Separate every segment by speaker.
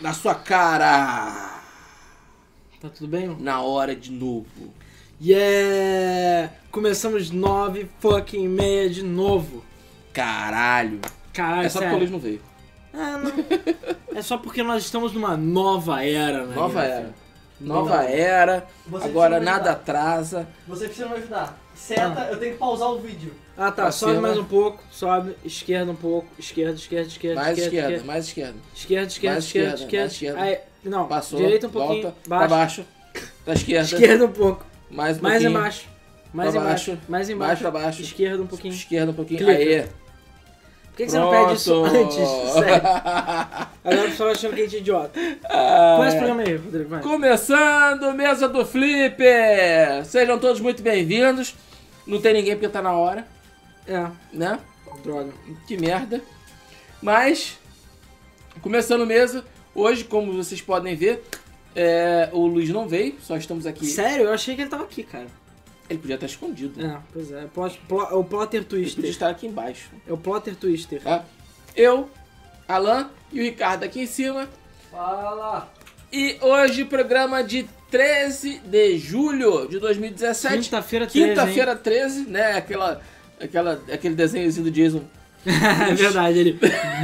Speaker 1: na sua cara.
Speaker 2: Tá tudo bem?
Speaker 1: Na hora de novo.
Speaker 2: Yeah! Começamos nove fucking e meia de novo.
Speaker 1: Caralho.
Speaker 2: Caralho,
Speaker 1: é só porque o
Speaker 2: sério.
Speaker 1: Luiz não veio.
Speaker 2: Ah, não. é só porque nós estamos numa nova era, né?
Speaker 1: Nova
Speaker 2: minha
Speaker 1: era.
Speaker 2: filha?
Speaker 1: Nova era.
Speaker 3: Você
Speaker 1: Agora
Speaker 3: precisa me
Speaker 1: nada
Speaker 3: ajudar.
Speaker 1: atrasa.
Speaker 3: Você precisa me ajudar. Seta, eu tenho que pausar o vídeo.
Speaker 2: Ah tá,
Speaker 1: Pra
Speaker 2: sobe
Speaker 1: cima.
Speaker 2: mais um pouco, sobe, esquerda um pouco, esquerda, esquerda, esquerda,
Speaker 1: Mais
Speaker 2: esquerda,
Speaker 1: esquerda, mais esquerda.
Speaker 2: esquerda, esquerda,
Speaker 1: Mais
Speaker 2: esquerda, esquerda,
Speaker 1: esquerda, mais esquerda.
Speaker 2: Aí, não,
Speaker 1: Passou.
Speaker 2: direita um pouquinho,
Speaker 1: volta. Pra
Speaker 2: baixo,
Speaker 1: baixo. Pra esquerda.
Speaker 2: esquerda um pouco,
Speaker 1: Mais um
Speaker 2: mais
Speaker 1: pouquinho.
Speaker 2: embaixo, mais
Speaker 1: Pra
Speaker 2: embaixo,
Speaker 1: baixo.
Speaker 2: mais embaixo,
Speaker 1: pra baixo.
Speaker 2: esquerda um pouquinho.
Speaker 1: Esquerda um pouquinho.
Speaker 2: Clica.
Speaker 1: Aê.
Speaker 2: Por que, que você não pede isso
Speaker 1: Pronto.
Speaker 2: antes? Sério. Agora o pessoal achando que a gente é idiota.
Speaker 1: Ah,
Speaker 2: Começa o
Speaker 1: é.
Speaker 2: programa aí, Rodrigo, vai.
Speaker 1: Começando, mesa do Flipper! Sejam todos muito bem-vindos. Não tem ninguém porque tá na hora,
Speaker 2: É,
Speaker 1: né?
Speaker 2: droga.
Speaker 1: Que merda. Mas, começando mesa, hoje, como vocês podem ver, é, o Luiz não veio, só estamos aqui.
Speaker 2: Sério, eu achei que ele tava aqui, cara.
Speaker 1: Ele podia estar escondido.
Speaker 2: É, pois é, plot, plo- é o plotter
Speaker 1: Ele podia
Speaker 2: twister,
Speaker 1: estar aqui embaixo.
Speaker 2: é o plotter twister.
Speaker 1: Tá? Eu, Alan e o Ricardo aqui em cima.
Speaker 3: Fala!
Speaker 1: E hoje, programa de 13 de julho de 2017.
Speaker 2: Quinta-feira 13, hein?
Speaker 1: Quinta-feira 13, né? Aquela, aquela, aquele desenhozinho do Jason.
Speaker 2: é verdade, ele.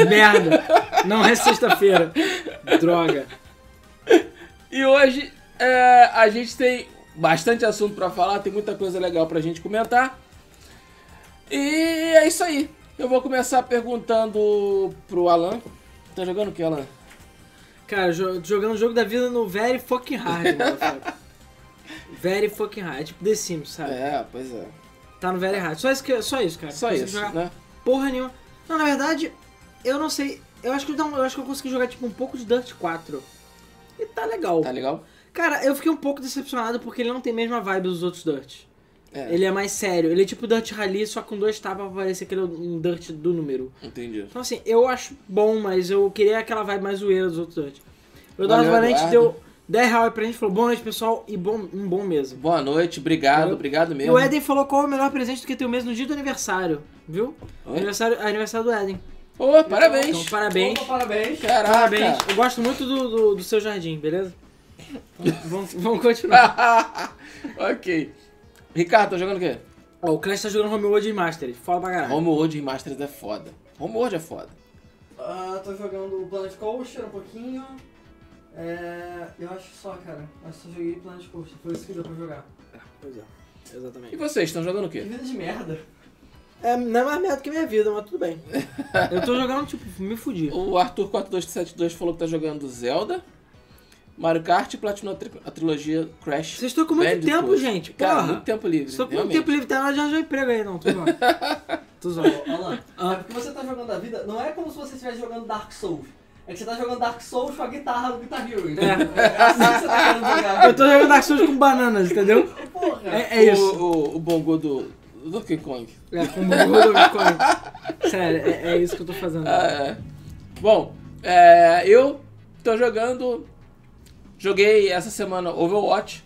Speaker 2: Merda! Não é sexta-feira. Droga.
Speaker 1: E hoje é, a gente tem bastante assunto pra falar, tem muita coisa legal pra gente comentar. E é isso aí. Eu vou começar perguntando pro Alan. Tá jogando o que, Alan?
Speaker 2: Cara, jo- jogando o jogo da vida no very fucking hard, motherfucker. Very fucking hard. É tipo The Sims, sabe?
Speaker 1: É, pois é.
Speaker 2: Tá no very hard. Só isso, que, só isso cara.
Speaker 1: Só
Speaker 2: Não consigo
Speaker 1: isso,
Speaker 2: É jogar
Speaker 1: né?
Speaker 2: Porra nenhuma. Não, na verdade, eu não sei. Eu acho que eu, não- eu acho que eu consegui jogar tipo um pouco de Dirt 4. E tá legal.
Speaker 1: Tá legal?
Speaker 2: Cara, eu fiquei um pouco decepcionado porque ele não tem a mesma vibe dos outros Dirt.
Speaker 1: É,
Speaker 2: Ele é mais sério. Ele é tipo Dirt Rally, só com dois tapas pra parecer que ele é um Dirt do número.
Speaker 1: entendi.
Speaker 2: Então, assim, eu acho bom, mas eu queria aquela vibe mais zoeira dos outros antes. O Eduardo
Speaker 1: Valeu,
Speaker 2: Valente
Speaker 1: Eduardo.
Speaker 2: deu 10 reais pra gente, falou boa noite, pessoal, e bom, um bom mesmo.
Speaker 1: Boa noite, obrigado,
Speaker 2: Eu-
Speaker 1: obrigado
Speaker 2: E
Speaker 1: mesmo.
Speaker 2: o Eden falou qual é o melhor presente do que ter o mesmo no dia do aniversário, viu?
Speaker 1: Oi?
Speaker 2: Aniversário, aniversário do Eden.
Speaker 1: Ô, parabéns!
Speaker 2: Então, parabéns.
Speaker 3: Opa, parabéns!
Speaker 1: Caraca!
Speaker 2: Parabéns. Eu gosto muito do, do, do seu jardim, beleza? vamos, vamos continuar.
Speaker 1: ok. Ricardo, tá jogando o quê?
Speaker 2: Ó, o Clash tá jogando Homeworld Remastered. Fala pra caralho.
Speaker 1: Homeworld Remastered é foda. Homeworld é foda.
Speaker 3: Ah, tô jogando Planet Coaster um pouquinho. É, eu acho só, cara. Eu só joguei Planet Coaster, foi isso que deu pra jogar.
Speaker 2: Pois é,
Speaker 1: E
Speaker 2: exatamente.
Speaker 1: vocês, estão jogando o
Speaker 3: Que
Speaker 1: quê?
Speaker 3: vida de merda!
Speaker 2: É, não é mais merda que minha vida, mas tudo bem. Eu tô jogando, tipo, me fudir.
Speaker 1: O Arthur42272 falou que tá jogando Zelda, Mario Kart e platinou a, tri- a trilogia Crash.
Speaker 2: Vocês estão com muito
Speaker 1: Bandicoot.
Speaker 2: tempo, gente.
Speaker 1: Cara,
Speaker 2: Porra.
Speaker 1: muito tempo livre.
Speaker 2: Só com muito
Speaker 1: realmente.
Speaker 2: tempo livre, tá na hora de arranjar um emprego aí, não. Tô zoando. Tô zoando.
Speaker 3: Ô, Alan,
Speaker 2: Ah.
Speaker 3: é porque você tá jogando a vida, não é como se você estivesse jogando Dark Souls. É que você tá jogando Dark Souls com a guitarra do Guitar Hero, entendeu? É assim que você tá querendo jogar.
Speaker 2: Eu tô jogando Dark Souls com bananas, entendeu?
Speaker 3: Porra!
Speaker 2: É, é isso.
Speaker 1: O, o, o bongo do do Donkey Kong.
Speaker 2: É, com gordo eu come. Sério, é, é isso que eu tô fazendo.
Speaker 1: Ah, é. Bom, é, eu tô jogando... Joguei essa semana Overwatch,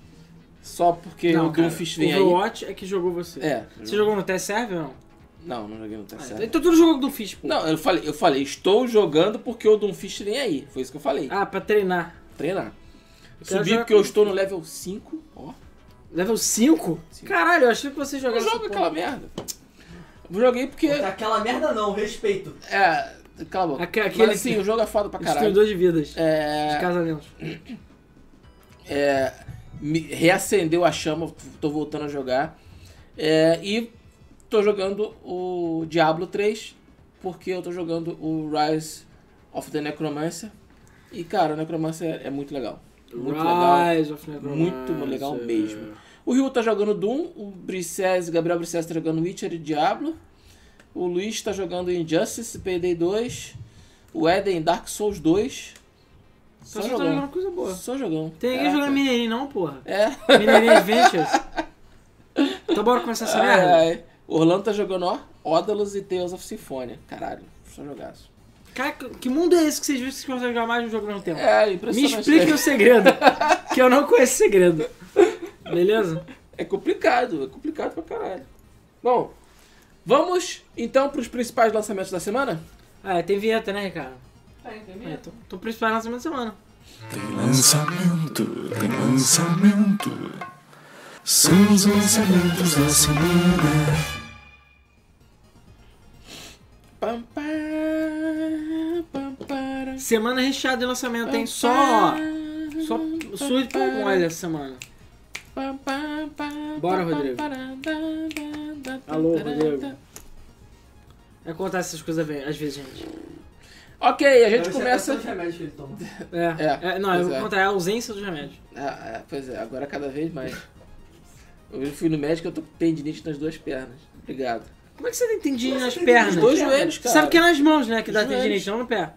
Speaker 1: só porque o
Speaker 2: cara,
Speaker 1: Doomfist vem aí.
Speaker 2: Overwatch é que jogou você.
Speaker 1: É.
Speaker 2: Você jogou no TS Serve ou não?
Speaker 1: Não, não joguei no terceiro.
Speaker 2: Ah, então todo jogo do Fist, pô.
Speaker 1: Não, eu falei, eu falei, estou jogando porque o Doomfist vem aí. Foi isso que eu falei.
Speaker 2: Ah, pra treinar.
Speaker 1: Treinar. Eu
Speaker 2: Quero
Speaker 1: Subi
Speaker 2: jogar
Speaker 1: porque eu
Speaker 2: com-
Speaker 1: estou no level 5. Ó.
Speaker 2: Level 5?
Speaker 1: Cinco.
Speaker 2: Caralho, eu achei que você
Speaker 1: Eu
Speaker 2: jogava. essa
Speaker 1: jogo
Speaker 2: porra.
Speaker 1: aquela merda. Eu joguei porque.
Speaker 3: Puta, É Aquela merda não, respeito.
Speaker 1: É. Cala a boca.
Speaker 2: Aque- aquele
Speaker 1: Mas assim,
Speaker 2: que-
Speaker 1: o jogo é foda pra caralho.
Speaker 2: Destruidor de vidas. De
Speaker 1: É.
Speaker 2: casamentos.
Speaker 1: é, me reacendeu a chama, tô voltando a jogar. É, e tô jogando o Diablo 3, porque eu tô jogando o Rise of the Necromancer. E cara, o Necromancer é muito legal. Muito legal.
Speaker 2: Rise of Necromancer.
Speaker 1: Muito legal mesmo. O Rio tá jogando Doom, o Brices, Gabriel Brices tá jogando Witcher e Diablo. O Luiz tá jogando Injustice, Payday 2. O Eden, Dark Souls 2.
Speaker 2: Só você tá jogando coisa boa.
Speaker 1: Só jogão.
Speaker 2: Tem ninguém
Speaker 1: Caraca.
Speaker 2: jogando Mineirinho, não, porra.
Speaker 1: É.
Speaker 2: Mineirinho Adventures. Então bora começar essa merda?
Speaker 1: Ai, ai. Orlando tá jogando, ó, Odalus e Tales of Symphonia. Caralho, só jogaço.
Speaker 2: Cara, que que mundo é esse que vocês viram que vocês conseguem jogar mais de um jogo ao mesmo tempo?
Speaker 1: É,
Speaker 2: Me
Speaker 1: impressionante.
Speaker 2: explique o segredo, que eu não conheço o segredo. Beleza?
Speaker 1: É complicado, é complicado pra caralho. Bom, vamos então pros principais lançamentos da semana?
Speaker 2: Ah, é, tem vinheta, né, Ricardo?
Speaker 3: É, Tem, tem
Speaker 2: É,
Speaker 3: mesmo.
Speaker 2: tô, tô principal na segunda semana.
Speaker 4: Tem lançamento, tem lançamento. São os lançamentos da semana.
Speaker 1: Pam, pam, pam, param,
Speaker 2: Semana recheada de lançamento, tem
Speaker 1: pam,
Speaker 2: só.
Speaker 1: pam,
Speaker 2: Só um surdo com mole essa semana.
Speaker 1: pam, pam, pam,
Speaker 2: Bora,
Speaker 1: pam,
Speaker 2: Rodrigo.
Speaker 1: param, dan, dan, dan,
Speaker 2: Alô,
Speaker 1: dan, dan,
Speaker 2: Rodrigo.
Speaker 1: dan.
Speaker 2: Acontece É essas coisas bem- às vezes, gente.
Speaker 1: Ok, a
Speaker 3: Deve
Speaker 1: gente
Speaker 3: ser-
Speaker 1: começa.
Speaker 3: deve ser o remédio que ele toma.
Speaker 2: É.
Speaker 1: É,
Speaker 2: é, não, eu
Speaker 1: pois
Speaker 2: vou
Speaker 1: é.
Speaker 2: contar, é a ausência dos remédios.
Speaker 1: Ah, ah, pois é, agora cada vez mais. Eu fui no médico, eu tô com tendinite nas duas pernas. Obrigado.
Speaker 2: Como é que você tem tendinite nas
Speaker 3: tem
Speaker 2: pernas?
Speaker 1: Os
Speaker 3: Nas
Speaker 1: dois
Speaker 3: pernas.
Speaker 1: joelhos,
Speaker 2: Você
Speaker 1: cara.
Speaker 2: sabe que é nas mãos, né? Que dá
Speaker 1: Os joelhos.
Speaker 2: tendinite, não no pé.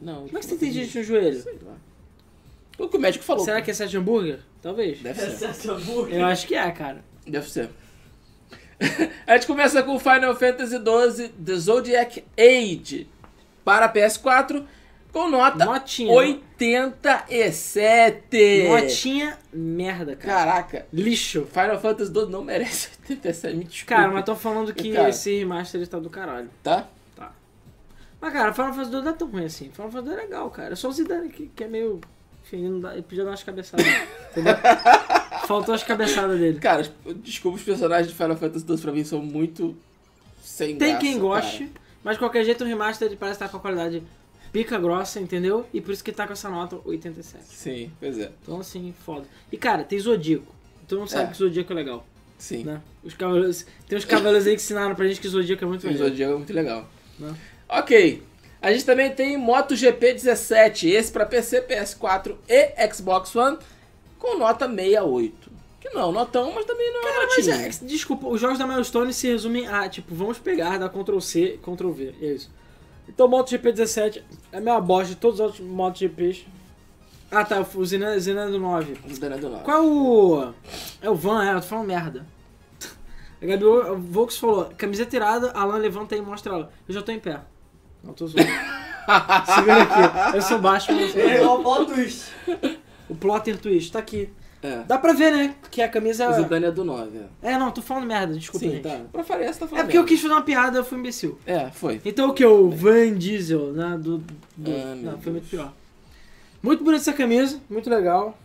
Speaker 1: Não. tipo assim,
Speaker 2: Como é que você tem tendinite no joelho?
Speaker 1: Sei lá. O que o médico falou.
Speaker 2: Será que é sete hambúrguer? Talvez.
Speaker 1: Deve ser.
Speaker 3: Excesso de hambúrguer.
Speaker 2: Eu acho que é, cara.
Speaker 1: Deve ser. a gente começa com Final Fantasy XII The Zodiac Age para PS4 com nota
Speaker 2: Notinha.
Speaker 1: 87.
Speaker 2: Notinha merda, cara.
Speaker 1: Caraca.
Speaker 2: Lixo.
Speaker 1: Final Fantasy XII não merece 87. Me desculpa.
Speaker 2: Cara, mas tô falando que
Speaker 1: Cara.
Speaker 2: esse remaster tá do caralho.
Speaker 1: Tá?
Speaker 2: Tá. Mas, cara, Final Fantasy 2 não é tão ruim assim. Final Fantasy 2 é legal, cara. É só o Zidane que, que é meio. Enfim, ele, não dá- ele podia dar umas cabeçadas. entendeu? Faltou as cabeçadas dele.
Speaker 1: Cara, desculpa, os personagens de Final Fantasy XII pra mim são muito sem
Speaker 2: Tem
Speaker 1: graça,
Speaker 2: quem
Speaker 1: cara.
Speaker 2: goste, mas de qualquer jeito o remaster ele parece estar com a qualidade pica grossa, entendeu? E por isso que tá com essa nota 87.
Speaker 1: Sim, pois é.
Speaker 2: Então, assim, foda. E, cara, tem Zodíaco. Tu não
Speaker 1: É.
Speaker 2: sabe que Zodíaco é legal,
Speaker 1: Sim.
Speaker 2: né? Os cavaleiros, tem os cavaleiros aí que ensinaram pra gente que Zodíaco é muito
Speaker 1: O
Speaker 2: legal.
Speaker 1: Zodíaco é muito legal.
Speaker 2: Né?
Speaker 1: Ok. A gente também tem MotoGP 17, esse pra PC, PS4 e Xbox One, com nota 68. Que não, é um notão, mas também não é
Speaker 2: Mas
Speaker 1: notinha.
Speaker 2: é, desculpa, os jogos da Milestone se resumem a, tipo, vamos pegar, dar Ctrl C, Ctrl V, é isso. Então o MotoGP 17 é a mesma bosta de todos os outros MotoGPs. Ah tá, o Zina, Zina do 9.
Speaker 1: Não dá nada, não.
Speaker 2: Qual é o... É o Van, é, eu tô falando merda. A Gabi o- o Vox falou, camiseta tirada, Alan levanta aí e mostra ela. Eu já tô em pé. Não tô zoando. Segura aqui, eu sou baixo, mas eu sou
Speaker 3: Ele é
Speaker 2: baixo.
Speaker 3: igual o plot twist.
Speaker 2: O plotter twist, tá aqui.
Speaker 1: É.
Speaker 2: Dá pra ver, né, que a camisa...
Speaker 1: O Zidane é do 9. é.
Speaker 2: É, não, tô falando merda, desculpa,
Speaker 1: Sim,
Speaker 2: gente.
Speaker 1: tá. Pra Faria, você tá falando.
Speaker 2: É porque eu
Speaker 1: merda.
Speaker 2: quis fazer uma piada, eu fui imbecil.
Speaker 1: É, foi.
Speaker 2: Então o que? O Van Diesel, né? Do, do-
Speaker 1: Ah, meu
Speaker 2: não, foi muito
Speaker 1: Deus.
Speaker 2: pior. Muito bonita essa camisa, muito legal.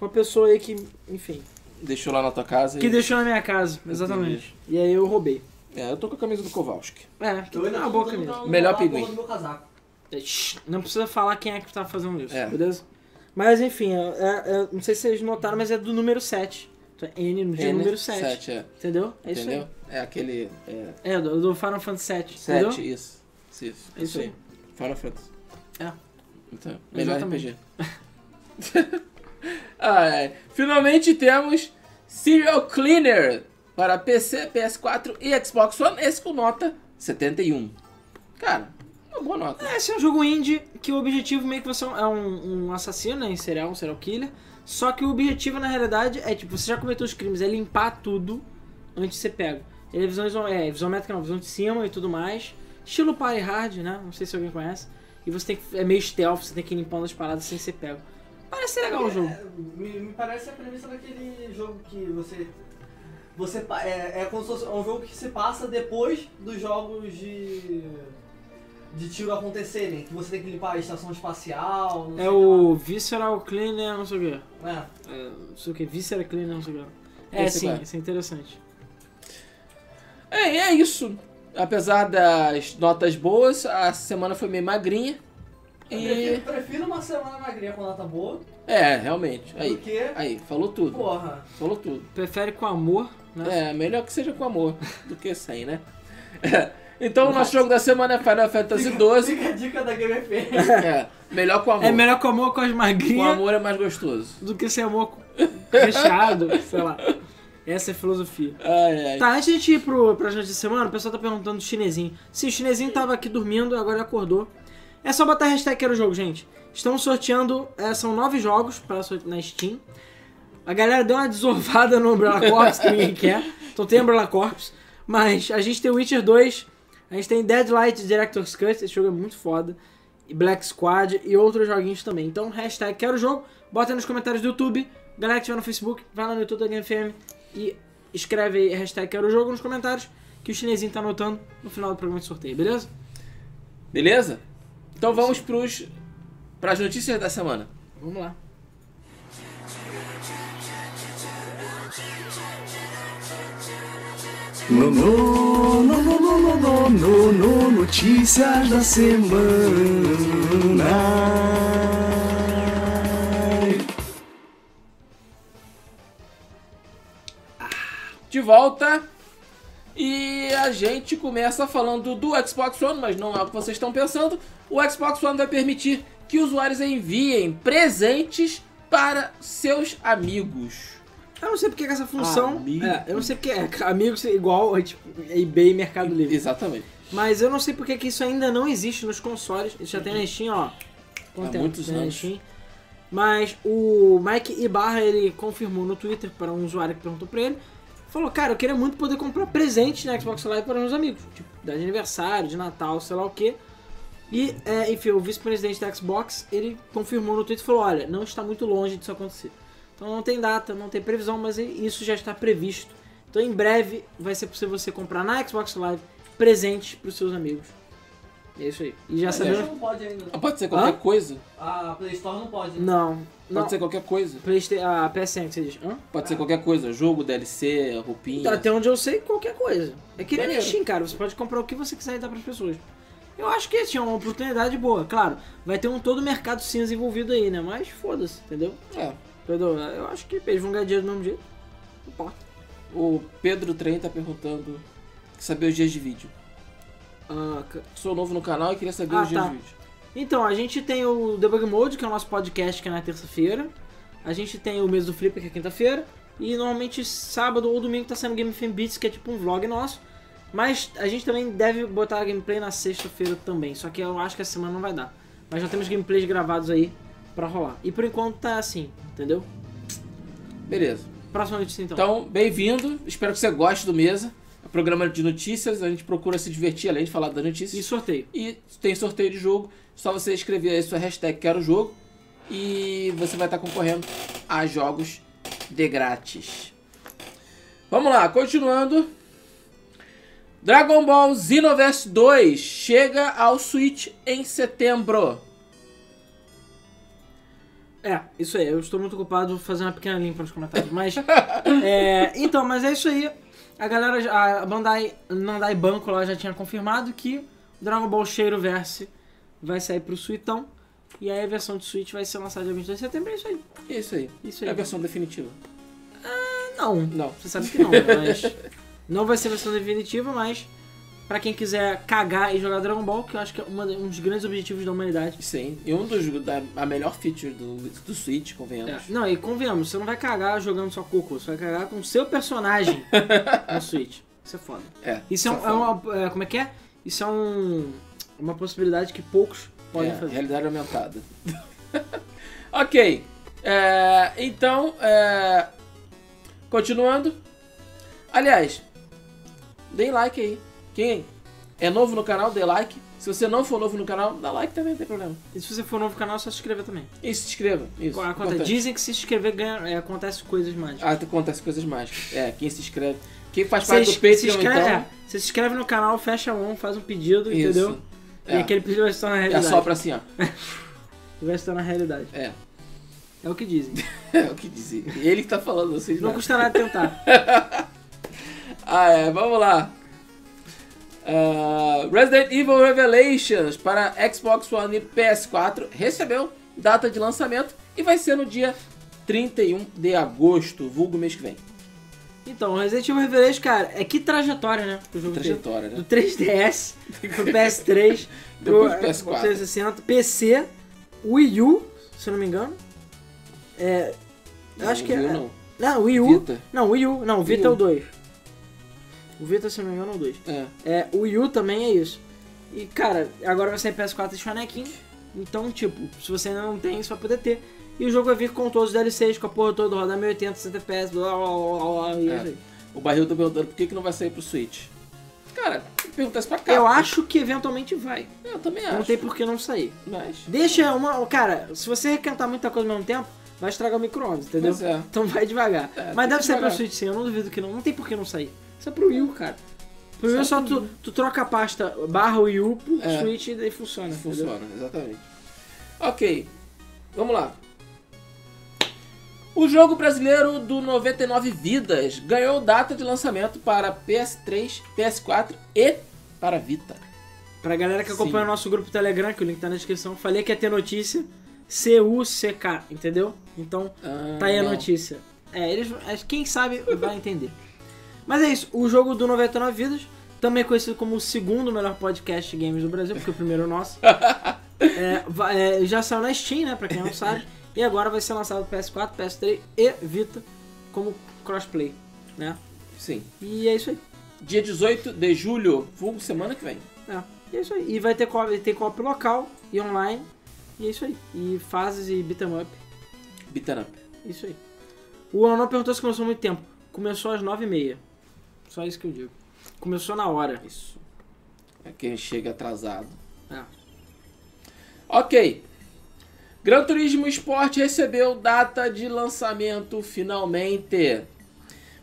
Speaker 2: Foi uma pessoa aí que, enfim,
Speaker 1: Deixou lá na tua casa.
Speaker 2: que
Speaker 1: e...
Speaker 2: deixou na minha casa, exatamente. E aí eu roubei.
Speaker 1: É, eu tô com a camisa do Kowalski.
Speaker 2: É, que
Speaker 3: Eu ainda
Speaker 2: tá uma
Speaker 3: tô
Speaker 2: boa
Speaker 3: tentando
Speaker 2: camisa.
Speaker 3: não
Speaker 1: Melhor
Speaker 3: roubar a porra
Speaker 1: pinguim.
Speaker 3: do meu casaco.
Speaker 2: É, shh, Não precisa falar quem é que tá fazendo isso,
Speaker 1: É.
Speaker 2: beleza? Mas enfim, é- é- é- não sei se vocês notaram, mas é do número 7. Então é N no dia
Speaker 1: N,
Speaker 2: número 7.
Speaker 1: sete, é.
Speaker 2: Entendeu? É isso
Speaker 1: Entendeu?
Speaker 2: aí.
Speaker 1: É aquele. É,
Speaker 2: É, do, do Final Fantasy 7.
Speaker 1: 7,
Speaker 2: Entendeu?
Speaker 1: isso. Isso.
Speaker 2: É isso aí.
Speaker 1: Final Fantasy.
Speaker 2: É.
Speaker 1: Então, melhor
Speaker 2: Exatamente.
Speaker 1: RPG. ah, é. Finalmente temos Serial Cleaner para PC, PS4 e Xbox One. Esse com nota 71. Cara, uma boa nota.
Speaker 2: É, Esse é um jogo indie que o objetivo meio que você é um, um assassino, né? Em serial, um serial killer. Só que o objetivo, na realidade, é tipo, você já cometeu os crimes, é limpar tudo antes de ser pego. Ele é visão, iso- é, visão métrica, não, visão de cima e tudo mais. Estilo Party Hard, né? Não sei se alguém conhece. E você tem que. É meio stealth, você tem que ir limpando as paradas sem ser pego. Parece ser legal o jogo.
Speaker 3: É, me, me parece a premissa daquele jogo que você. Você pa- é, é como se fosse é um jogo que se passa depois dos jogos de. de tiro acontecerem, que você tem que limpar a estação espacial, não sei
Speaker 2: É o Visceral Cleaner, não sei o quê.
Speaker 3: lá. É.
Speaker 2: É, não sei o que, Visceral Cleaner, não sei o quê. É,
Speaker 1: Esse
Speaker 2: sim,
Speaker 1: qual é?
Speaker 2: isso é interessante.
Speaker 1: É, e é isso. Apesar das notas boas, a semana foi meio magrinha.
Speaker 3: Eu
Speaker 1: E.
Speaker 3: prefiro, prefiro uma semana magrinha com nota boa
Speaker 1: É, realmente.
Speaker 3: do
Speaker 1: Aí,
Speaker 3: que.
Speaker 1: aí, falou tudo.
Speaker 3: Porra.
Speaker 1: Falou tudo.
Speaker 2: Prefere com amor, né?
Speaker 1: É, melhor que seja com amor do que sem, né? Então, o nosso jogo da semana é Final Fantasy XII.
Speaker 3: Fica a dica da Game FM.
Speaker 1: É, melhor com amor.
Speaker 2: É melhor com amor com as
Speaker 1: Com
Speaker 2: magrinhas
Speaker 1: amor é mais gostoso.
Speaker 2: do que ser amor fechado, sei lá. Essa é a filosofia.
Speaker 1: Ai, ai.
Speaker 2: Tá, antes de a gente ir pro, pra gente de semana, o pessoal tá perguntando do chinesinho. Sim, o chinesinho tava aqui dormindo, agora ele acordou. É só botar a hashtag quero jogo, gente. Estamos sorteando, é, são nove jogos pra, sorte- na Steam. A galera deu uma desovada no Umbrella Corps, que ninguém quer. Então tem Umbrella Corps. Mas a gente tem Witcher 2, a gente tem Deadlight Director's Cut, esse jogo é muito foda. E Black Squad e outros joguinhos também. Então, hashtag quero jogo, bota aí nos comentários do YouTube. Galera que estiver no Facebook, vai lá no YouTube da Game FM e escreve aí hashtag quero jogo nos comentários que o chinesinho tá anotando no final do programa de sorteio, beleza?
Speaker 1: Beleza? Então vamos pros, pras notícias da semana.
Speaker 2: Vamos lá.
Speaker 4: No, no, no, no, no, no, no, no, no, notícias da semana.
Speaker 1: De volta. E a gente começa falando do Xbox One, mas não é o que vocês estão pensando. O Xbox One vai permitir que usuários enviem presentes para seus amigos.
Speaker 2: Eu não sei porque que essa função.
Speaker 1: Amigo.
Speaker 2: É, eu não sei porque. É, amigos é igual é, tipo, eBay e Mercado Livre.
Speaker 1: Exatamente.
Speaker 2: Mas eu não sei porque que isso ainda não existe nos consoles. Isso já tem na Steam, ó.
Speaker 1: Há
Speaker 2: tempo
Speaker 1: muitos
Speaker 2: tem na
Speaker 1: anos.
Speaker 2: Steam. Mas o Mike Ibarra, ele confirmou no Twitter para um usuário que perguntou pra ele. Falou, cara, eu queria muito poder comprar presente na Xbox Live para meus amigos. Tipo, dar de aniversário, de Natal, sei lá o quê. E, é, enfim, o vice-presidente da Xbox, ele confirmou no Twitter e falou, olha, não está muito longe disso acontecer. Então não tem data, não tem previsão, mas é, isso já está previsto. Então em breve vai ser possível você comprar na Xbox Live presente para os seus amigos. É isso aí. E já
Speaker 3: A gente
Speaker 2: sabemos...
Speaker 3: não pode ainda. não.
Speaker 1: Pode ser qualquer
Speaker 2: Hã?
Speaker 1: coisa.
Speaker 3: A Play Store não pode. né?
Speaker 2: Não, não. ah,
Speaker 1: Pode ser qualquer coisa.
Speaker 2: Playsta- a PSN que você diz. Hã?
Speaker 1: Pode ser qualquer coisa. Jogo, DLC, roupinha.
Speaker 2: Então, até onde eu sei, qualquer coisa. É que nem na
Speaker 1: Maneiro.
Speaker 2: Steam, cara. Você pode comprar o que você quiser e dar pras pessoas. Eu acho que tinha uma oportunidade boa. Claro, vai ter um todo mercado cinza envolvido aí, né? Mas foda-se, entendeu?
Speaker 1: É.
Speaker 2: Entendeu? Eu acho que eles vão ganhar dinheiro do mesmo jeito. Não importa.
Speaker 1: O Pedro Trem tá perguntando saber os dias de vídeo.
Speaker 2: Ah, ca-
Speaker 1: Sou novo no canal e queria saber
Speaker 2: Ah,
Speaker 1: os dias
Speaker 2: tá.
Speaker 1: de vídeo.
Speaker 2: Então, a gente tem o Debug Mode, que é o nosso podcast que é na terça-feira. A gente tem o mês do Flipper, que é quinta-feira. E normalmente sábado ou domingo tá saindo Game Fan Beats, que é tipo um vlog nosso. Mas a gente também deve botar a gameplay na sexta-feira também. Só que eu acho que a semana não vai dar. Mas já temos gameplays gravados aí pra rolar. E por enquanto tá assim, entendeu?
Speaker 1: Beleza.
Speaker 2: Próxima notícia então.
Speaker 1: Então, bem-vindo. Espero que você goste do Mesa. É um programa de notícias. A gente procura se divertir além de falar das notícias.
Speaker 2: E sorteio.
Speaker 1: E tem sorteio de jogo. Só você escrever aí sua hashtag Quero Jogo. E você vai estar concorrendo a jogos de grátis. Vamos lá, continuando. Dragon Ball Xenoverse 2 chega ao Switch em setembro.
Speaker 2: É, isso aí. Eu estou muito ocupado fazendo uma pequena limpa nos comentários. Mas. é, então, mas é isso aí. A galera, já- a Bandai, Bandai Banco lá já tinha confirmado que Dragon Ball Cheiro Verse vai sair pro Suitão. E aí a versão de Switch vai ser lançada dia 22 de setembro. É isso aí.
Speaker 1: É Isso aí.
Speaker 2: Isso aí.
Speaker 1: É a versão definitiva.
Speaker 2: Não.
Speaker 1: Não.
Speaker 2: Você sabe que não, né? mas. Não vai ser a versão definitiva, mas. Pra quem quiser cagar e jogar Dragon Ball, que eu acho que é uma- um dos grandes objetivos da humanidade.
Speaker 1: Sim. E um dos da a melhor feature do, do Switch, convenhamos.
Speaker 2: É, Não, e convenhamos, você não vai cagar jogando só Coco, você vai cagar com o seu personagem no Switch. Isso é foda.
Speaker 1: É.
Speaker 2: Isso é,
Speaker 1: só
Speaker 2: um- é
Speaker 1: fala.
Speaker 2: uma. é, como é que é? Isso é um, uma possibilidade que poucos podem
Speaker 1: É,
Speaker 2: fazer.
Speaker 1: Realidade aumentada. ok. É, então, é, continuando. Aliás, deem like aí. Quem é novo no canal, dê like. Se você não for novo no canal, dá like também, não tem problema.
Speaker 2: E se você for novo no canal, é só se inscrever também.
Speaker 1: E se inscreva. Isso.
Speaker 2: Acontece-
Speaker 1: importante.
Speaker 2: Dizem que se inscrever ganha, é, acontece coisas mais.
Speaker 1: Ah, acontece coisas mágicas. É, quem se inscreve. Quem faz
Speaker 2: Você
Speaker 1: parte
Speaker 2: se,
Speaker 1: do Patreon,
Speaker 2: se inscreve,
Speaker 1: então.
Speaker 2: é, você se inscreve no canal, fecha a mão, faz um pedido,
Speaker 1: Isso.
Speaker 2: entendeu?
Speaker 1: É.
Speaker 2: E aquele pedido vai se tornar
Speaker 1: É
Speaker 2: realidade.
Speaker 1: só pra assim, ó.
Speaker 2: Vai se tornar realidade.
Speaker 1: É.
Speaker 2: É o que dizem.
Speaker 1: É o que dizer. Ele que tá falando, vocês
Speaker 2: Não
Speaker 1: não.
Speaker 2: custa nada tentar.
Speaker 1: Ah, é, vamos lá. Ah, Resident Evil Revelations para Xbox One e PS4 recebeu data de lançamento e vai ser no dia 31 de agosto, vulgo mês que vem.
Speaker 2: Então, Resident Evil Revelations, cara, é que trajetória, né? Que o jogo teve.
Speaker 1: Trajetória,
Speaker 2: Do
Speaker 1: né?
Speaker 2: 3DS, pro PS3, pro
Speaker 1: Depois do PS4.
Speaker 2: 360, PC, Wii U, se eu não me engano. É. Eu acho que é.
Speaker 1: Não, viu, não.
Speaker 2: Não, Wii U.
Speaker 1: Vita.
Speaker 2: Não, Wii U. Não, o Vita
Speaker 1: Wii
Speaker 2: é
Speaker 1: U.
Speaker 2: o 2. O Vita, se eu não me engano, é o 2.
Speaker 1: É.
Speaker 2: É, o Wii U também é isso. E, cara, agora vai sair PS4 e Shonekin. Então, tipo, se você ainda não tem, você vai poder ter. E o jogo vai vir com todos os DLCs, com a porra toda, roda 1080, 60 FPS, blá blá blá blá, blá e
Speaker 1: É.
Speaker 2: isso aí.
Speaker 1: O barril tá perguntando por que, que não vai sair pro Switch. Cara, tem que perguntar isso pra cá.
Speaker 2: Eu acho que eventualmente vai.
Speaker 1: Eu também
Speaker 2: Não
Speaker 1: acho.
Speaker 2: tem por que não sair.
Speaker 1: Mas.
Speaker 2: Deixa uma. Cara, se você requentar muita coisa ao mesmo tempo, vai estragar o micro-ondas, entendeu?
Speaker 1: Pois é.
Speaker 2: Então vai devagar.
Speaker 1: É, tem
Speaker 2: Mas deve
Speaker 1: que
Speaker 2: sair pra
Speaker 1: devagar.
Speaker 2: Switch sim, eu não duvido que não. Não tem por que não sair. Isso é pro Will, cara. Por isso só tu, tu troca a pasta barra Wii U por
Speaker 1: É.
Speaker 2: Switch e daí funciona. entendeu?
Speaker 1: Funciona, exatamente. Ok, vamos lá. O jogo brasileiro do 99 Vidas ganhou data de lançamento para PS3, PS4 e para Vita.
Speaker 2: Pra galera que
Speaker 1: Sim.
Speaker 2: acompanha o nosso grupo Telegram, que o link tá na descrição, falei que ia ter notícia C-U-C-K, entendeu? Então,
Speaker 1: Ah,
Speaker 2: tá aí a
Speaker 1: não.
Speaker 2: notícia. É, eles, acho que quem sabe vai entender. Mas é isso, o jogo do 99 Vidas, também conhecido como o segundo melhor podcast de games do Brasil, porque o primeiro é o nosso. É, va- é, já saiu na Steam, né, pra quem não sabe. E agora vai ser lançado pro PS4, PS3 e Vita como crossplay, né?
Speaker 1: Sim.
Speaker 2: E é isso aí.
Speaker 1: Dia 18 de julho, vulgo semana que vem.
Speaker 2: É, e é isso aí. E vai ter co tem co local e online. E é isso aí. E fases e beat'em up.
Speaker 1: Beaten up.
Speaker 2: é Isso aí. O Anon perguntou se começou há muito tempo. Começou às 9h30. Só isso que eu digo. Começou na hora.
Speaker 1: Isso. É quem chega atrasado.
Speaker 2: É.
Speaker 1: Ok. Gran Turismo Sport recebeu data de lançamento finalmente.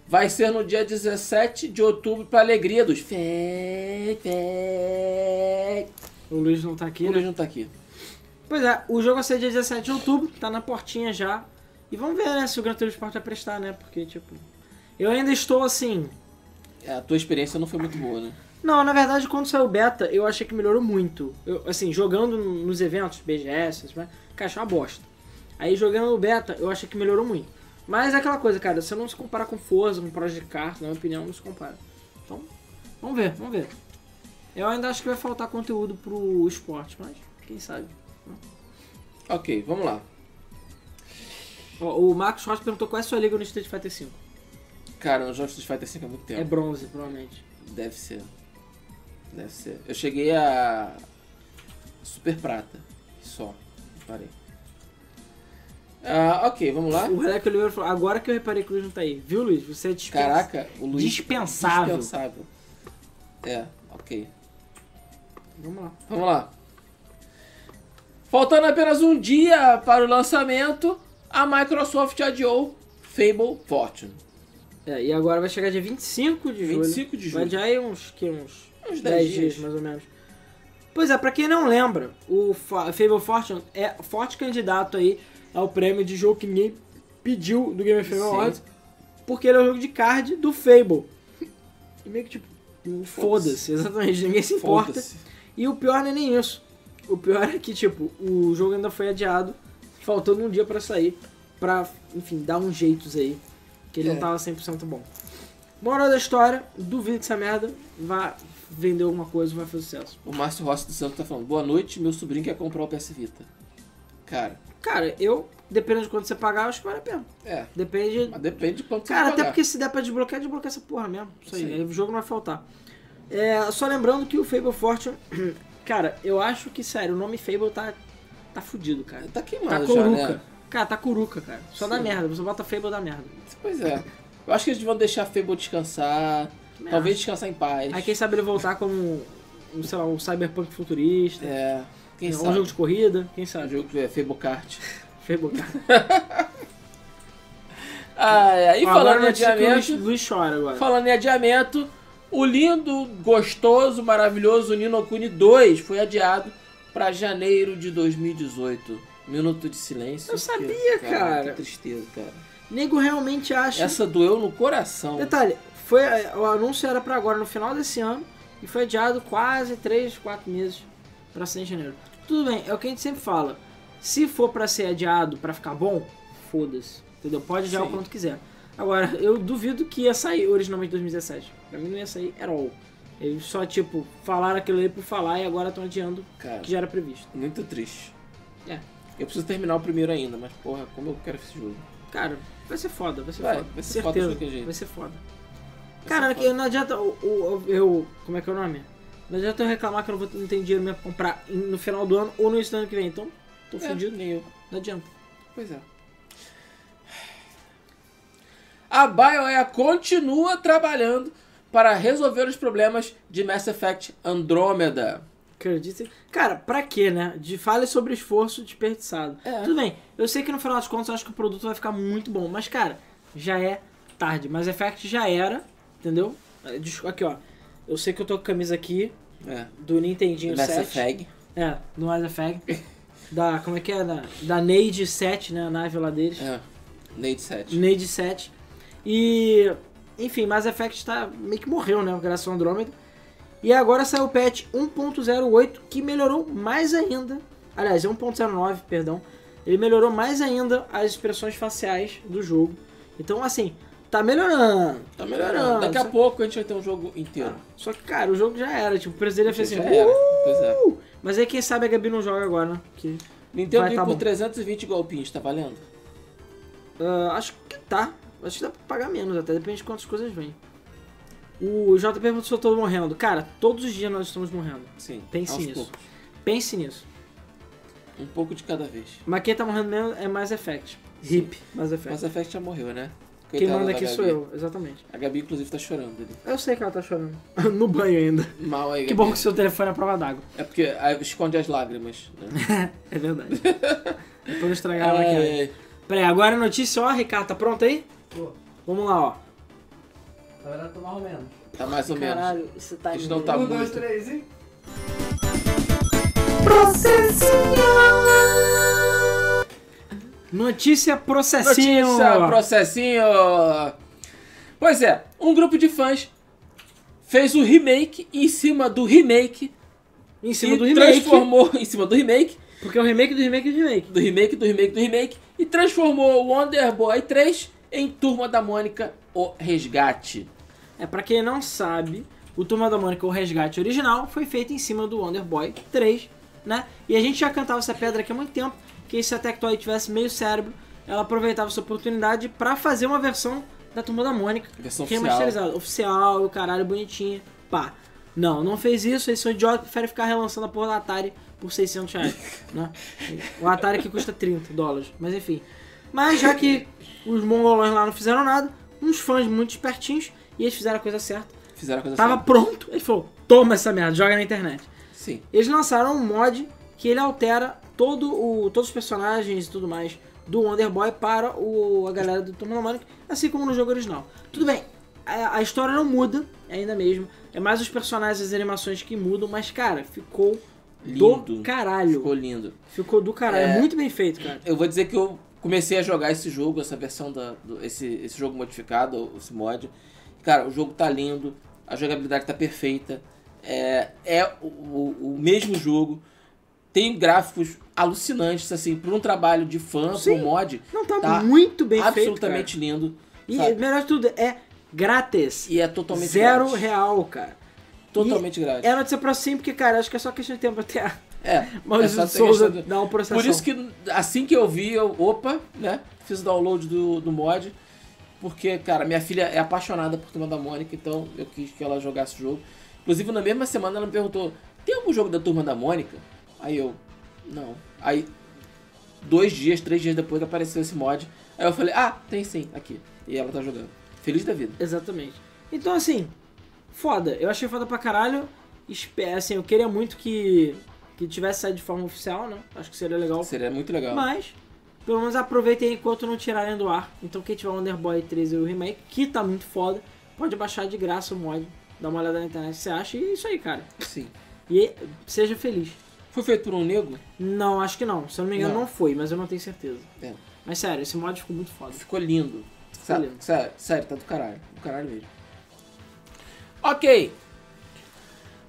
Speaker 1: Vai ser no dia 17 de outubro para alegria dos fé, fé.
Speaker 2: O Luiz não tá aqui,
Speaker 1: O
Speaker 2: né?
Speaker 1: Luiz não tá aqui.
Speaker 2: Pois é, o jogo vai ser dia 17 de outubro, tá na portinha já. E vamos ver, né, se o Gran Turismo Sport vai prestar, né? Porque, tipo... Eu ainda estou assim...
Speaker 1: É, A tua experiência não foi muito boa, né?
Speaker 2: Não, na verdade, quando saiu o beta, eu achei que melhorou muito. Eu, assim, jogando nos eventos, BGS, essas merda, cara, achei uma bosta. Aí jogando o beta, eu achei que melhorou muito. Mas é aquela coisa, cara, você não se compara com Forza, com Project Cars, na minha opinião, não se compara. Então, vamos ver, vamos ver. Eu ainda acho que vai faltar conteúdo pro esporte, mas quem sabe.
Speaker 1: Ok, vamos lá.
Speaker 2: Ó, o Marcos Rocha perguntou qual é a sua liga no Street Fighter V.
Speaker 1: Cara, eu jogo Street Fighter 5 há muito
Speaker 2: É
Speaker 1: tempo.
Speaker 2: bronze, provavelmente.
Speaker 1: Deve ser. Deve ser. Eu cheguei a Super Prata. Só. Parei. Ah, ok, vamos lá.
Speaker 2: O Relec Oliveira falou, agora que eu reparei que o Luiz não tá aí. Viu, Luiz? Você é dispensa.
Speaker 1: Caraca, o Luiz.
Speaker 2: Dispensável.
Speaker 1: Dispensável. É, ok.
Speaker 2: Vamos lá.
Speaker 1: Vamos lá. Faltando apenas um dia para o lançamento, a Microsoft adiou Fable Fortune.
Speaker 2: É, e agora vai chegar dia 25 de julho.
Speaker 1: 25 de
Speaker 2: Vai
Speaker 1: julho.
Speaker 2: já ir uns, que, uns,
Speaker 1: Uns
Speaker 2: 10,
Speaker 1: 10
Speaker 2: dias,
Speaker 1: dias.
Speaker 2: mais ou menos. Pois é, pra quem não lembra, o Fa- Fable Fortune é forte candidato aí ao prêmio de jogo que ninguém pediu do Game of Thrones
Speaker 1: Sim.
Speaker 2: Awards, porque ele é um jogo de card do Fable. E meio que tipo, foda-se, exatamente, ninguém se importa.
Speaker 1: Foda-se.
Speaker 2: E o pior não é nem isso. O pior é que, tipo, o jogo ainda foi adiado, faltando um dia pra sair, pra, enfim, dar uns jeitos aí, que ele
Speaker 1: É.
Speaker 2: não tava 100% bom. Moral da história, duvido que essa merda vá vender alguma coisa, vai fazer sucesso.
Speaker 1: O Márcio Rossi dos Santos tá falando: Boa noite, meu sobrinho quer comprar o PS Vita. Cara,
Speaker 2: Cara, eu, dependendo de quanto você pagar, eu acho que vale a pena.
Speaker 1: é.
Speaker 2: Depende...
Speaker 1: Mas depende de quanto
Speaker 2: Cara,
Speaker 1: você
Speaker 2: até
Speaker 1: pagar.
Speaker 2: porque se der pra desbloquear, desbloqueia essa porra mesmo. Isso aí,
Speaker 1: Sim.
Speaker 2: aí o jogo não vai faltar. É, só lembrando que o Fable Fortune... Cara, eu acho que, sério, o nome Fable tá... Tá fudido, cara.
Speaker 1: Tá
Speaker 2: Tá
Speaker 1: queimado já,
Speaker 2: coruca.
Speaker 1: né?
Speaker 2: Cara, tá coruca, cara. Só dá
Speaker 1: Sim.
Speaker 2: merda. Você bota Fable dá merda.
Speaker 1: Pois é. Eu acho que eles vão deixar a Fable descansar.
Speaker 2: Também
Speaker 1: Talvez
Speaker 2: acho.
Speaker 1: descansar em paz.
Speaker 2: Aí quem sabe ele voltar como um, sei lá, um cyberpunk futurista.
Speaker 1: É. Quem
Speaker 2: um
Speaker 1: sabe?
Speaker 2: jogo de corrida. Quem
Speaker 1: É um
Speaker 2: sabe?
Speaker 1: jogo que é Fable Kart.
Speaker 2: Fable, cara.
Speaker 1: Ah, é. E
Speaker 2: Ó,
Speaker 1: falando
Speaker 2: agora
Speaker 1: em
Speaker 2: notícia que o
Speaker 1: adiamento.
Speaker 2: Luiz, Luiz chora agora.
Speaker 1: Falando em adiamento, o lindo, gostoso, maravilhoso Nino Kuni 2 foi adiado para janeiro de 2018. Minuto de silêncio.
Speaker 2: Eu
Speaker 1: porque,
Speaker 2: sabia, cara.
Speaker 1: Que tristeza, cara.
Speaker 2: Nego realmente acha...
Speaker 1: Essa doeu no coração.
Speaker 2: Detalhe, foi, eh, o anúncio era pra agora, no final desse ano, e foi adiado quase 3, 4 meses pra ser em janeiro. Tudo bem, é o que a gente sempre fala. Se for pra ser adiado pra ficar bom, foda-se. Entendeu? Pode adiar o
Speaker 1: Sim.
Speaker 2: quanto quiser. Agora, eu duvido que ia sair originalmente em 2017. Pra mim não ia sair at all. Eles só, tipo, falaram aquilo ali por falar e agora estão adiando
Speaker 1: Cara,
Speaker 2: o que já era previsto.
Speaker 1: muito triste.
Speaker 2: É.
Speaker 1: Eu preciso terminar o primeiro ainda, mas porra, como eu quero esse jogo.
Speaker 2: Cara, vai ser foda, vai ser
Speaker 1: Vai,
Speaker 2: foda.
Speaker 1: vai ser foda de
Speaker 2: Certeza,
Speaker 1: qualquer jeito.
Speaker 2: vai ser foda.
Speaker 1: Vai
Speaker 2: Cara,
Speaker 1: ser foda.
Speaker 2: não adianta o, o- eu. Como é que é o nome? Não adianta eu reclamar que eu não, vou, não tenho dinheiro mesmo pra comprar em- no final do ano ou no início do ano que vem. Então, tô
Speaker 1: É,
Speaker 2: fudido.
Speaker 1: nem eu.
Speaker 2: Não adianta.
Speaker 1: Pois é. A BioWare continua trabalhando para resolver os problemas de Mass Effect Andromeda.
Speaker 2: Acredita? Cara, pra quê, né? De fale sobre esforço desperdiçado.
Speaker 1: É.
Speaker 2: Tudo bem, eu sei que no final das contas eu acho que o produto vai ficar muito bom, mas cara, já é tarde. Mas Effect já era, entendeu? É, dis- É, Aqui, ó. Eu sei que eu tô com a camisa aqui
Speaker 1: É.
Speaker 2: do Nintendinho
Speaker 1: Nessa
Speaker 2: 7.
Speaker 1: fag.
Speaker 2: É, do Mass Effect. Da, como é que é? Da, da Nade 7, né? A nave lá deles.
Speaker 1: É. Nate 7.
Speaker 2: Nade 7. E, enfim, Mass Effect tá, meio que morreu, né? Graças ao Andrômeda. E agora saiu o patch 1.08, que melhorou mais ainda. Aliás, é 1.09, perdão. Ele melhorou mais ainda as expressões faciais do jogo. Então, assim, tá melhorando.
Speaker 1: Tá melhorando. Daqui a
Speaker 2: Só-
Speaker 1: pouco a gente vai ter um jogo inteiro.
Speaker 2: Só que, cara, o jogo já era. Tipo, o preço dele ia ser Ah. assim.
Speaker 1: Já era. Pois é.
Speaker 2: "Uh!" Mas aí, quem sabe a Gabi não joga agora, né? Que,
Speaker 1: Nintendo
Speaker 2: Vai tá
Speaker 1: por
Speaker 2: bom.
Speaker 1: 320 golpinhos, tá valendo?
Speaker 2: ah, acho que tá. Acho que dá pra pagar menos até. Depende de quantas coisas vêm. O JP perguntou se eu tô morrendo. Cara, todos os dias nós estamos morrendo.
Speaker 1: Sim.
Speaker 2: Pense
Speaker 1: aos
Speaker 2: nisso.
Speaker 1: poucos.
Speaker 2: Pense nisso.
Speaker 1: Um pouco de cada vez.
Speaker 2: Mas quem tá morrendo mesmo é Mass Effect.
Speaker 1: Sim.
Speaker 2: Hip, Mass Effect.
Speaker 1: Mas a Effect já morreu, né?
Speaker 2: É. quem
Speaker 1: Coitada
Speaker 2: manda
Speaker 1: da
Speaker 2: aqui
Speaker 1: Gabi.
Speaker 2: sou eu, exatamente.
Speaker 1: A Gabi, inclusive, tá chorando ali.
Speaker 2: Eu sei que ela tá chorando. no banho ainda.
Speaker 1: Mal aí,
Speaker 2: Que
Speaker 1: Gabi.
Speaker 2: bom que seu telefone é a prova d'água.
Speaker 1: É porque ah, esconde as lágrimas, né?
Speaker 2: É verdade. Depois estragar ela aqui. né?
Speaker 1: É,
Speaker 2: Peraí, agora a notícia, ó, Ricardo, tá pronto aí?
Speaker 3: Pô,
Speaker 2: Vamos lá, ó.
Speaker 3: na verdade, tô mais ou menos.
Speaker 1: tá mais ou menos.
Speaker 2: Caralho, isso tá
Speaker 1: Eles não tá
Speaker 3: um, dois,
Speaker 1: muito.
Speaker 3: três e.
Speaker 2: Notícia processinho.
Speaker 1: Notícia, processinho. Pois é, um grupo de fãs fez o remake em cima do remake
Speaker 2: Em cima
Speaker 1: e
Speaker 2: do remake.
Speaker 1: transformou em cima do remake,
Speaker 2: Porque o remake do remake do remake.
Speaker 1: do remake, do remake, do remake e transformou Wonder Boy 3 em Turma da Mônica O Resgate.
Speaker 2: É, pra quem não sabe, o Turma da Mônica, o resgate original, foi feito em cima do Wonder Boy 3, né? E a gente já cantava essa pedra aqui há muito tempo, que se a Tectoy tivesse meio cérebro, ela aproveitava essa oportunidade pra fazer uma versão da Turma da Mônica. é
Speaker 1: Versão oficial.
Speaker 2: Remasterizada. Oficial, o caralho, bonitinha. Pá. Não, não fez isso, eles são idiotas, preferem ficar relançando a porra da Atari por 600 reais, né? O Atari que custa 30 dólares, mas enfim. Mas já que os mongolões lá não fizeram nada, uns fãs muito espertinhos, e eles fizeram a coisa certa.
Speaker 1: Fizeram a coisa
Speaker 2: Tava
Speaker 1: certa.
Speaker 2: pronto, ele falou, toma essa merda, joga na internet.
Speaker 1: Sim.
Speaker 2: Eles lançaram um mod que ele altera todo o, todos os personagens e tudo mais do Wonder Boy para o, a galera do Turma da Mônica, assim como no jogo original. Tudo bem, a, a história não muda ainda mesmo, é mais os personagens e as animações que mudam, mas cara, ficou do
Speaker 1: Lindo.
Speaker 2: caralho.
Speaker 1: Ficou
Speaker 2: Ficou,
Speaker 1: lindo.
Speaker 2: do caralho, é.
Speaker 1: É.
Speaker 2: muito bem feito, cara.
Speaker 1: Eu vou dizer que eu comecei a jogar esse jogo, essa versão da. do- esse, esse jogo modificado, esse mod. Cara, o jogo tá lindo, a jogabilidade tá perfeita. É, é o, o- o mesmo jogo. Tem gráficos alucinantes, assim, pra um trabalho de fã, pra
Speaker 2: Sim.
Speaker 1: um mod.
Speaker 2: Não, tá,
Speaker 1: Tá
Speaker 2: muito bem
Speaker 1: absolutamente
Speaker 2: feito.
Speaker 1: lindo.
Speaker 2: Absolutamente. E
Speaker 1: sabe?
Speaker 2: melhor de tudo, é grátis.
Speaker 1: E é totalmente
Speaker 2: Zero
Speaker 1: grátis.
Speaker 2: real, cara.
Speaker 1: Totalmente grátis.
Speaker 2: É notícia pra sim, porque, cara, acho que é só questão de tempo até a
Speaker 1: É. é
Speaker 2: Maurício
Speaker 1: só
Speaker 2: de
Speaker 1: ter
Speaker 2: Souza
Speaker 1: questão do-
Speaker 2: dar um processo.
Speaker 1: Por isso que assim que eu vi, eu, opa, né? Fiz o download do, do mod. Porque, cara, minha filha é apaixonada por Turma da Mônica, então eu quis que ela jogasse o jogo. Inclusive, na mesma semana ela me perguntou: tem algum jogo da Turma da Mônica? Aí eu, não. Aí, dois dias, três dias depois apareceu esse mod. Aí eu falei: ah, tem sim, aqui. E ela tá jogando. Feliz da vida.
Speaker 2: Exatamente. Então, assim, foda. Eu achei foda pra caralho. Espe- Assim, eu queria muito que, que tivesse saído de forma oficial, né? Acho que seria legal.
Speaker 1: Seria muito legal.
Speaker 2: Mas, pelo menos aproveitem enquanto não tirarem do ar. Então, quem tiver Wonder Boy 3 e o remake, que tá muito foda, pode baixar de graça o mod. Dá uma olhada na internet se você acha. E é isso aí, cara.
Speaker 1: Sim.
Speaker 2: E seja feliz.
Speaker 1: Foi feito por um negro?
Speaker 2: Não, acho que não. Se eu não me engano, não,
Speaker 1: Não.
Speaker 2: foi, mas eu não tenho certeza.
Speaker 1: É.
Speaker 2: Mas sério, esse mod ficou muito foda.
Speaker 1: Ficou lindo. Sério,
Speaker 2: lindo.
Speaker 1: sério, sério, tá do caralho. Do caralho mesmo. Ok.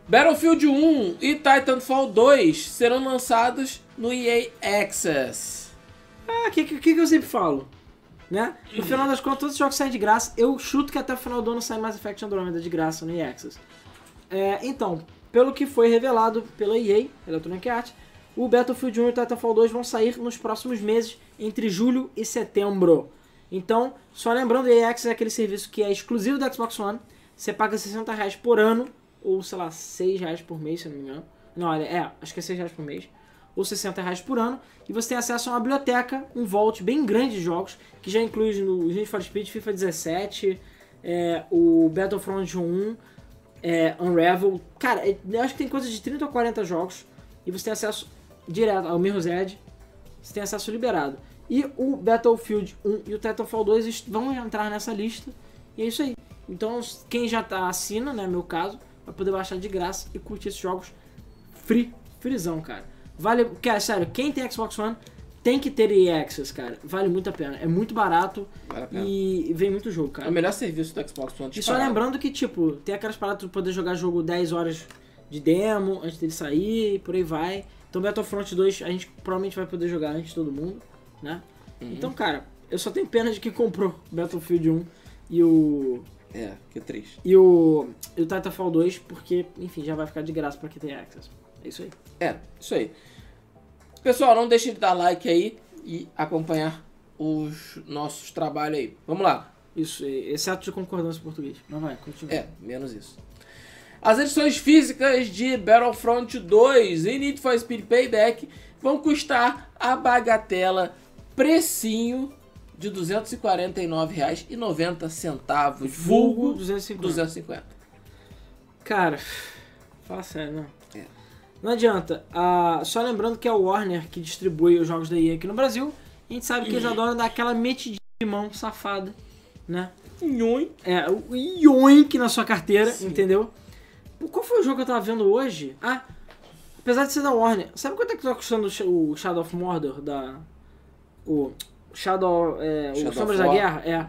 Speaker 1: Battlefield 1 e Titanfall 2 serão lançados no EA Access.
Speaker 2: Ah, o que, que, que eu sempre falo? Né? No final das contas, todos os jogos saem de graça. Eu chuto que até o final do ano sai Mass Effect Andromeda de graça no EA Access. É, então, pelo que foi revelado pela EA, Electronic Arts, o Battlefield 1 e o Titanfall 2 vão sair nos próximos meses, entre julho e setembro. Então, só lembrando, o EA Access é aquele serviço que é exclusivo do Xbox One. Você paga R$ 60 reais por ano, ou sei lá, R$ 6 reais por mês, se eu não me engano. Não, olha, é, acho que é R$ 6 reais por mês ou 60 reais por ano, e você tem acesso a uma biblioteca, um vault bem grande de jogos, que já inclui o Need for Speed, FIFA 17, é, o Battlefront 1, é, Unravel. Cara, é- eu acho que tem coisa de 30 ou 40 jogos, e você tem acesso direto ao Mirror's Edge, você tem acesso liberado. E o Battlefield 1 e o Titanfall 2 est- vão entrar nessa lista, e é isso aí. Então, quem já tá assina, né, meu caso, pra poder baixar de graça e curtir esses jogos free, freezão, cara. Vale, cara, sério, quem tem Xbox One tem que ter EA Access, cara. Vale muito a pena. É muito barato
Speaker 1: Vale a pena.
Speaker 2: e vem muito jogo, cara.
Speaker 1: É o melhor serviço do Xbox One. É.
Speaker 2: E só
Speaker 1: disparado.
Speaker 2: lembrando que, tipo, tem aquelas paradas de poder jogar jogo 10 horas de demo antes dele sair e por aí vai. Então Battlefront 2 a gente provavelmente vai poder jogar antes de todo mundo, né? Então, cara, eu só tenho pena de quem comprou Battlefield 1 e o.
Speaker 1: É, que triste.
Speaker 2: e o. e o Titanfall 2, porque, enfim, já vai ficar de graça pra quem tem access. É isso aí.
Speaker 1: É, isso aí. Pessoal, não deixem de dar like aí e acompanhar os nossos trabalhos aí. Vamos lá.
Speaker 2: Isso, e- exceto de concordância em português. Mas vai, continua.
Speaker 1: É, menos isso. As edições físicas de Battlefront 2 e Need for Speed Payback vão custar a bagatela precinho de R$ 249,90,
Speaker 2: Vulgo
Speaker 1: vulgo
Speaker 2: 250.
Speaker 1: 250.
Speaker 2: Cara, fala sério, não.
Speaker 1: É.
Speaker 2: Não adianta. Ah, só lembrando que é o Warner que distribui os jogos da EA aqui no Brasil. A gente sabe que eles adoram dar aquela metidinha de mão safada, né?
Speaker 1: Nhoi.
Speaker 2: É, o yoink na sua carteira,
Speaker 1: Sim.
Speaker 2: entendeu? Pô, Qual foi o jogo que eu tava vendo hoje? Ah, apesar de ser da Warner, sabe quanto é que tá custando o Sh- o Shadow of Mordor da... O Shadow... É,
Speaker 1: Shadow
Speaker 2: o
Speaker 1: of
Speaker 2: Sombras da
Speaker 1: War.
Speaker 2: Guerra? É.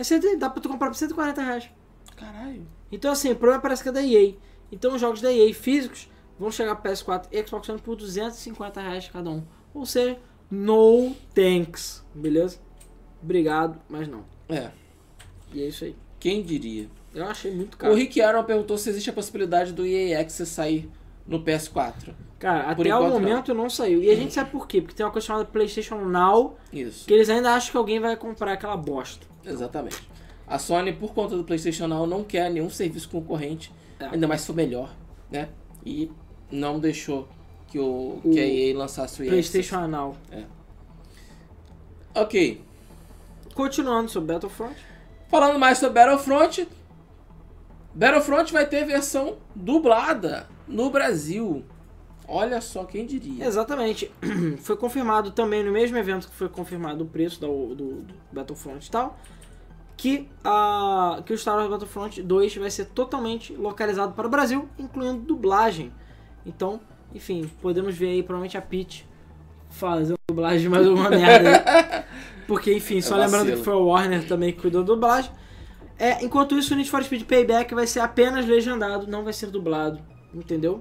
Speaker 2: é cento e- dá pra tu comprar por 140 reais.
Speaker 1: Caralho.
Speaker 2: Então, assim, o problema parece que é da EA. Então, os jogos da EA físicos vão chegar para PS4 e Xbox One por 250 reais cada um. Ou seja, no thanks. Beleza? Obrigado, mas não.
Speaker 1: É,
Speaker 2: E é isso aí.
Speaker 1: quem diria?
Speaker 2: Eu achei muito caro.
Speaker 1: O Rick Aaron perguntou se existe a possibilidade do EA Access sair no PS4.
Speaker 2: Cara,
Speaker 1: Por
Speaker 2: até o
Speaker 1: enquanto,
Speaker 2: momento não. saiu. E a gente sabe por quê. Porque tem uma coisa chamada PlayStation Now
Speaker 1: Isso,
Speaker 2: que eles ainda acham que alguém vai comprar aquela bosta.
Speaker 1: exatamente. A Sony, por conta do PlayStation Now, não quer nenhum serviço concorrente,
Speaker 2: É.
Speaker 1: ainda mais se for melhor, né? E não deixou que, o,
Speaker 2: O
Speaker 1: que a EA lançasse o EA
Speaker 2: PlayStation Now.
Speaker 1: Access. Ok.
Speaker 2: Continuando sobre Battlefront.
Speaker 1: Falando mais sobre Battlefront, Battlefront vai ter versão dublada no Brasil. Olha só quem diria.
Speaker 2: Exatamente. Foi confirmado também no mesmo evento que foi confirmado o preço da- do, do Battlefront e tal. Que, a, que o Star Wars Battlefront 2 vai ser totalmente localizado para o Brasil, incluindo dublagem. Então, enfim, podemos ver aí provavelmente a Peach fazendo dublagem de mais uma merda. aí. Porque, enfim, só
Speaker 1: vacilo.
Speaker 2: lembrando que foi o Warner também que cuidou da dublagem. É, enquanto isso, o Need for Speed Payback vai ser apenas legendado, não vai ser dublado, entendeu?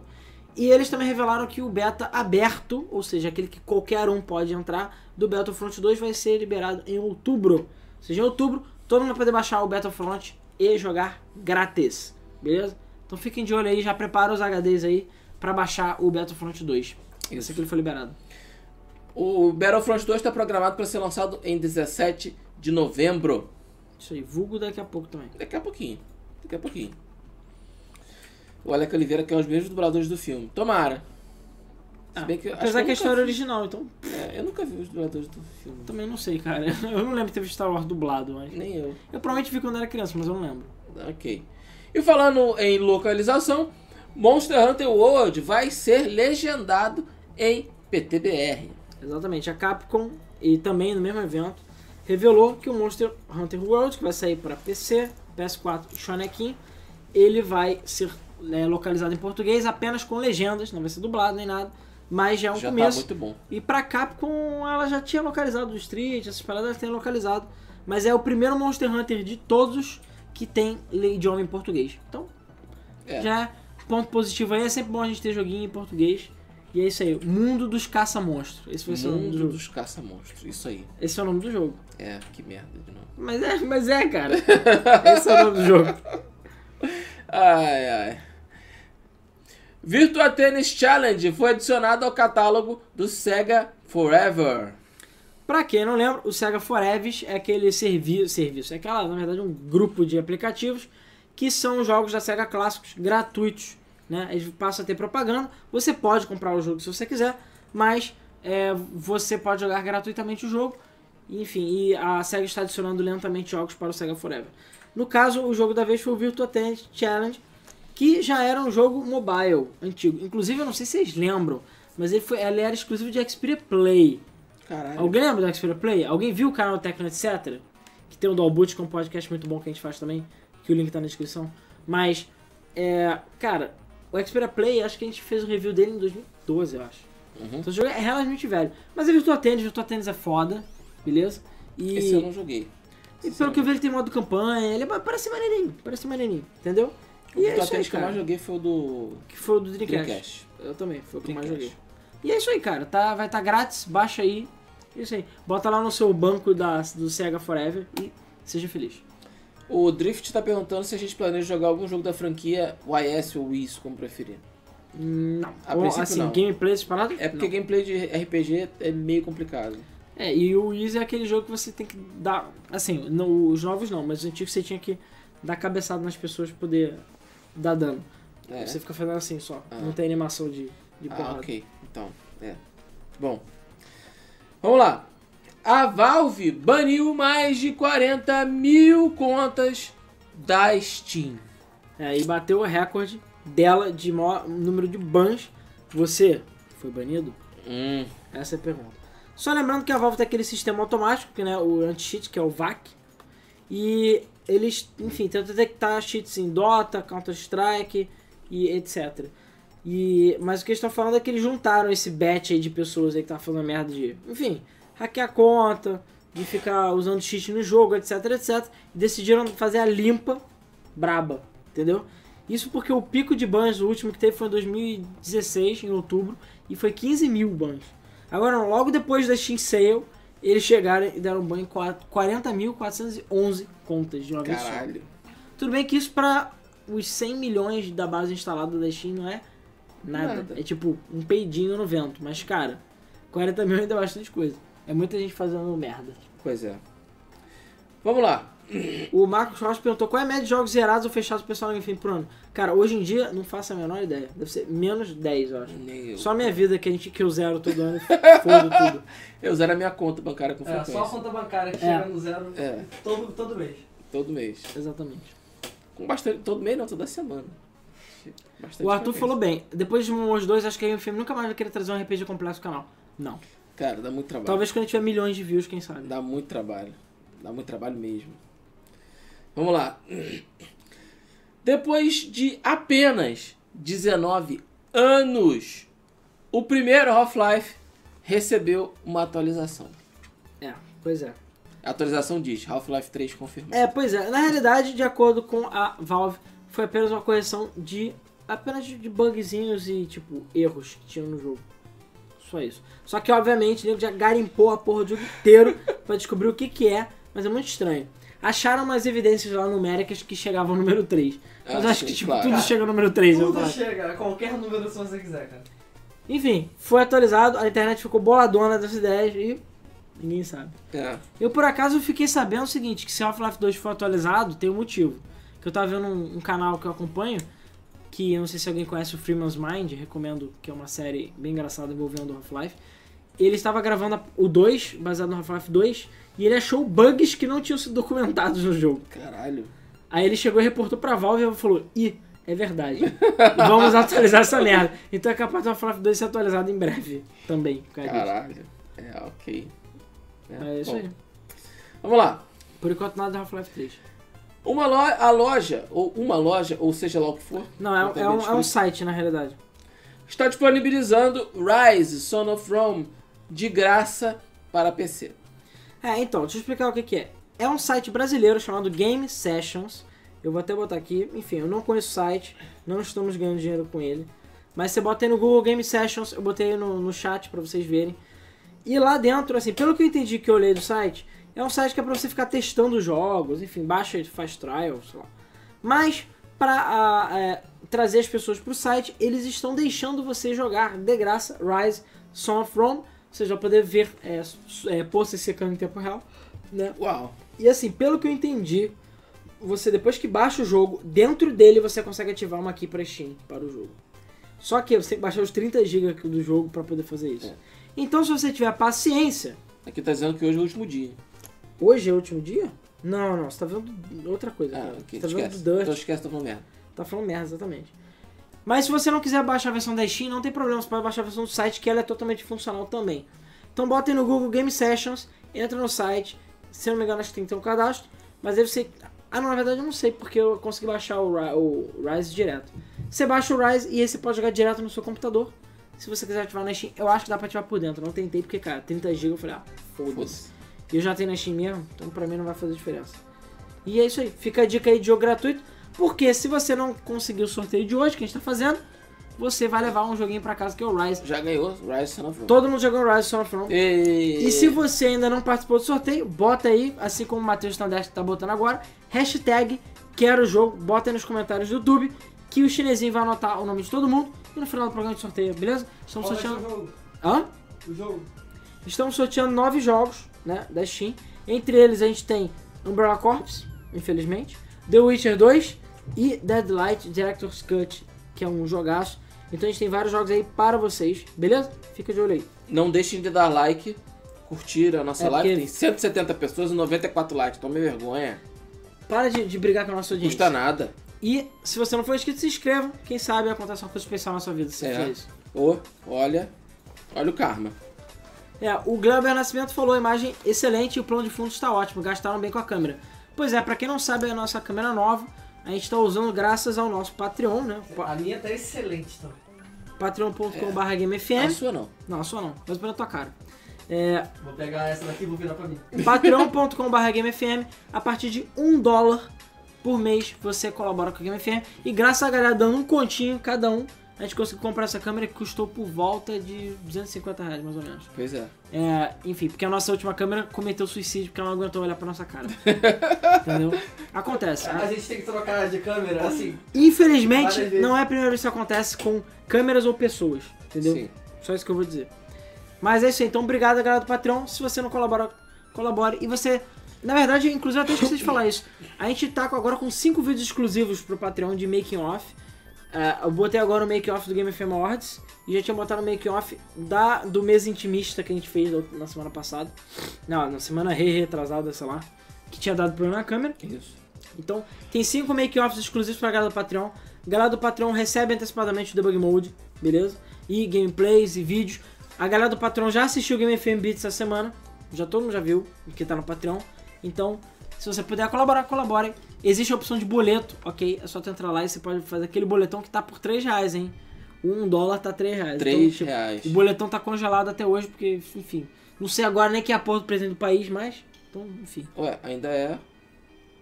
Speaker 2: E eles também revelaram que o beta aberto, ou seja, aquele que qualquer um pode entrar, do Battlefront 2 vai ser liberado em outubro. Ou seja, em outubro, todo mundo vai poder baixar o Battlefront e jogar grátis, beleza? Então fiquem de olho aí, já prepara os HDs aí pra baixar o Battlefront 2. Eu sei que ele foi liberado.
Speaker 1: O Battlefront 2 está programado para ser lançado em 17 de novembro.
Speaker 2: Isso aí, vulgo daqui a pouco também.
Speaker 1: Daqui a pouquinho. Daqui a pouquinho. O Alec Oliveira, que é um dos mesmos dubladores do filme. Tomara. Se
Speaker 2: Ah,
Speaker 1: bem que eu- acho
Speaker 2: apesar que
Speaker 1: que
Speaker 2: a
Speaker 1: eu
Speaker 2: história é
Speaker 1: nunca
Speaker 2: original, então
Speaker 1: vi- é, eu nunca vi os dubladores do filme.
Speaker 2: também não sei, cara. Eu não lembro de ter visto Star Wars dublado, mas...
Speaker 1: Nem eu.
Speaker 2: Eu provavelmente vi quando era criança, mas eu não lembro.
Speaker 1: Ok. E falando em localização, Monster Hunter World vai ser legendado em PTBR.
Speaker 2: Exatamente, a Capcom, e também no mesmo evento, revelou que o Monster Hunter World, que vai sair para PC, PS4 e Shonekin, ele vai ser né, localizado em português apenas com legendas, não vai ser dublado nem nada, mas já é um
Speaker 1: Já tá
Speaker 2: começo.
Speaker 1: muito bom.
Speaker 2: E pra Capcom, ela já tinha localizado o Street, essas paradas ela tem localizado, mas é o primeiro Monster Hunter de todos que tem le- idioma em português. Então,
Speaker 1: É.
Speaker 2: já é ponto positivo aí, é sempre bom a gente ter joguinho em português. E é isso aí, Mundo dos Caça-Monstros. Esse, vai ser o nome do
Speaker 1: Mundo
Speaker 2: jogo.
Speaker 1: dos caça-monstros. Isso aí.
Speaker 2: Esse é o nome do jogo.
Speaker 1: É, que merda de novo.
Speaker 2: Mas é, mas é, cara. Esse é o nome do jogo.
Speaker 1: Ai, ai. Virtua Tennis Challenge foi adicionado ao catálogo do Sega Forever.
Speaker 2: Pra quem não lembra, o Sega Forever é aquele servi serviço, é aquela, na verdade, um grupo de aplicativos que são jogos da Sega clássicos gratuitos, né? Eles passam a ter propaganda, você pode comprar o jogo se você quiser, mas é, você pode jogar gratuitamente o jogo, enfim, e a Sega está adicionando lentamente jogos para o Sega Forever. No caso, o jogo da vez foi o Virtua Tennis Challenge, que já era um jogo mobile antigo. Inclusive, eu não sei se vocês lembram, mas ele, foi, ele era exclusivo de Xperia Play.
Speaker 1: Caralho.
Speaker 2: Alguém lembra do Xperia Play? Alguém viu o canal Tecno Etc? Que tem o Dual Boot, que é um podcast muito bom que a gente faz também, que o link tá na descrição. Mas É, cara, o Xperia Play, acho que a gente fez o review dele em 2012, eu acho.
Speaker 1: Uhum.
Speaker 2: Então o jogo é relativamente velho. Mas é Virtua Tennis, Virtua Tennis é foda, beleza? E,
Speaker 1: Esse eu não é joguei.
Speaker 2: e pelo que eu vi, ele tem modo campanha, ele é- parece maneirinho, parece maneirinho, entendeu?
Speaker 1: O
Speaker 2: E é
Speaker 1: Virtua
Speaker 2: isso aí,
Speaker 1: Tennis que eu mais
Speaker 2: cara.
Speaker 1: joguei foi o do
Speaker 2: Que foi o do Dreamcast.
Speaker 1: Dreamcast.
Speaker 2: Eu também, foi o que eu mais joguei.
Speaker 1: Dreamcast.
Speaker 2: E é isso aí, cara. Tá, vai estar tá grátis, baixa aí. É Isso aí. Bota lá no seu banco da, do Sega Forever e seja feliz.
Speaker 1: O Drift tá perguntando se a gente planeja jogar algum jogo da franquia YS ou Wii, como preferir.
Speaker 2: Não.
Speaker 1: A
Speaker 2: Ou,
Speaker 1: princípio,
Speaker 2: assim,
Speaker 1: não.
Speaker 2: gameplay separado?
Speaker 1: É porque
Speaker 2: não.
Speaker 1: gameplay de RPG é meio complicado.
Speaker 2: É, e o Easy é aquele jogo que você tem que dar. Assim, não, os novos não, mas os antigos você tinha que dar cabeçada nas pessoas pra poder dar dano.
Speaker 1: É.
Speaker 2: Você fica fazendo assim só.
Speaker 1: Ah.
Speaker 2: Não tem animação de, de
Speaker 1: Ah,
Speaker 2: porrada.
Speaker 1: ok. Então, é. Bom. Vamos lá. A Valve baniu mais de 40 mil contas da Steam.
Speaker 2: É, e bateu o recorde dela de maior número de bans. Você foi banido?
Speaker 1: Hum.
Speaker 2: Essa é a pergunta. Só lembrando que a Valve tem aquele sistema automático, que, né, o anti-cheat, que é o VAC. E eles, enfim, tentam detectar cheats em Dota, Counter-Strike e etc. E, mas o que eles estão falando é que eles juntaram esse batch aí de pessoas aí que tá falando merda de, enfim, hackear conta, de ficar usando cheat no jogo, etc, etc. E decidiram fazer a limpa braba, entendeu? Isso porque o pico de bans, o último que teve foi em 2016, em outubro, e foi 15 mil bans. Agora, logo depois da Steam Sale, eles chegaram e deram um ban em 40.411 contas de uma vez só.
Speaker 1: Caralho.
Speaker 2: Tudo bem que isso pra os 100 milhões da base instalada da Steam não é nada.
Speaker 1: Nada.
Speaker 2: É tipo um peidinho no vento. Mas, cara, 40 mil ainda é bastante coisa. É muita gente fazendo merda.
Speaker 1: Pois é. Vamos lá.
Speaker 2: O Marcos Rocha perguntou qual é a média de jogos zerados ou fechados pro pessoal enfim por ano. Cara, hoje em dia, não faço a menor ideia. Deve ser menos 10, eu acho.
Speaker 1: Nem Eu.
Speaker 2: Só a minha vida que a gente que eu zero todo ano e fodo tudo.
Speaker 1: eu zero a minha conta bancária com
Speaker 3: É,
Speaker 1: frequência.
Speaker 3: só a conta bancária que
Speaker 2: É.
Speaker 3: chega no zero
Speaker 1: É.
Speaker 3: todo, todo mês.
Speaker 1: Todo mês.
Speaker 2: Exatamente.
Speaker 1: Com bastante. Todo mês não, toda semana. Bastante
Speaker 2: O Arthur
Speaker 1: frequência.
Speaker 2: falou bem, depois de um ou dois, acho que a Game Fame nunca mais vai querer trazer um RPG completo pro canal. Não.
Speaker 1: Cara, dá muito trabalho.
Speaker 2: Talvez quando tiver milhões de views, quem sabe.
Speaker 1: Dá muito trabalho. Dá muito trabalho mesmo. Vamos lá. Depois de apenas 19 anos, o primeiro Half-Life recebeu uma atualização.
Speaker 2: É, pois é.
Speaker 1: A atualização diz Half-Life 3 confirmado.
Speaker 2: É, pois é. Na realidade, de acordo com a Valve, foi apenas uma correção de apenas de bugzinhos e tipo erros que tinham no jogo. Só isso. Só que obviamente, o nego já garimpou a porra do jogo inteiro pra descobrir o que que é, mas é muito estranho. Acharam umas evidências lá numéricas que chegavam ao número 3. Mas
Speaker 1: Ah,
Speaker 2: acho
Speaker 1: sim,
Speaker 2: que tipo,
Speaker 1: claro.
Speaker 2: tudo
Speaker 1: Cara,
Speaker 2: chega ao número 3, eu
Speaker 3: Tudo
Speaker 2: acho.
Speaker 3: chega, qualquer número se você quiser, cara.
Speaker 2: Enfim, foi atualizado, a internet ficou boladona dessa ideia e ninguém sabe.
Speaker 1: É.
Speaker 2: Eu, por acaso, fiquei sabendo o seguinte, que se é Half-Life 2 for atualizado, tem um motivo. Que eu tava vendo um, um canal que eu acompanho, que eu não sei se alguém conhece o Freeman's Mind, recomendo, que é uma série bem engraçada envolvendo o Half-Life. Ele estava gravando a- o 2, baseado no Half-Life 2, e ele achou bugs que não tinham sido documentados no jogo.
Speaker 1: Caralho.
Speaker 2: Aí ele chegou e reportou pra Valve e ela falou, ih, é verdade. Vamos atualizar essa merda. Então é capaz do Half-Life 2 ser atualizado em breve também. por causa disso.
Speaker 1: Caralho. É, ok.
Speaker 2: É isso
Speaker 1: bom.
Speaker 2: aí.
Speaker 1: Vamos lá.
Speaker 2: Por enquanto nada do Half-Life 3.
Speaker 1: Uma loja, a loja, ou uma loja, ou seja lá o que for,
Speaker 2: Não, é,
Speaker 1: Não tem
Speaker 2: é um,
Speaker 1: bem
Speaker 2: é um site, na realidade.
Speaker 1: está disponibilizando Rise, Son of Rome, de graça para PC.
Speaker 2: É, então, deixa eu explicar o que, que é. É um site brasileiro chamado Game Sessions. Eu vou até botar aqui. Enfim, eu não conheço o site, não estamos ganhando dinheiro com ele. Mas você bota aí no Google Game Sessions, eu botei aí no, no chat pra vocês verem. E lá dentro, assim, pelo que eu entendi que eu olhei do site, é um site que é pra você ficar testando jogos, enfim, baixa e faz trial, sei lá. Mas, pra ah, é, trazer as pessoas pro site, eles estão deixando você jogar de graça Rise Son of Rome. Você já poder ver é, s- é, posts secando em tempo real, né?
Speaker 1: Uau.
Speaker 2: E assim, pelo que eu entendi, você depois que baixa o jogo, dentro dele você consegue ativar uma key para Steam para o jogo. Só que você tem que baixar os 30 GB do jogo para poder fazer isso.
Speaker 1: É.
Speaker 2: Então, se você tiver paciência,
Speaker 1: Aqui tá dizendo que hoje é o último dia.
Speaker 2: hoje é o último dia? Não, não, você tá vendo outra coisa.
Speaker 1: Ah,
Speaker 2: cara.
Speaker 1: ok,
Speaker 2: Você tá vendo
Speaker 1: esquece.
Speaker 2: do Dirt.
Speaker 1: Então esquece, tô falando merda.
Speaker 2: Tá falando merda, exatamente. Mas se você não quiser baixar a versão da Steam, não tem problema, você pode baixar a versão do site, que ela é totalmente funcional também. Então bota aí no Google Game Sessions, entra no site, se eu não me engano acho que tem que ter um cadastro, mas aí você Ah, não, na verdade eu não sei, porque eu consegui baixar o, Ri- o Rise direto. Você baixa o Rise e aí você pode jogar direto no seu computador. Se você quiser ativar na Steam, eu acho que dá pra ativar por dentro. Não tentei, porque, cara, 30GB eu falei, ah, foda-se.
Speaker 1: Foda-se.
Speaker 2: E eu já tenho na Steam mesmo, então pra mim não vai fazer diferença. E é isso aí. Fica a dica aí de jogo gratuito. Porque se você não conseguir o sorteio de hoje, que a gente tá fazendo, você vai levar um joguinho pra casa que é o Rise.
Speaker 1: Já ganhou Rise Son of Rome.
Speaker 2: Todo mundo jogou Rise Son of Rome.
Speaker 1: E...
Speaker 2: E se você ainda não participou do sorteio, bota aí, assim como o Matheus Standard tá botando agora, hashtag quero o jogo, bota aí nos comentários do YouTube, que o chinesinho vai anotar o nome de todo mundo e no final do programa de sorteio, beleza? Estamos
Speaker 3: Qual vai ser o
Speaker 2: sorteando.
Speaker 3: jogo?
Speaker 2: Hã?
Speaker 3: O jogo.
Speaker 2: Estamos sorteando nove jogos, né, da Steam. Entre eles a gente tem Umbrella Corps, infelizmente, The Witcher 2 e Deadlight Director's Cut, que é um jogaço. Então a gente tem vários jogos aí para vocês, beleza? Fica de olho aí.
Speaker 1: Não deixem de dar like, curtir a nossa
Speaker 2: É
Speaker 1: live.
Speaker 2: porque-
Speaker 1: Tem 170 pessoas e 94 likes. Tome vergonha.
Speaker 2: Para de, de brigar com a nossa
Speaker 1: Não
Speaker 2: audiência.
Speaker 1: custa nada.
Speaker 2: E se você não for inscrito, se inscreva. Quem sabe acontece uma coisa especial na sua vida se você
Speaker 1: É.
Speaker 2: fizer isso.
Speaker 1: Ô, olha. Olha o karma.
Speaker 2: É, o Glauber Nascimento falou a imagem excelente e o plano de fundo está ótimo, gastaram bem com a câmera. Pois é, pra quem não sabe, é a nossa câmera nova. A gente tá usando graças ao nosso Patreon, né?
Speaker 3: A minha tá excelente também.
Speaker 2: patreon.com.br
Speaker 1: A
Speaker 2: gamefm.
Speaker 1: sua não.
Speaker 2: Não, a sua não, mas pela tua cara. É,
Speaker 3: Vou pegar essa daqui e vou virar pra mim.
Speaker 2: patreon.com.br GameFM. A partir de um dólar por mês você colabora com a GameFM. E graças a galera dando um continho cada um, a gente conseguiu comprar essa câmera que custou por volta de 250 reais, mais ou menos.
Speaker 1: Pois é.
Speaker 2: É, enfim, porque a nossa última câmera cometeu suicídio porque ela não aguentou olhar pra nossa cara. Entendeu? Acontece.
Speaker 3: A gente tem que trocar de câmera, assim.
Speaker 2: Infelizmente,
Speaker 3: Várias vezes.
Speaker 2: não é a primeira vez que isso acontece com câmeras ou pessoas. Entendeu?
Speaker 1: Sim.
Speaker 2: Só isso que eu vou dizer. Mas é isso aí. Então, obrigado, galera do Patreon. Se você não colabora, colabore. E você... Na verdade, inclusive, eu até esqueci de falar isso. A gente tá com- agora com cinco vídeos exclusivos pro Patreon de making off. É, eu botei agora o making off do Game FM Awards. E já tinha botado o making off da, do mês intimista que a gente fez na semana passada. Não, na semana re retrasada, sei lá. Que tinha dado problema na câmera.
Speaker 1: Isso.
Speaker 2: Então, tem cinco make-offs exclusivos pra galera do Patreon. A galera do Patreon recebe antecipadamente o Debug Mode, beleza? E gameplays e vídeos. A galera do Patreon já assistiu o Game FM Beats essa semana. Já todo mundo já viu, porque tá no Patreon. Então, se você puder colaborar, colabore. Existe a opção de boleto, ok? É só tu entrar lá e você pode fazer aquele boletão que tá por 3 reais, hein? Um dólar tá 3 reais.
Speaker 1: 3
Speaker 2: Então, tipo,
Speaker 1: reais.
Speaker 2: o boletão tá congelado até hoje, porque, enfim. Não sei agora nem que é a porra do presidente do país, mas. Então, enfim.
Speaker 1: Ué, ainda é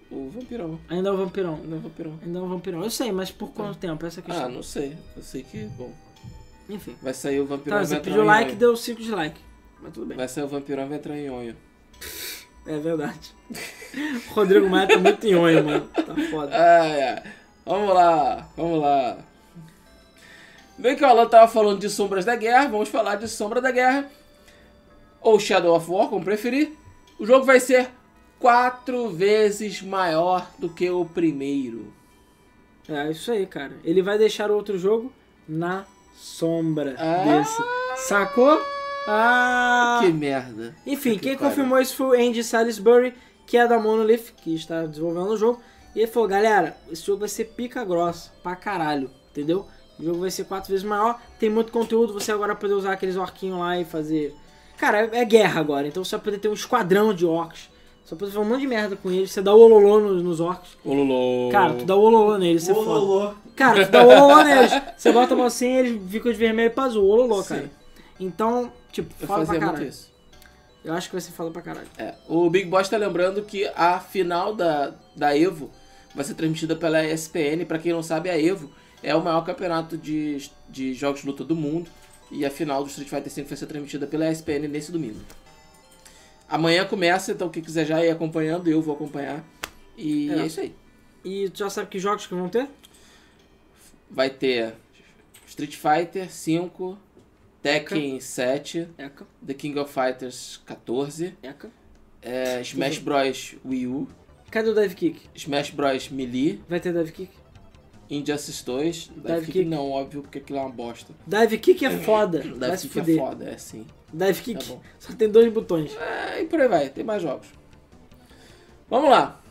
Speaker 1: o vampirão.
Speaker 2: Ainda é o vampirão.
Speaker 1: Ainda é o vampirão.
Speaker 2: Ainda é um vampirão. Eu sei, mas por quanto tempo? Essa é a
Speaker 1: Ah,
Speaker 2: questão.
Speaker 1: não sei. Eu sei que, bom,
Speaker 2: Enfim.
Speaker 1: vai sair o vampirão
Speaker 2: Tá,
Speaker 1: e vai
Speaker 2: você
Speaker 1: entrar
Speaker 2: pediu
Speaker 1: um
Speaker 2: like,
Speaker 1: nhonho.
Speaker 2: deu 5 de like. Mas tudo bem.
Speaker 1: Vai sair o vampirão e vai entrar em onho.
Speaker 2: É verdade. O Rodrigo Maia tá muito nhonho, mano. Tá foda.
Speaker 1: Ai, ai. Vamos lá, vamos lá. Bem que o Alan tava falando de Sombras da Guerra, vamos falar de Sombra da Guerra. Ou Shadow of War, como preferir. O jogo vai ser quatro vezes maior do que o primeiro.
Speaker 2: É isso aí, cara. Ele vai deixar o outro jogo na sombra
Speaker 1: Ah.
Speaker 2: desse. Sacou? Ah!
Speaker 1: Que merda.
Speaker 2: Enfim, quem
Speaker 1: pariu.
Speaker 2: confirmou isso foi o Andy Salisbury, que é da Monolith, que está desenvolvendo o jogo. E ele falou, galera, esse jogo vai ser pica grossa, pra caralho, entendeu? O jogo vai ser quatro vezes maior, tem muito conteúdo, você agora vai poder usar aqueles orquinhos lá e fazer... Cara, é é guerra agora, então você vai poder ter um esquadrão de orcs. Você vai poder fazer um monte de merda com eles, você dá o ololô nos, nos orcs.
Speaker 1: O Lolo.
Speaker 2: Cara, tu dá o ololô neles, você é foda.
Speaker 3: Ololô.
Speaker 2: Cara, tu dá ololô neles. Você bota a mocinha e eles ficam de vermelho pra azul, ololô,
Speaker 1: Sim.
Speaker 2: cara. Então, tipo,
Speaker 1: Eu
Speaker 2: fala pra
Speaker 1: fazia muito
Speaker 2: caralho.
Speaker 1: isso.
Speaker 2: Eu acho que vai ser fala pra caralho.
Speaker 1: É, o Big Boss tá lembrando que a final da, da Evo vai ser transmitida pela ESPN. Pra quem não sabe, a Evo é o maior campeonato de, de jogos de luta do mundo. E a final do Street Fighter V vai ser transmitida pela ESPN nesse domingo. Amanhã começa, então quem quiser já ir acompanhando, eu vou acompanhar. E
Speaker 2: É.
Speaker 1: é, isso aí.
Speaker 2: E tu já sabe que jogos que vão ter?
Speaker 1: Vai ter Street Fighter 5, Tekken 7,
Speaker 2: Eca,
Speaker 1: The King of Fighters 14,
Speaker 2: eca.
Speaker 1: é, Smash Bros. Wii U,
Speaker 2: Cadê o Dive Kick?
Speaker 1: Smash Bros. Melee,
Speaker 2: Vai ter Dive Kick?
Speaker 1: Injustice 2,
Speaker 2: Dive
Speaker 1: Dive
Speaker 2: Kick.
Speaker 1: Kick não, óbvio, porque aquilo é uma bosta.
Speaker 2: Dive Kick é foda. vai
Speaker 1: Dive
Speaker 2: se
Speaker 1: Kick é
Speaker 2: fuder.
Speaker 1: foda, é sim.
Speaker 2: Dive Kick
Speaker 1: Tá bom.
Speaker 2: só tem dois botões.
Speaker 1: É, e por aí vai, tem mais jogos. Vamos lá.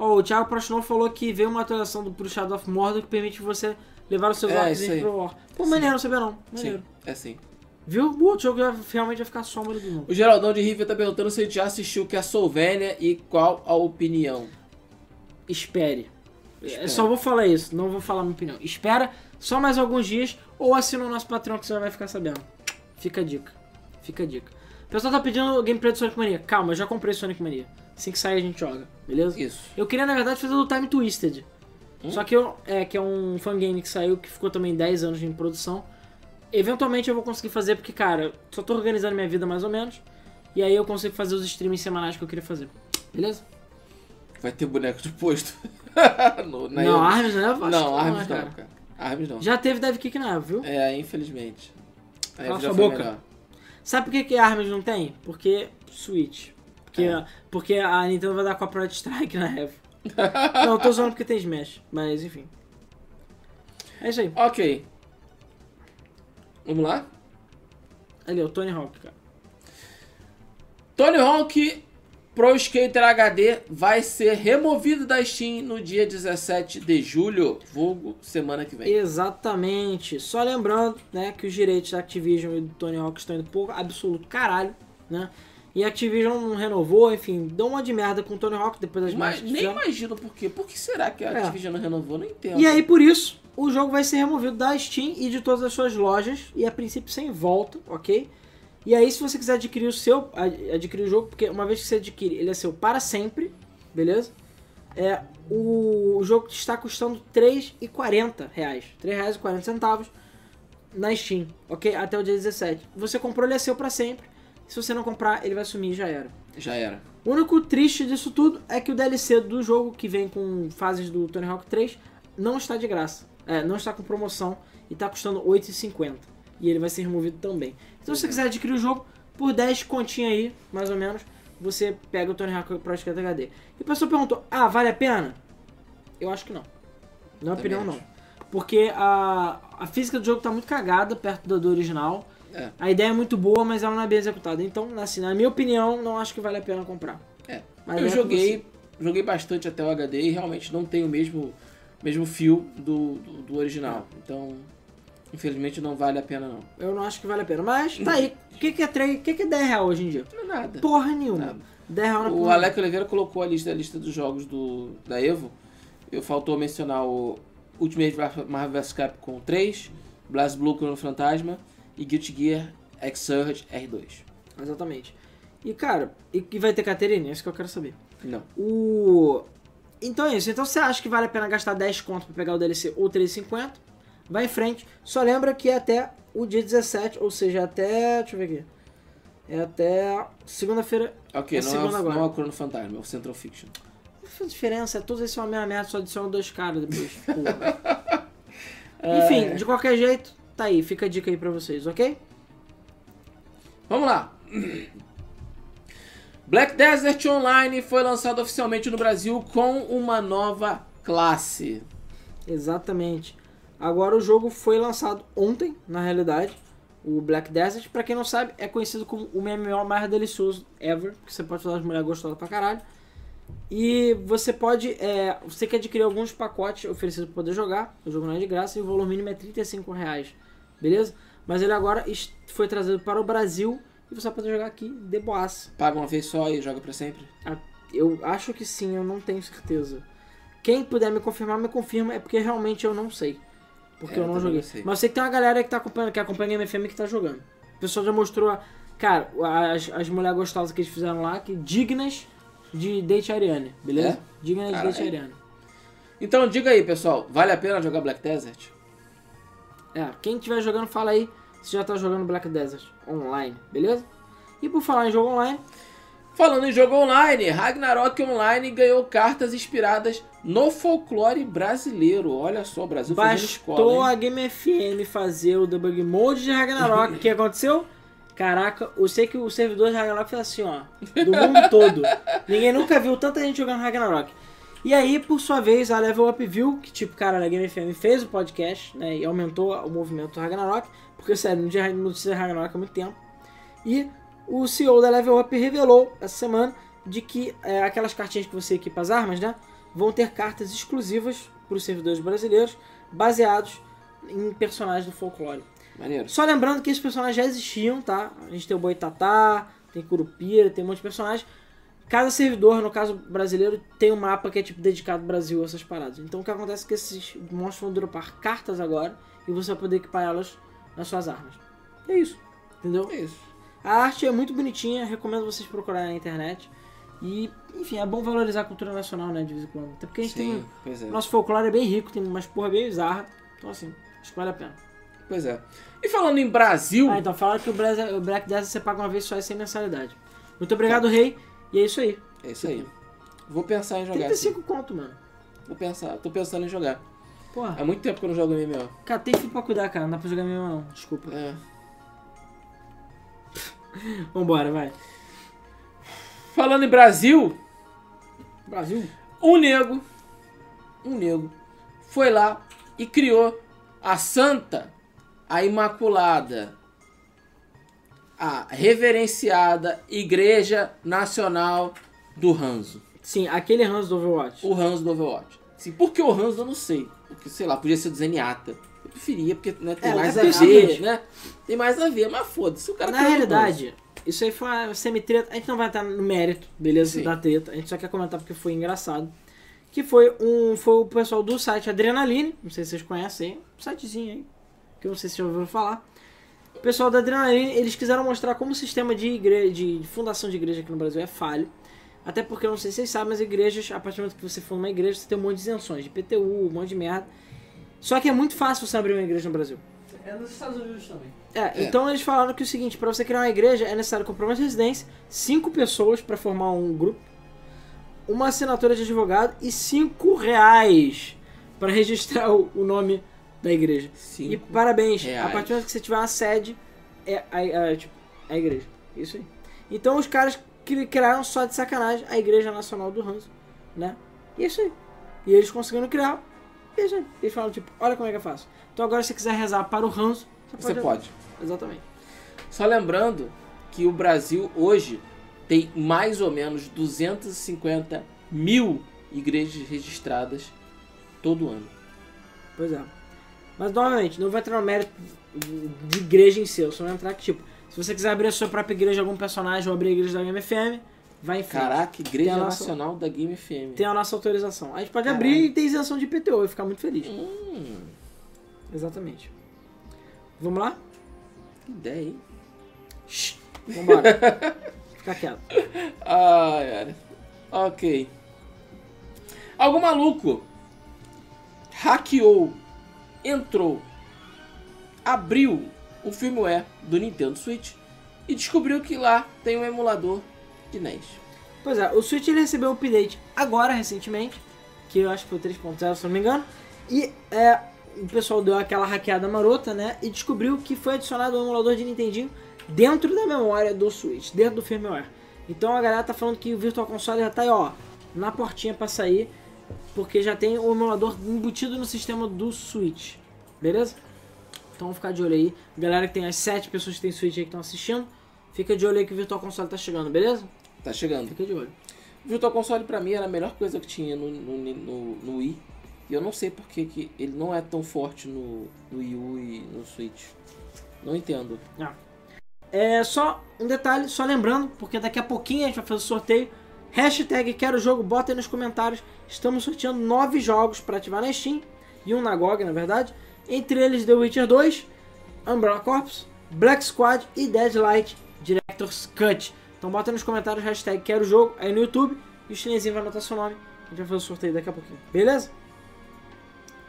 Speaker 2: Ó, o Thiago Prochnon falou que veio uma atualização do pro Shadow of Mordor que permite você levar os seus
Speaker 1: É,
Speaker 2: óculos
Speaker 1: isso aí.
Speaker 2: pro War. Pô, maneiro, não sabia não. Maneiro.
Speaker 1: Sim, é sim.
Speaker 2: Viu? O outro jogo já- realmente vai ficar sombra do mundo.
Speaker 1: é O Geraldão de River tá perguntando se a gente já assistiu Castlevania e qual a opinião.
Speaker 2: espere. Eu só vou falar isso, não vou falar minha opinião. Espera só mais alguns dias ou assina o nosso Patreon que você já vai ficar sabendo. Fica a dica. Fica a dica. O pessoal tá pedindo gameplay do Sonic Mania. Calma, eu já comprei Sonic Mania. Assim que sair a gente joga, beleza?
Speaker 1: Isso.
Speaker 2: Eu queria, na verdade, fazer o do Time Twisted.
Speaker 1: Hum?
Speaker 2: Só que eu. É, que é um fangame que saiu, que ficou também 10 anos em produção. Eventualmente eu vou conseguir fazer, porque, cara, só tô organizando minha vida mais ou menos. E aí eu consigo fazer os streams semanais que eu queria fazer. Beleza?
Speaker 1: Vai ter boneco de posto. no, na
Speaker 2: não,
Speaker 1: Evo.
Speaker 2: Arms não é acho que
Speaker 1: não, Arms
Speaker 2: né,
Speaker 1: não, cara. Arms não.
Speaker 2: Já teve dive kick na Evo, viu?
Speaker 1: É, infelizmente. A
Speaker 2: Cala
Speaker 1: Evo já
Speaker 2: sua
Speaker 1: foi
Speaker 2: boca.
Speaker 1: melhor.
Speaker 2: Sabe por que, que Arms não tem? Porque Switch. Porque,
Speaker 1: É.
Speaker 2: porque a Nintendo vai dar copyright strike na Evo. não, eu tô zoando porque tem Smash, mas enfim. É isso aí.
Speaker 1: Ok. Vamos lá?
Speaker 2: Ali, é o Tony Hawk, cara.
Speaker 1: Tony Hawk Pro Skater HD vai ser removido da Steam no dia 17 de julho, vulgo semana que vem.
Speaker 2: Exatamente. Só lembrando, né, que os direitos da Activision e do Tony Hawk estão indo pro absoluto caralho, né? E a Activision não renovou, enfim, deu uma de merda com o Tony Hawk depois das
Speaker 1: Mas
Speaker 2: mais
Speaker 1: nem imagino por quê. Por que será que a
Speaker 2: É.
Speaker 1: Activision não renovou? Não entendo.
Speaker 2: E aí, por isso, o jogo vai ser removido da Steam e de todas as suas lojas, e a princípio sem volta, ok? E aí, se você quiser adquirir o seu, ad- adquirir o jogo, porque uma vez que você adquire, ele é seu para sempre, beleza? É, o jogo está custando R$3,40, R$ 3,40 na Steam, ok? Até o dia 17. Você comprou, ele é seu para sempre. Se você não comprar, ele vai sumir e já era.
Speaker 1: Já era.
Speaker 2: O único triste disso tudo é que o DLC do jogo, que vem com fases do Tony Hawk 3, não está de graça. É, não está com promoção e está custando R$8,50. E ele vai ser removido também. Então,
Speaker 1: Uhum.
Speaker 2: se você quiser adquirir o jogo, por 10 continha aí, mais ou menos, você pega o Tony Hawk Pro Skater HD. E o pessoal perguntou, ah, vale a pena? Eu acho que não. Na minha
Speaker 1: Também
Speaker 2: opinião, não.
Speaker 1: acho.
Speaker 2: Porque a, a física do jogo está muito cagada perto do- do original.
Speaker 1: É.
Speaker 2: A ideia é muito boa, mas ela não é bem executada. Então, assim, na minha opinião, não acho que vale a pena comprar.
Speaker 1: É.
Speaker 2: Mas
Speaker 1: eu
Speaker 2: é com
Speaker 1: joguei, joguei bastante até o HD e realmente não tem o mesmo, mesmo fio do, do, do original.
Speaker 2: É.
Speaker 1: Então, infelizmente não vale a pena não.
Speaker 2: Eu não acho que vale a pena. Mas tá aí. O que, que é três? O que, que é 10 real hoje em dia?
Speaker 1: Não é nada.
Speaker 2: Porra nenhuma.
Speaker 1: Nada.
Speaker 2: 10 real na
Speaker 1: O
Speaker 2: porra.
Speaker 1: Alec Oliveira colocou a lista, a lista dos jogos do, da Evo. Eu faltou mencionar o Ultimate Marvel vs Capcom 3, Blast Blue Chrono Fantasma e Guilty Gear Xrd R2.
Speaker 2: Exatamente. E cara, e, e vai ter Caterina? É isso que eu quero saber.
Speaker 1: Não.
Speaker 2: O. Então é isso. Então você acha que vale a pena gastar 10 conto pra pegar o DLC ou 3,50? Vai em frente. Só lembra que é até o dia 17, ou seja, é até. Deixa eu ver aqui. É até segunda-feira.
Speaker 1: Ok,
Speaker 2: É
Speaker 1: não,
Speaker 2: segunda
Speaker 1: é,
Speaker 2: agora.
Speaker 1: não é o Chrono Fantasma, é o Central Fiction.
Speaker 2: Não faz diferença, todos eles são a mesma merda, só adicionam dois caras depois. porra. Enfim, de qualquer jeito, tá aí, fica a dica aí pra vocês, ok?
Speaker 1: Vamos lá. Black Desert Online foi lançado oficialmente no Brasil com uma nova classe.
Speaker 2: Exatamente. Agora o jogo foi lançado ontem, na realidade, o Black Desert. Pra quem não sabe, é conhecido como o MMO mais delicioso ever, que você pode falar de mulher gostosa pra caralho. E você pode, é, você quer adquirir alguns pacotes oferecidos para poder jogar, o jogo não é de graça e o valor mínimo é R$ 35 reais, beleza? Mas ele agora est- foi trazido para o Brasil e você vai poder jogar aqui de boaça.
Speaker 1: Paga uma vez só e joga pra sempre.
Speaker 2: Ah, Eu acho que sim, eu não tenho certeza. Quem puder me confirmar, me confirma, é porque realmente eu não sei. Porque
Speaker 1: É,
Speaker 2: eu
Speaker 1: eu
Speaker 2: não
Speaker 1: também
Speaker 2: joguei.
Speaker 1: não sei.
Speaker 2: Mas eu sei que tem uma galera que tá acompanhando, que acompanha Game FM que tá jogando. O pessoal já mostrou, a- cara, as, as mulheres gostosas que eles fizeram lá, que dignas de Date Ariane, beleza?
Speaker 1: É?
Speaker 2: Dignas
Speaker 1: Caralho.
Speaker 2: de Date Ariane.
Speaker 1: Então diga aí, pessoal, vale a pena jogar Black Desert?
Speaker 2: É, quem estiver jogando, fala aí se já tá jogando Black Desert online, beleza? E por falar em jogo online,
Speaker 1: Falando em jogo online, Ragnarok Online ganhou cartas inspiradas no folclore brasileiro. Olha só, o Brasil fazendo
Speaker 2: Bastou
Speaker 1: escola. hein?
Speaker 2: a Game FM fazer o debug mode de Ragnarok. O que aconteceu? Caraca, eu sei que o servidor de Ragnarok foi assim, ó. Do mundo todo. Ninguém nunca viu tanta gente jogando Ragnarok. E aí, por sua vez, a Level Up viu que, tipo, cara, a Game FM fez o podcast, né? E aumentou o movimento do Ragnarok. Porque, sério, não tinha notícia de Ragnarok há muito tempo. E o CEO da Level Up revelou essa semana de que é, aquelas cartinhas que você equipa as armas, né? Vão ter cartas exclusivas para os servidores brasileiros, baseados em personagens do folclore.
Speaker 1: Maneiro.
Speaker 2: Só lembrando que esses personagens já existiam, tá? A gente tem o Boitatá, tem Curupira, tem um monte de personagens. Cada servidor, no caso brasileiro, tem um mapa que é tipo dedicado ao Brasil, essas paradas. Então o que acontece é que esses monstros vão dropar cartas agora e você vai poder equipar elas nas suas armas. É isso, entendeu?
Speaker 1: É isso.
Speaker 2: A arte é muito bonitinha, recomendo vocês procurarem na internet. E, enfim, é bom valorizar a cultura nacional, né, de vez em quando. Até porque a gente
Speaker 1: Sim,
Speaker 2: tem...
Speaker 1: pois é.
Speaker 2: Nosso folclore é bem rico, tem umas porra bem bizarra. Então, assim, acho que vale a pena.
Speaker 1: Pois é. E falando em Brasil,
Speaker 2: Ah, então fala que o Black, o Black Desert você paga uma vez só e sem mensalidade. Muito obrigado, Rei. E é isso aí.
Speaker 1: é isso aí. Vou pensar em jogar. sim.
Speaker 2: 35 conto, mano.
Speaker 1: Vou pensar, tô pensando em jogar. Há
Speaker 2: Porra.
Speaker 1: muito tempo que eu não jogo MMO.
Speaker 2: Cara, tem filho pra cuidar, cara. Não dá pra jogar mesmo, não. Desculpa.
Speaker 1: É.
Speaker 2: Vambora, vai.
Speaker 1: Falando em Brasil,
Speaker 2: Brasil?
Speaker 1: um nego, um nego, foi lá e criou a Santa, a Imaculada, a reverenciada Igreja Nacional do Ranzo.
Speaker 2: Sim, aquele Hans do Overwatch.
Speaker 1: O Ranzo do Overwatch. Assim, por que o Ranzo eu não sei? Porque, sei lá, podia ser do Zenyatta. Eu preferia, porque né, tem
Speaker 2: É,
Speaker 1: mais a
Speaker 2: o
Speaker 1: ver,
Speaker 2: Zenyatta.
Speaker 1: né? Tem mais a ver, mas foda-se, o cara tá
Speaker 2: Na
Speaker 1: criou o
Speaker 2: realidade, isso aí foi uma semitreta. A gente não vai entrar no mérito, beleza?
Speaker 1: Sim.
Speaker 2: Da treta. A gente só quer comentar porque foi engraçado. Que foi um. Foi o pessoal do site Adrenaline. Não sei se vocês conhecem aí. Um sitezinho aí. Que eu não sei se já ouviram falar. O pessoal da Adrenaline, eles quiseram mostrar como o sistema de, igre... de fundação de igreja aqui no Brasil é falho. Até porque eu não sei se vocês sabem, mas igrejas, a partir do momento que você funda uma igreja, você tem um monte de isenções, de PTU, um monte de merda. Só que é muito fácil você abrir uma igreja no Brasil.
Speaker 3: É nos Estados Unidos também.
Speaker 2: É,
Speaker 1: É.
Speaker 2: então eles falaram que o seguinte, pra você criar uma igreja é necessário comprovar de residência, cinco pessoas pra formar um grupo, uma assinatura de advogado e cinco reais pra registrar o, o nome da igreja.
Speaker 1: Sim.
Speaker 2: e parabéns, a
Speaker 1: reais.
Speaker 2: partir do momento que você tiver uma sede, é a, a- tipo, a igreja. Isso aí. Então os caras cri- criaram só de sacanagem a Igreja Nacional do Ranço, né? E é isso aí. E eles conseguiram criar. E é isso aí. eles falam, tipo, olha como é que eu faço. Então agora se você quiser rezar para o ranço,
Speaker 1: Você pode.
Speaker 2: Exatamente.
Speaker 1: Só lembrando que o Brasil hoje tem mais ou menos 250 mil igrejas registradas todo ano.
Speaker 2: Pois é. Mas novamente, não vai entrar no mérito de igreja em si, eu só vai entrar que, tipo, se você quiser abrir a sua própria igreja de algum personagem ou abrir a igreja da Game FM, vai em frente.
Speaker 1: Caraca, Igreja
Speaker 2: Tem a nossa-
Speaker 1: Nacional da Game FM.
Speaker 2: Tem a nossa autorização. A gente pode
Speaker 1: Caralho.
Speaker 2: abrir e ter isenção de IPTU, eu ia ficar muito feliz.
Speaker 1: Hum,
Speaker 2: Exatamente. Vamos lá?
Speaker 1: que ideia, hein?
Speaker 2: Shhh. Vambora. Fica quieto.
Speaker 1: Ai, ai. Ok. Algum maluco hackeou, entrou, abriu o firmware do Nintendo Switch e descobriu que lá tem um emulador de NES.
Speaker 2: Pois é, o Switch ele recebeu um update agora, recentemente, que eu acho que foi o 3.0, se eu não me engano, e é, o pessoal deu aquela hackeada marota, né, e descobriu que foi adicionado um emulador de Nintendinho dentro da memória do Switch, dentro do firmware. Então a galera tá falando que o Virtual Console já tá aí, ó, na portinha pra sair, porque já tem o emulador embutido no sistema do Switch, beleza? Então vamos ficar de olho aí. Galera que tem as 7 pessoas que tem Switch aí que estão assistindo, fica de olho aí que o Virtual Console tá chegando, beleza?
Speaker 1: Tá chegando.
Speaker 2: Fica de olho.
Speaker 1: Virtual Console pra mim era a melhor coisa que tinha no, no, no, no Wii. E eu não sei porque que ele não é tão forte no, no Wii U e no Switch. Não entendo.
Speaker 2: Ah. É só um detalhe, só lembrando, porque daqui a pouquinho a gente vai fazer o sorteio. Hashtag quero jogo, bota aí nos comentários. Estamos sorteando nove jogos pra ativar na Steam e um na GOG, na verdade. Entre eles The Witcher 2, Umbrella Corps, Black Squad e Deadlight Director's Cut. Então bota aí nos comentários hashtag quero jogo aí no YouTube e o chinesinho vai anotar seu nome. A gente vai fazer o sorteio daqui a pouquinho, beleza?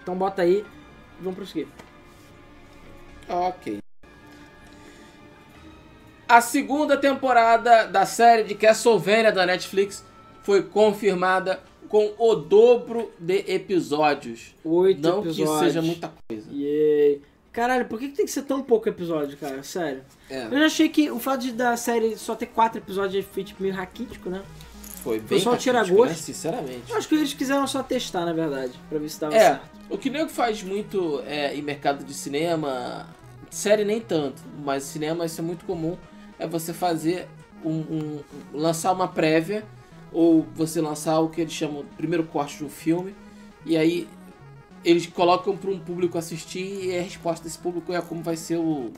Speaker 2: Então bota aí e vamos prosseguir.
Speaker 1: Ok. A segunda temporada da série de Castlevania da Netflix foi confirmada com o dobro de episódios.
Speaker 2: Oito
Speaker 1: Não
Speaker 2: episódios.
Speaker 1: que seja muita coisa.
Speaker 2: Yay. Caralho, por que, que tem que ser tão pouco episódio, cara? Sério.
Speaker 1: É,
Speaker 2: Eu já achei que o fato de da série só ter quatro episódios foi tipo, meio raquítico, né?
Speaker 1: foi bem
Speaker 2: pessoal tira
Speaker 1: raquítico, né?
Speaker 2: gosto.
Speaker 1: Sinceramente.
Speaker 2: Eu acho que eles quiseram só testar, na verdade, pra ver se dava
Speaker 1: É,
Speaker 2: um certo.
Speaker 1: o que nego faz muito é, em mercado de cinema, série nem tanto, mas cinema isso é muito comum, é você fazer um, um- um- lançar uma prévia, ou você lançar o que eles chamam de primeiro corte de um filme, e aí eles colocam para um público assistir e a resposta desse público é como vai ser o.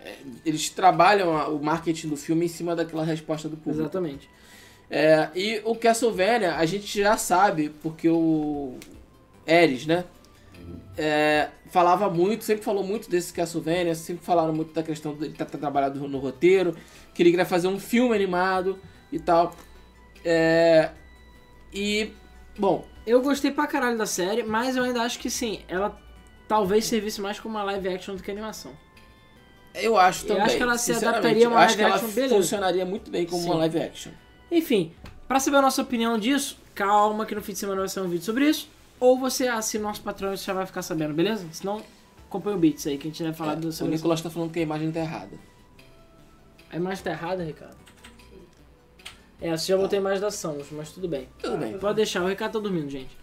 Speaker 1: é, Eles trabalham a- o marketing do filme em cima daquela resposta do público.
Speaker 2: Exatamente.
Speaker 1: É, e o Castlevania, a gente já sabe, porque o Eris, né? É, falava muito, sempre falou muito desse Castlevania, sempre falaram muito da questão dele estar trabalhado no roteiro, que ele queria fazer um filme animado e tal. É, e, bom,
Speaker 2: Eu gostei pra caralho da série, mas eu ainda acho que sim, ela talvez servisse mais como uma live action do que animação.
Speaker 1: eu acho
Speaker 2: Eu
Speaker 1: também.
Speaker 2: acho que ela se
Speaker 1: sinceramente,
Speaker 2: adaptaria a uma
Speaker 1: eu acho
Speaker 2: live
Speaker 1: que ela
Speaker 2: action, beleza.
Speaker 1: funcionaria muito bem como
Speaker 2: Sim.
Speaker 1: uma live action.
Speaker 2: Enfim, pra saber a nossa opinião disso, calma que no fim de semana vai ser um vídeo sobre isso. Ou você assina o nosso patrão e você já vai ficar sabendo, beleza? Senão, acompanha o Beats aí, que a gente vai falar
Speaker 1: É,
Speaker 2: do
Speaker 1: o
Speaker 2: seu.
Speaker 1: Nicolas tá falando que a imagem tá errada.
Speaker 2: A imagem tá errada, Ricardo? É, você já botou a imagem da Samus, mas tudo bem.
Speaker 1: Tudo bem.
Speaker 2: Pode deixar, o Ricardo tá dormindo, gente.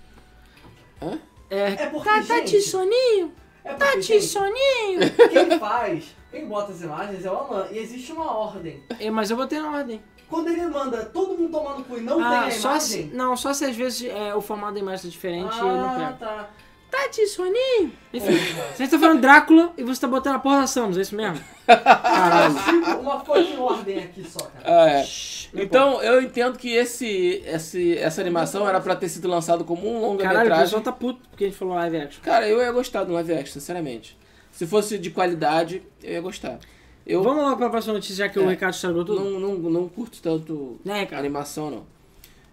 Speaker 1: Hã?
Speaker 2: É,
Speaker 3: É porque,
Speaker 2: tá, tá
Speaker 3: gente,
Speaker 2: de soninho?
Speaker 3: é porque,
Speaker 2: Tá de
Speaker 3: gente,
Speaker 2: soninho?
Speaker 3: quem faz, quem bota as imagens é o Alan. E existe uma ordem.
Speaker 2: É, mas eu botei na ordem.
Speaker 3: Quando ele manda todo mundo tomar no cu e não tem
Speaker 2: ah,
Speaker 3: a
Speaker 2: só se,
Speaker 3: imagem...
Speaker 2: não, só se às vezes é, o formato da imagem tá diferente e eu não
Speaker 3: ah,
Speaker 2: pego.
Speaker 3: tá.
Speaker 2: Tá de soninho? Enfim, você tá falando Drácula e você tá botando a porra da Samus, é isso mesmo? Caralho.
Speaker 3: Tipo, uma coisa em ordem aqui só, cara.
Speaker 1: Ah, é.
Speaker 2: Shhh, não
Speaker 1: Então, eu entendo que esse, esse- essa animação era pra ter sido lançado como um
Speaker 2: pode. Caralho, o
Speaker 1: longa-metragem.
Speaker 2: pessoal tá puto porque a gente falou live action.
Speaker 1: Cara, eu ia gostar do live action, sinceramente. Se fosse de qualidade, eu ia gostar. Eu
Speaker 2: Vamos logo pra próxima notícia, já que o
Speaker 1: É.
Speaker 2: Ricardo estragou tudo.
Speaker 1: não, não, não curto tanto
Speaker 2: Né, Ricardo?
Speaker 1: animação, não.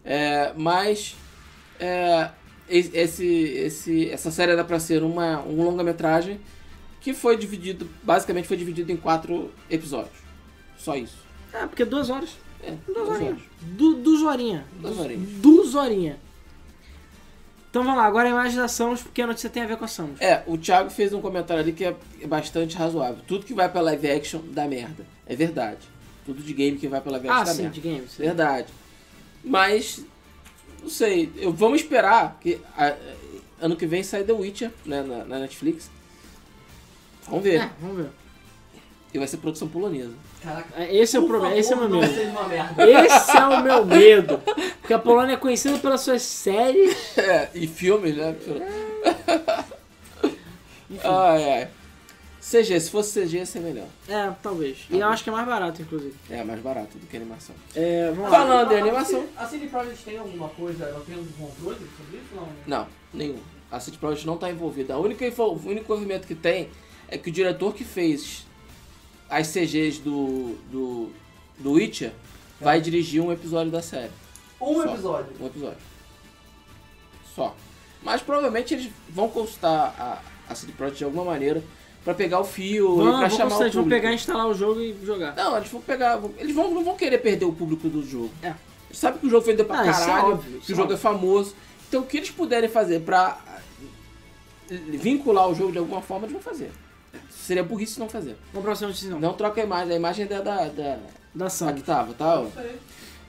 Speaker 1: É, mas é, es- esse, esse, essa série era pra ser uma, um longa-metragem que foi dividido, basicamente foi dividido em quatro episódios. Só isso.
Speaker 2: Ah, porque duas horas.
Speaker 1: É,
Speaker 2: Duas
Speaker 1: dois
Speaker 2: horinhas.
Speaker 1: anos.
Speaker 2: Du, duas horinhas.
Speaker 1: Duas horinhas.
Speaker 2: Duas horinhas. Então vamos lá, agora a imagem da Samus, porque a notícia tem a ver com a Samus.
Speaker 1: É, o Thiago fez um comentário ali que é é bastante razoável. Tudo que vai pra live action dá merda. É verdade. Tudo de game que vai pra live action
Speaker 2: ah,
Speaker 1: dá
Speaker 2: sim,
Speaker 1: merda.
Speaker 2: de games.
Speaker 1: Verdade. Mas, não sei. Eu, vamos esperar. que a- Ano que vem sai The Witcher né, na, na Netflix. Vamos ver.
Speaker 2: É, vamos ver.
Speaker 1: E vai ser produção polonesa.
Speaker 3: Caraca.
Speaker 2: É, Esse é o
Speaker 3: Por
Speaker 2: problema, esse é o meu
Speaker 3: favor, Não
Speaker 2: medo.
Speaker 3: seja uma merda.
Speaker 2: Esse é o meu medo. Porque a Polônia é conhecida pelas suas séries.
Speaker 1: É, e filmes, né?
Speaker 2: É.
Speaker 1: ai, ai. CG, se fosse CG ia ser melhor.
Speaker 2: É, talvez. E eu acho que é mais barato, inclusive.
Speaker 1: É mais barato do que animação.
Speaker 2: É, vamos lá.
Speaker 1: Falando em
Speaker 3: Ah,
Speaker 1: animação.
Speaker 3: A CD Projekt tem alguma coisa, ela tem algum controle sobre isso? Não, né?
Speaker 1: Não, nenhum. A City Project não está envolvida. A única info- o único envolvimento que tem é que o diretor que fez as CGs do, do, do Witcher
Speaker 2: É.
Speaker 1: vai dirigir um episódio da série.
Speaker 3: Um
Speaker 1: Só.
Speaker 3: episódio.
Speaker 1: Um episódio. Só. Mas provavelmente eles vão consultar a, a City Project de alguma maneira para pegar o fio e
Speaker 2: Vamos,
Speaker 1: pra
Speaker 2: vamos,
Speaker 1: chamar o
Speaker 2: eles vão
Speaker 1: público.
Speaker 2: pegar, instalar o jogo e jogar.
Speaker 1: Não, eles vão pegar. vão- Eles vão, não vão querer perder o público do jogo.
Speaker 2: É.
Speaker 1: Eles sabem que o jogo vendeu pra
Speaker 2: Ah, isso é
Speaker 1: caralho,
Speaker 2: óbvio, isso
Speaker 1: que
Speaker 2: é
Speaker 1: o jogo é famoso. Então o que eles puderem fazer pra eh, vincular o jogo de alguma forma, eles vão fazer. Seria burrice não fazer.
Speaker 2: Vamos pra próxima notícia, não.
Speaker 1: Não troca a imagem, a imagem é da, da,
Speaker 2: Da
Speaker 1: da
Speaker 2: Samus.
Speaker 1: que tava, tá? ó.
Speaker 3: Isso aí.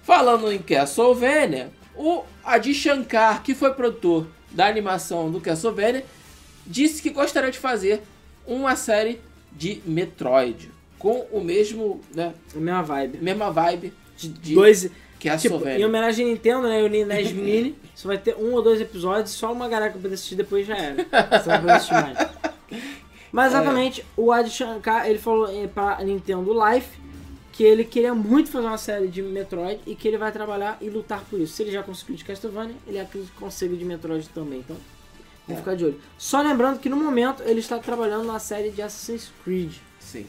Speaker 1: Falando em Castlevania, o Adi Shankar, que foi produtor da animação do Castlevania, disse que gostaria de fazer uma série de Metroid. Com o mesmo, né,
Speaker 2: A mesma vibe.
Speaker 1: mesma vibe de, de
Speaker 2: Dois,
Speaker 1: Ah,
Speaker 2: Tipo, em
Speaker 1: Castlevania.
Speaker 2: homenagem à Nintendo, né? E o NES Mini, só vai ter um ou dois episódios, só uma galera que poder assistir depois já era. Você não vai poder assistir mais. Mas
Speaker 1: É.
Speaker 2: exatamente, o Adi Shankar, ele falou eh, pra Nintendo Life que ele queria muito fazer uma série de Metroid e que ele vai trabalhar e lutar por isso. Se ele já conseguiu de Castlevania, ele acredita que consegue de Metroid também, então vou
Speaker 1: É.
Speaker 2: ficar de olho. Só lembrando que no momento ele está trabalhando na série de Assassin's Creed.
Speaker 1: Sim,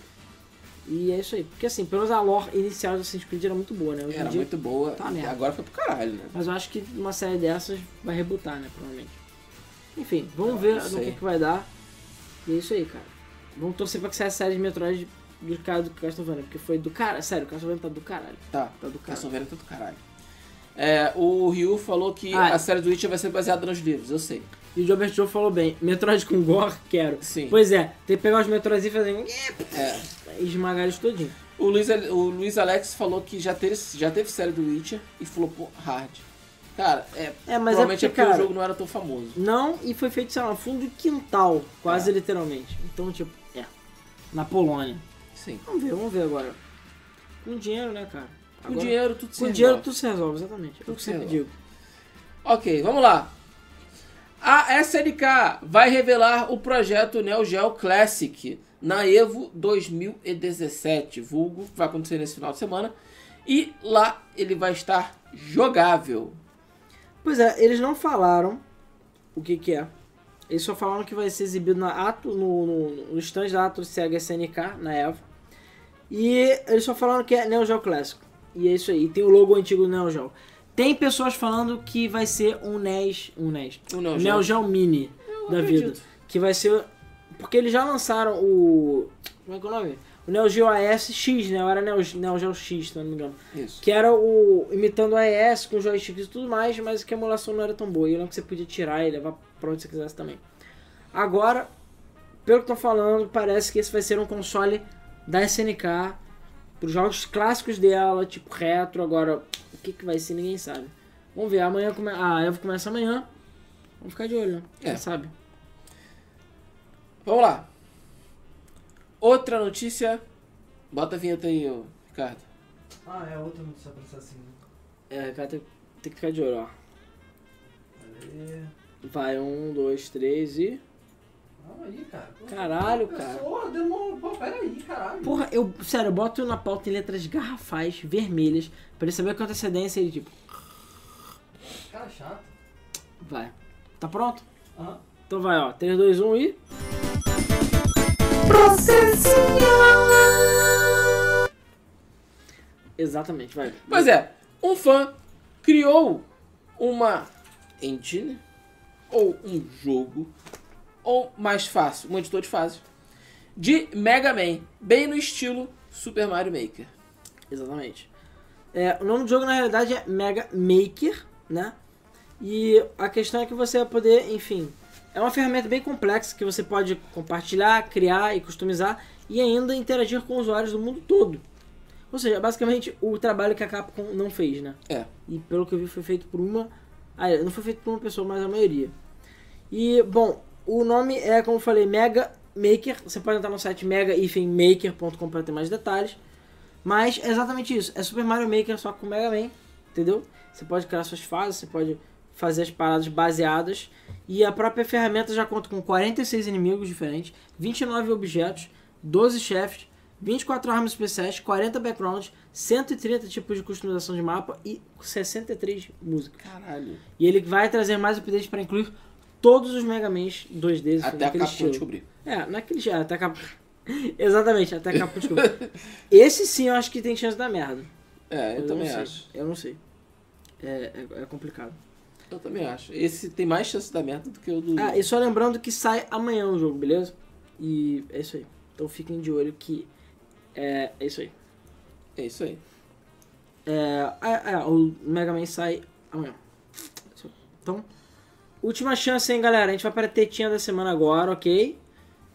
Speaker 2: E é isso aí. Porque assim, pelo menos a lore inicial de Assassin's Creed era muito boa, né? Hoje em
Speaker 1: era
Speaker 2: dia-
Speaker 1: muito boa.
Speaker 2: Tá merda.
Speaker 1: Agora foi pro caralho, né?
Speaker 2: Mas eu acho que uma série dessas vai rebutar, né? Provavelmente. Enfim, vamos ver
Speaker 1: não
Speaker 2: no que,
Speaker 1: sei.
Speaker 2: que vai dar. E é isso aí, cara. Vamos torcer pra que saia a série de Metroid do cara do Castlevania, porque foi do cara. Sério, o Castlevania tá do caralho.
Speaker 1: Tá,
Speaker 2: Tá do caralho.
Speaker 1: Castlevania tá do caralho. É, o Ryu falou que
Speaker 2: Ah, é.
Speaker 1: a série do Witcher vai ser baseada nos livros, eu sei.
Speaker 2: E o Robert Joe falou bem: Metroid com gore, quero.
Speaker 1: Sim.
Speaker 2: Pois é, tem que pegar os Metroids e fazer. um
Speaker 1: É.
Speaker 2: E esmagar eles todinho.
Speaker 1: O, Luiz, o Luiz Alex falou que já teve, já teve série do Witcher e falou, pô, hard. Cara, é,
Speaker 2: É, mas é
Speaker 1: provavelmente
Speaker 2: porque,
Speaker 1: é porque
Speaker 2: cara-
Speaker 1: o jogo não era tão famoso.
Speaker 2: Não, e foi feito, sei lá, no fundo do quintal,
Speaker 1: É.
Speaker 2: quase literalmente. Então, tipo, é. Na Polônia.
Speaker 1: Sim.
Speaker 2: Vamos ver, vamos ver agora. Com dinheiro, né, cara?
Speaker 1: Com
Speaker 2: Agora-
Speaker 1: dinheiro tudo se
Speaker 2: Com dinheiro
Speaker 1: resolve.
Speaker 2: tudo se resolve, exatamente. É o que eu
Speaker 1: é se
Speaker 2: sempre
Speaker 1: resolve.
Speaker 2: digo.
Speaker 1: Ok, vamos lá. A SNK vai revelar o projeto Neo Geo Classic na EVO 2017, vulgo, que vai acontecer nesse final de semana. E lá ele vai estar jogável.
Speaker 2: Pois é, eles não falaram o que que é. Eles só falaram que vai ser exibido na Ato, no, no, no stand da Atlas Sega SNK, na EVA. E eles só falaram que é Neo Geo Clássico. E é isso aí. Tem o logo antigo do Neo Geo. Tem pessoas falando que vai ser um NES... Um NES.
Speaker 1: O
Speaker 2: Um
Speaker 1: Neo Geo.
Speaker 2: Neo Geo Mini da vida.
Speaker 1: acredito.
Speaker 2: Que vai ser... Porque eles já lançaram o... Como é que é o nome? O Neo Geo AS X, né? Era Neo, Neo Geo X, se eu não me engano.
Speaker 1: Isso.
Speaker 2: Que era o. imitando o AES com joysticks e tudo mais, mas que a emulação não era tão boa. E eu lembro que você podia tirar e levar pra onde você quisesse também. Agora, pelo que estão falando, parece que esse vai ser um console da SNK pros jogos clássicos dela, tipo retro. Agora, o que, que vai ser, ninguém sabe. Vamos ver, amanhã come... ah, a Evo começa amanhã. Vamos ficar de olho, né?
Speaker 1: É.
Speaker 2: Quem sabe?
Speaker 1: Vamos lá. Outra notícia. Bota a vinheta aí, ô, Ricardo.
Speaker 3: Ah, é outra notícia pra ser assim. né?
Speaker 2: É, cara, tem, tem que ficar de olho, ó.
Speaker 3: Pera aí.
Speaker 2: Vai, um, dois, três e.
Speaker 3: Calma aí, cara. Pô,
Speaker 2: Caralho,
Speaker 3: uma
Speaker 2: cara.
Speaker 3: Pessoa, demorou. Pô, pera aí, caralho.
Speaker 2: Porra, eu, sério, eu boto na pauta em letras garrafais, vermelhas, pra ele saber com antecedência e tipo,
Speaker 3: Cara chato.
Speaker 2: vai. Tá pronto?
Speaker 3: Aham.
Speaker 2: Então vai, ó. 3, 2, 1 e. Exatamente, vai.
Speaker 1: Pois é, um fã criou uma engine, ou um jogo, ou mais fácil, um editor de fase, de Mega Man, bem no estilo Super Mario Maker.
Speaker 2: Exatamente. É, o nome do jogo na realidade é Mega Maker, né? E a questão é que você vai poder, enfim, é uma ferramenta bem complexa que você pode compartilhar, criar e customizar e ainda interagir com usuários do mundo todo. Ou seja, basicamente o trabalho que a Capcom não fez, né?
Speaker 1: É.
Speaker 2: E pelo que eu vi foi feito por uma. Ah, é, não foi feito por uma pessoa, mas a maioria. E, bom, o nome é, como eu falei, Mega Maker. Você pode entrar no site mega-maker.com para ter mais detalhes. Mas é exatamente isso. É Super Mario Maker só com Mega Man, entendeu? Você pode criar suas fases, você pode fazer as paradas baseadas. E a própria ferramenta já conta com 46 inimigos diferentes, 29 objetos, 12 chefes, 24 armas especiais, 40 backgrounds, 130 tipos de customização de mapa e 63 músicas.
Speaker 1: Caralho.
Speaker 2: E ele vai trazer mais updates para incluir todos os Mega Mans 2D
Speaker 1: Até a
Speaker 2: naquele
Speaker 1: Capcom
Speaker 2: estilo.
Speaker 1: descobrir.
Speaker 2: É, naquele já, até Capcom. Exatamente, até Capcom descobriu. Esse sim eu acho que tem chance da merda.
Speaker 1: É, eu, também
Speaker 2: não sei,
Speaker 1: acho.
Speaker 2: Eu não sei. É, é- é complicado.
Speaker 1: Eu também acho. Esse tem mais chance da merda do que o do.
Speaker 2: Ah, e só lembrando que sai amanhã o jogo, beleza? E é isso aí. Então fiquem de olho que é, é isso aí.
Speaker 1: É isso aí.
Speaker 2: É, é, é, o Mega Man sai amanhã. Isso. Então, última chance, hein, galera. A gente vai para a tetinha da semana agora, ok?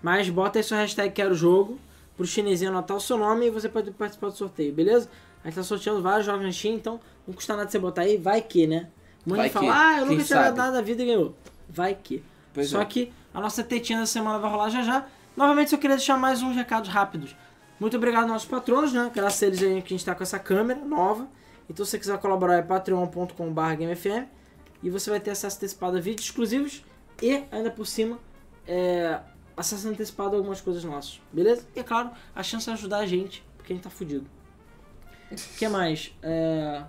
Speaker 2: Mas bota aí sua hashtag quero jogo pro chinesinho anotar o seu nome e você pode participar do sorteio, beleza? A gente tá sorteando vários jogos na Steam, então não custa nada você botar aí, vai que, né? Manda
Speaker 1: Vai
Speaker 2: e fala,
Speaker 1: que,
Speaker 2: ah, eu
Speaker 1: quem
Speaker 2: nunca tinha
Speaker 1: sabe?"
Speaker 2: nada na vida e ganhou. Vai que.
Speaker 1: Pois
Speaker 2: Só
Speaker 1: é.
Speaker 2: que a nossa tetinha da semana vai rolar já já. Novamente, só queria deixar mais uns recados rápidos. Muito obrigado aos nossos patronos, né? Graças a eles aí que a gente tá com essa câmera nova. Então, se você quiser colaborar, é patreon.com.br GameFM. E você vai ter acesso antecipado a vídeos exclusivos e, ainda por cima, é, acesso antecipado a algumas coisas nossas. Beleza? E, é claro, a chance de ajudar a gente, porque a gente tá fudido. O que mais? É...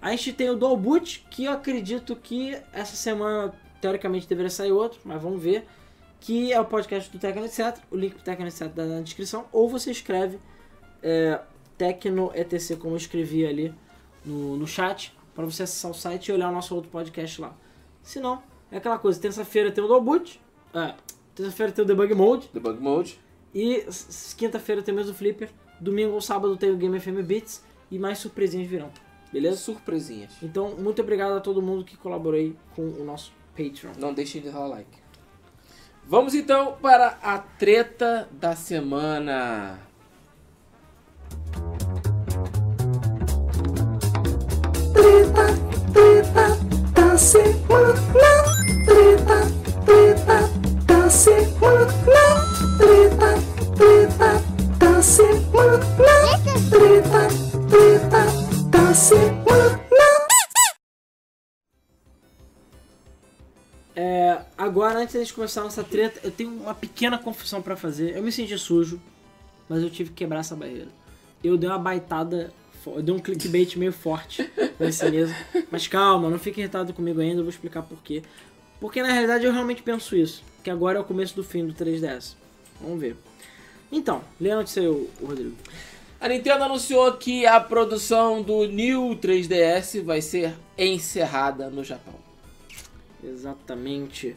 Speaker 2: A gente tem o Dual Boot, que eu acredito que essa semana, teoricamente, deveria sair outro, mas vamos ver. Que é o podcast do Tecno Etc. O link pro Tecno Etc. tá na descrição. Ou você escreve é, Tecno ETC, como eu escrevi ali no, no chat, para você acessar o site e olhar o nosso outro podcast lá. Se não, é aquela coisa. Terça-feira tem o Dual Boot. É, terça-feira tem o Debug Mode.
Speaker 1: Debug Mode.
Speaker 2: E s- s- quinta-feira tem mais o Flipper. Domingo ou sábado tem o Game FM Beats. E mais surpresinhas virão. Beleza?
Speaker 1: Surpresinhas.
Speaker 2: Então, muito obrigado a todo mundo que colaborou aí com o nosso Patreon.
Speaker 1: Não deixem de dar like. Vamos então para a treta da semana.
Speaker 4: Treta, treta da semana. Tá né? Treta, treta da semana. Treta, treta da semana. Treta, treta Tá né? da semana.
Speaker 2: É, agora, antes da gente começar a nossa treta, eu tenho uma pequena confissão pra fazer. Eu me senti sujo, mas eu tive que quebrar essa barreira. Eu dei uma baitada fo- eu dei um clickbait meio forte nesse mesmo. Mas calma, não fique irritado comigo ainda, eu vou explicar por quê. Porque na realidade eu realmente penso isso, que agora é o começo do fim do 3DS. Vamos ver. Então, lê a notícia aí, o o Rodrigo.
Speaker 1: A Nintendo anunciou que a produção do New 3DS vai ser encerrada no Japão.
Speaker 2: Exatamente.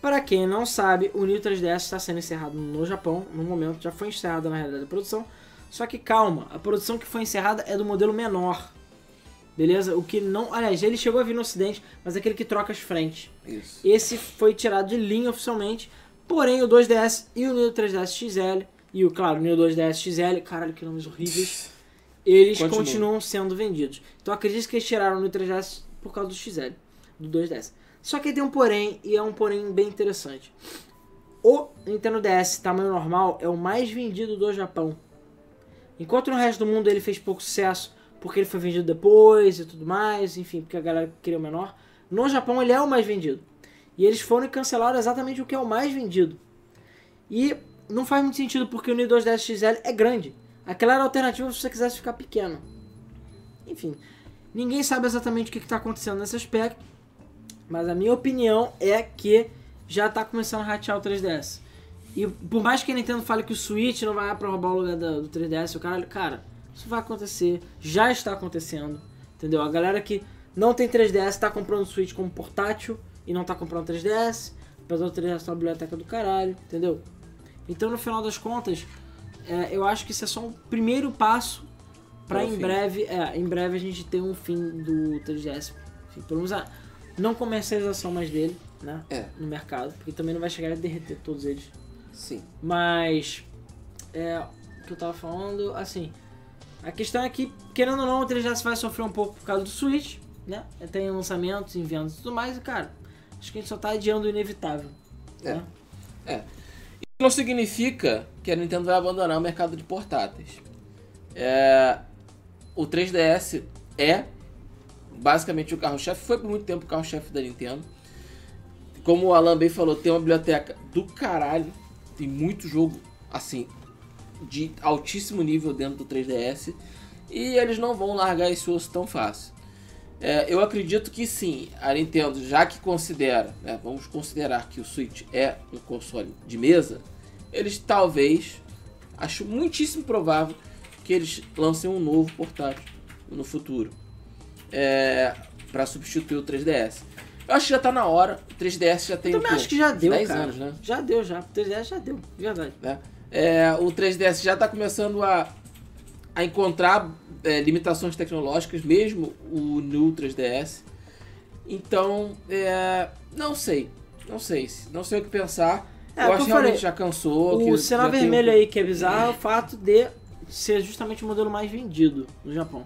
Speaker 2: Para quem não sabe, o New 3DS está sendo encerrado no Japão. No momento já foi encerrada na realidade a produção. Só que calma, a produção que foi encerrada é do modelo menor. Beleza? O que não. Aliás, ele chegou a vir no ocidente, mas é aquele que troca as frentes.
Speaker 1: Isso.
Speaker 2: Esse foi tirado de linha oficialmente. Porém, o 2DS e o New 3DS XL. E o, claro, o New 2DS XL. Caralho, que nomes horríveis. Eles
Speaker 1: Continua.
Speaker 2: continuam sendo vendidos. Então acredito que eles tiraram no 3DS por causa do XL, do 2DS. Só que tem um porém, e é um porém bem interessante. O Nintendo DS tamanho normal é o mais vendido do Japão. Enquanto no resto do mundo ele fez pouco sucesso, porque ele foi vendido depois e tudo mais, enfim, porque a galera queria o menor. No Japão ele é o mais vendido. E eles foram e cancelaram exatamente o que é o mais vendido. E não faz muito sentido porque o Neo 2DS XL é grande. Aquela era a alternativa se você quisesse ficar pequeno. Enfim, ninguém sabe exatamente o que está acontecendo nesse aspecto, mas a minha opinião é que já está começando a ratear o 3DS. E por mais que a Nintendo fale que o Switch não vai para roubar o lugar da- do 3DS, o caralho, cara, isso vai acontecer, já está acontecendo, entendeu? A galera que não tem 3DS tá comprando o Switch como portátil e não tá comprando 3DS, apesar do 3DS ter tá uma biblioteca do caralho, entendeu? Então, no final das contas, é, eu acho que isso é só um primeiro passo
Speaker 1: Para
Speaker 2: pra
Speaker 1: o
Speaker 2: em
Speaker 1: um fim.
Speaker 2: breve, é, em breve a gente ter um fim do 3DS. Enfim, pelo menos a não comercialização mais dele, né?
Speaker 1: É.
Speaker 2: No mercado, porque também não vai chegar a derreter todos eles.
Speaker 1: Sim.
Speaker 2: Mas é o que eu tava falando, assim, a questão é que, querendo ou não, o 3DS vai sofrer um pouco por causa do Switch, né? Tem lançamentos, em vendas e tudo mais, e cara, acho que a gente só tá adiando o inevitável.
Speaker 1: É.
Speaker 2: né?
Speaker 1: Não significa que a Nintendo vai abandonar o mercado de portáteis. É, o 3DS é basicamente o carro-chefe, foi por muito tempo o carro-chefe da Nintendo. Como o Alan bem falou, tem uma biblioteca do caralho, tem muito jogo assim de altíssimo nível dentro do 3DS e eles não vão largar esse osso tão fácil. É, eu acredito que sim, a Nintendo, já que considera, né, vamos considerar que o Switch é um console de mesa, eles talvez, acho muitíssimo provável que eles lancem um novo portátil no futuro é, para substituir o 3DS. Eu acho que já tá na hora, o 3DS já tem
Speaker 2: Eu também
Speaker 1: o quê?
Speaker 2: acho que já deu,
Speaker 1: 10
Speaker 2: cara.
Speaker 1: anos, né?
Speaker 2: Já deu, já. O 3DS já deu, de verdade.
Speaker 1: né? É, o 3DS já está começando a, a encontrar é, limitações tecnológicas, mesmo o New 3DS. Então, é, não sei, não sei, não sei o que pensar.
Speaker 2: É,
Speaker 1: eu
Speaker 2: o
Speaker 1: acho
Speaker 2: que
Speaker 1: que
Speaker 2: eu falei,
Speaker 1: realmente já cansou.
Speaker 2: o
Speaker 1: que
Speaker 2: sinal
Speaker 1: já tem um-
Speaker 2: vermelho aí que é bizarro é o fato de ser justamente o modelo mais vendido no Japão.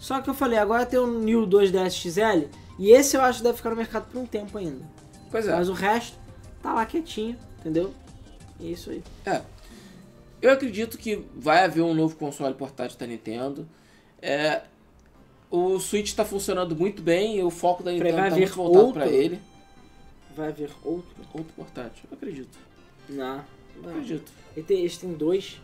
Speaker 2: Só que eu falei, agora tem o New 2DS XL e esse eu acho que deve ficar no mercado por um tempo ainda.
Speaker 1: Pois é.
Speaker 2: Mas o resto tá lá quietinho, entendeu? E é isso aí.
Speaker 1: É. Eu acredito que vai haver um novo console portátil da Nintendo. É, o Switch está funcionando muito bem e o foco da
Speaker 2: Peraí,
Speaker 1: Nintendo
Speaker 2: vai
Speaker 1: está
Speaker 2: haver
Speaker 1: muito voltado para
Speaker 2: outro?
Speaker 1: ele.
Speaker 2: Vai haver outro?
Speaker 1: Outro portátil, eu acredito.
Speaker 2: Não.
Speaker 1: Eu acredito.
Speaker 2: Ele tem, eles têm dois.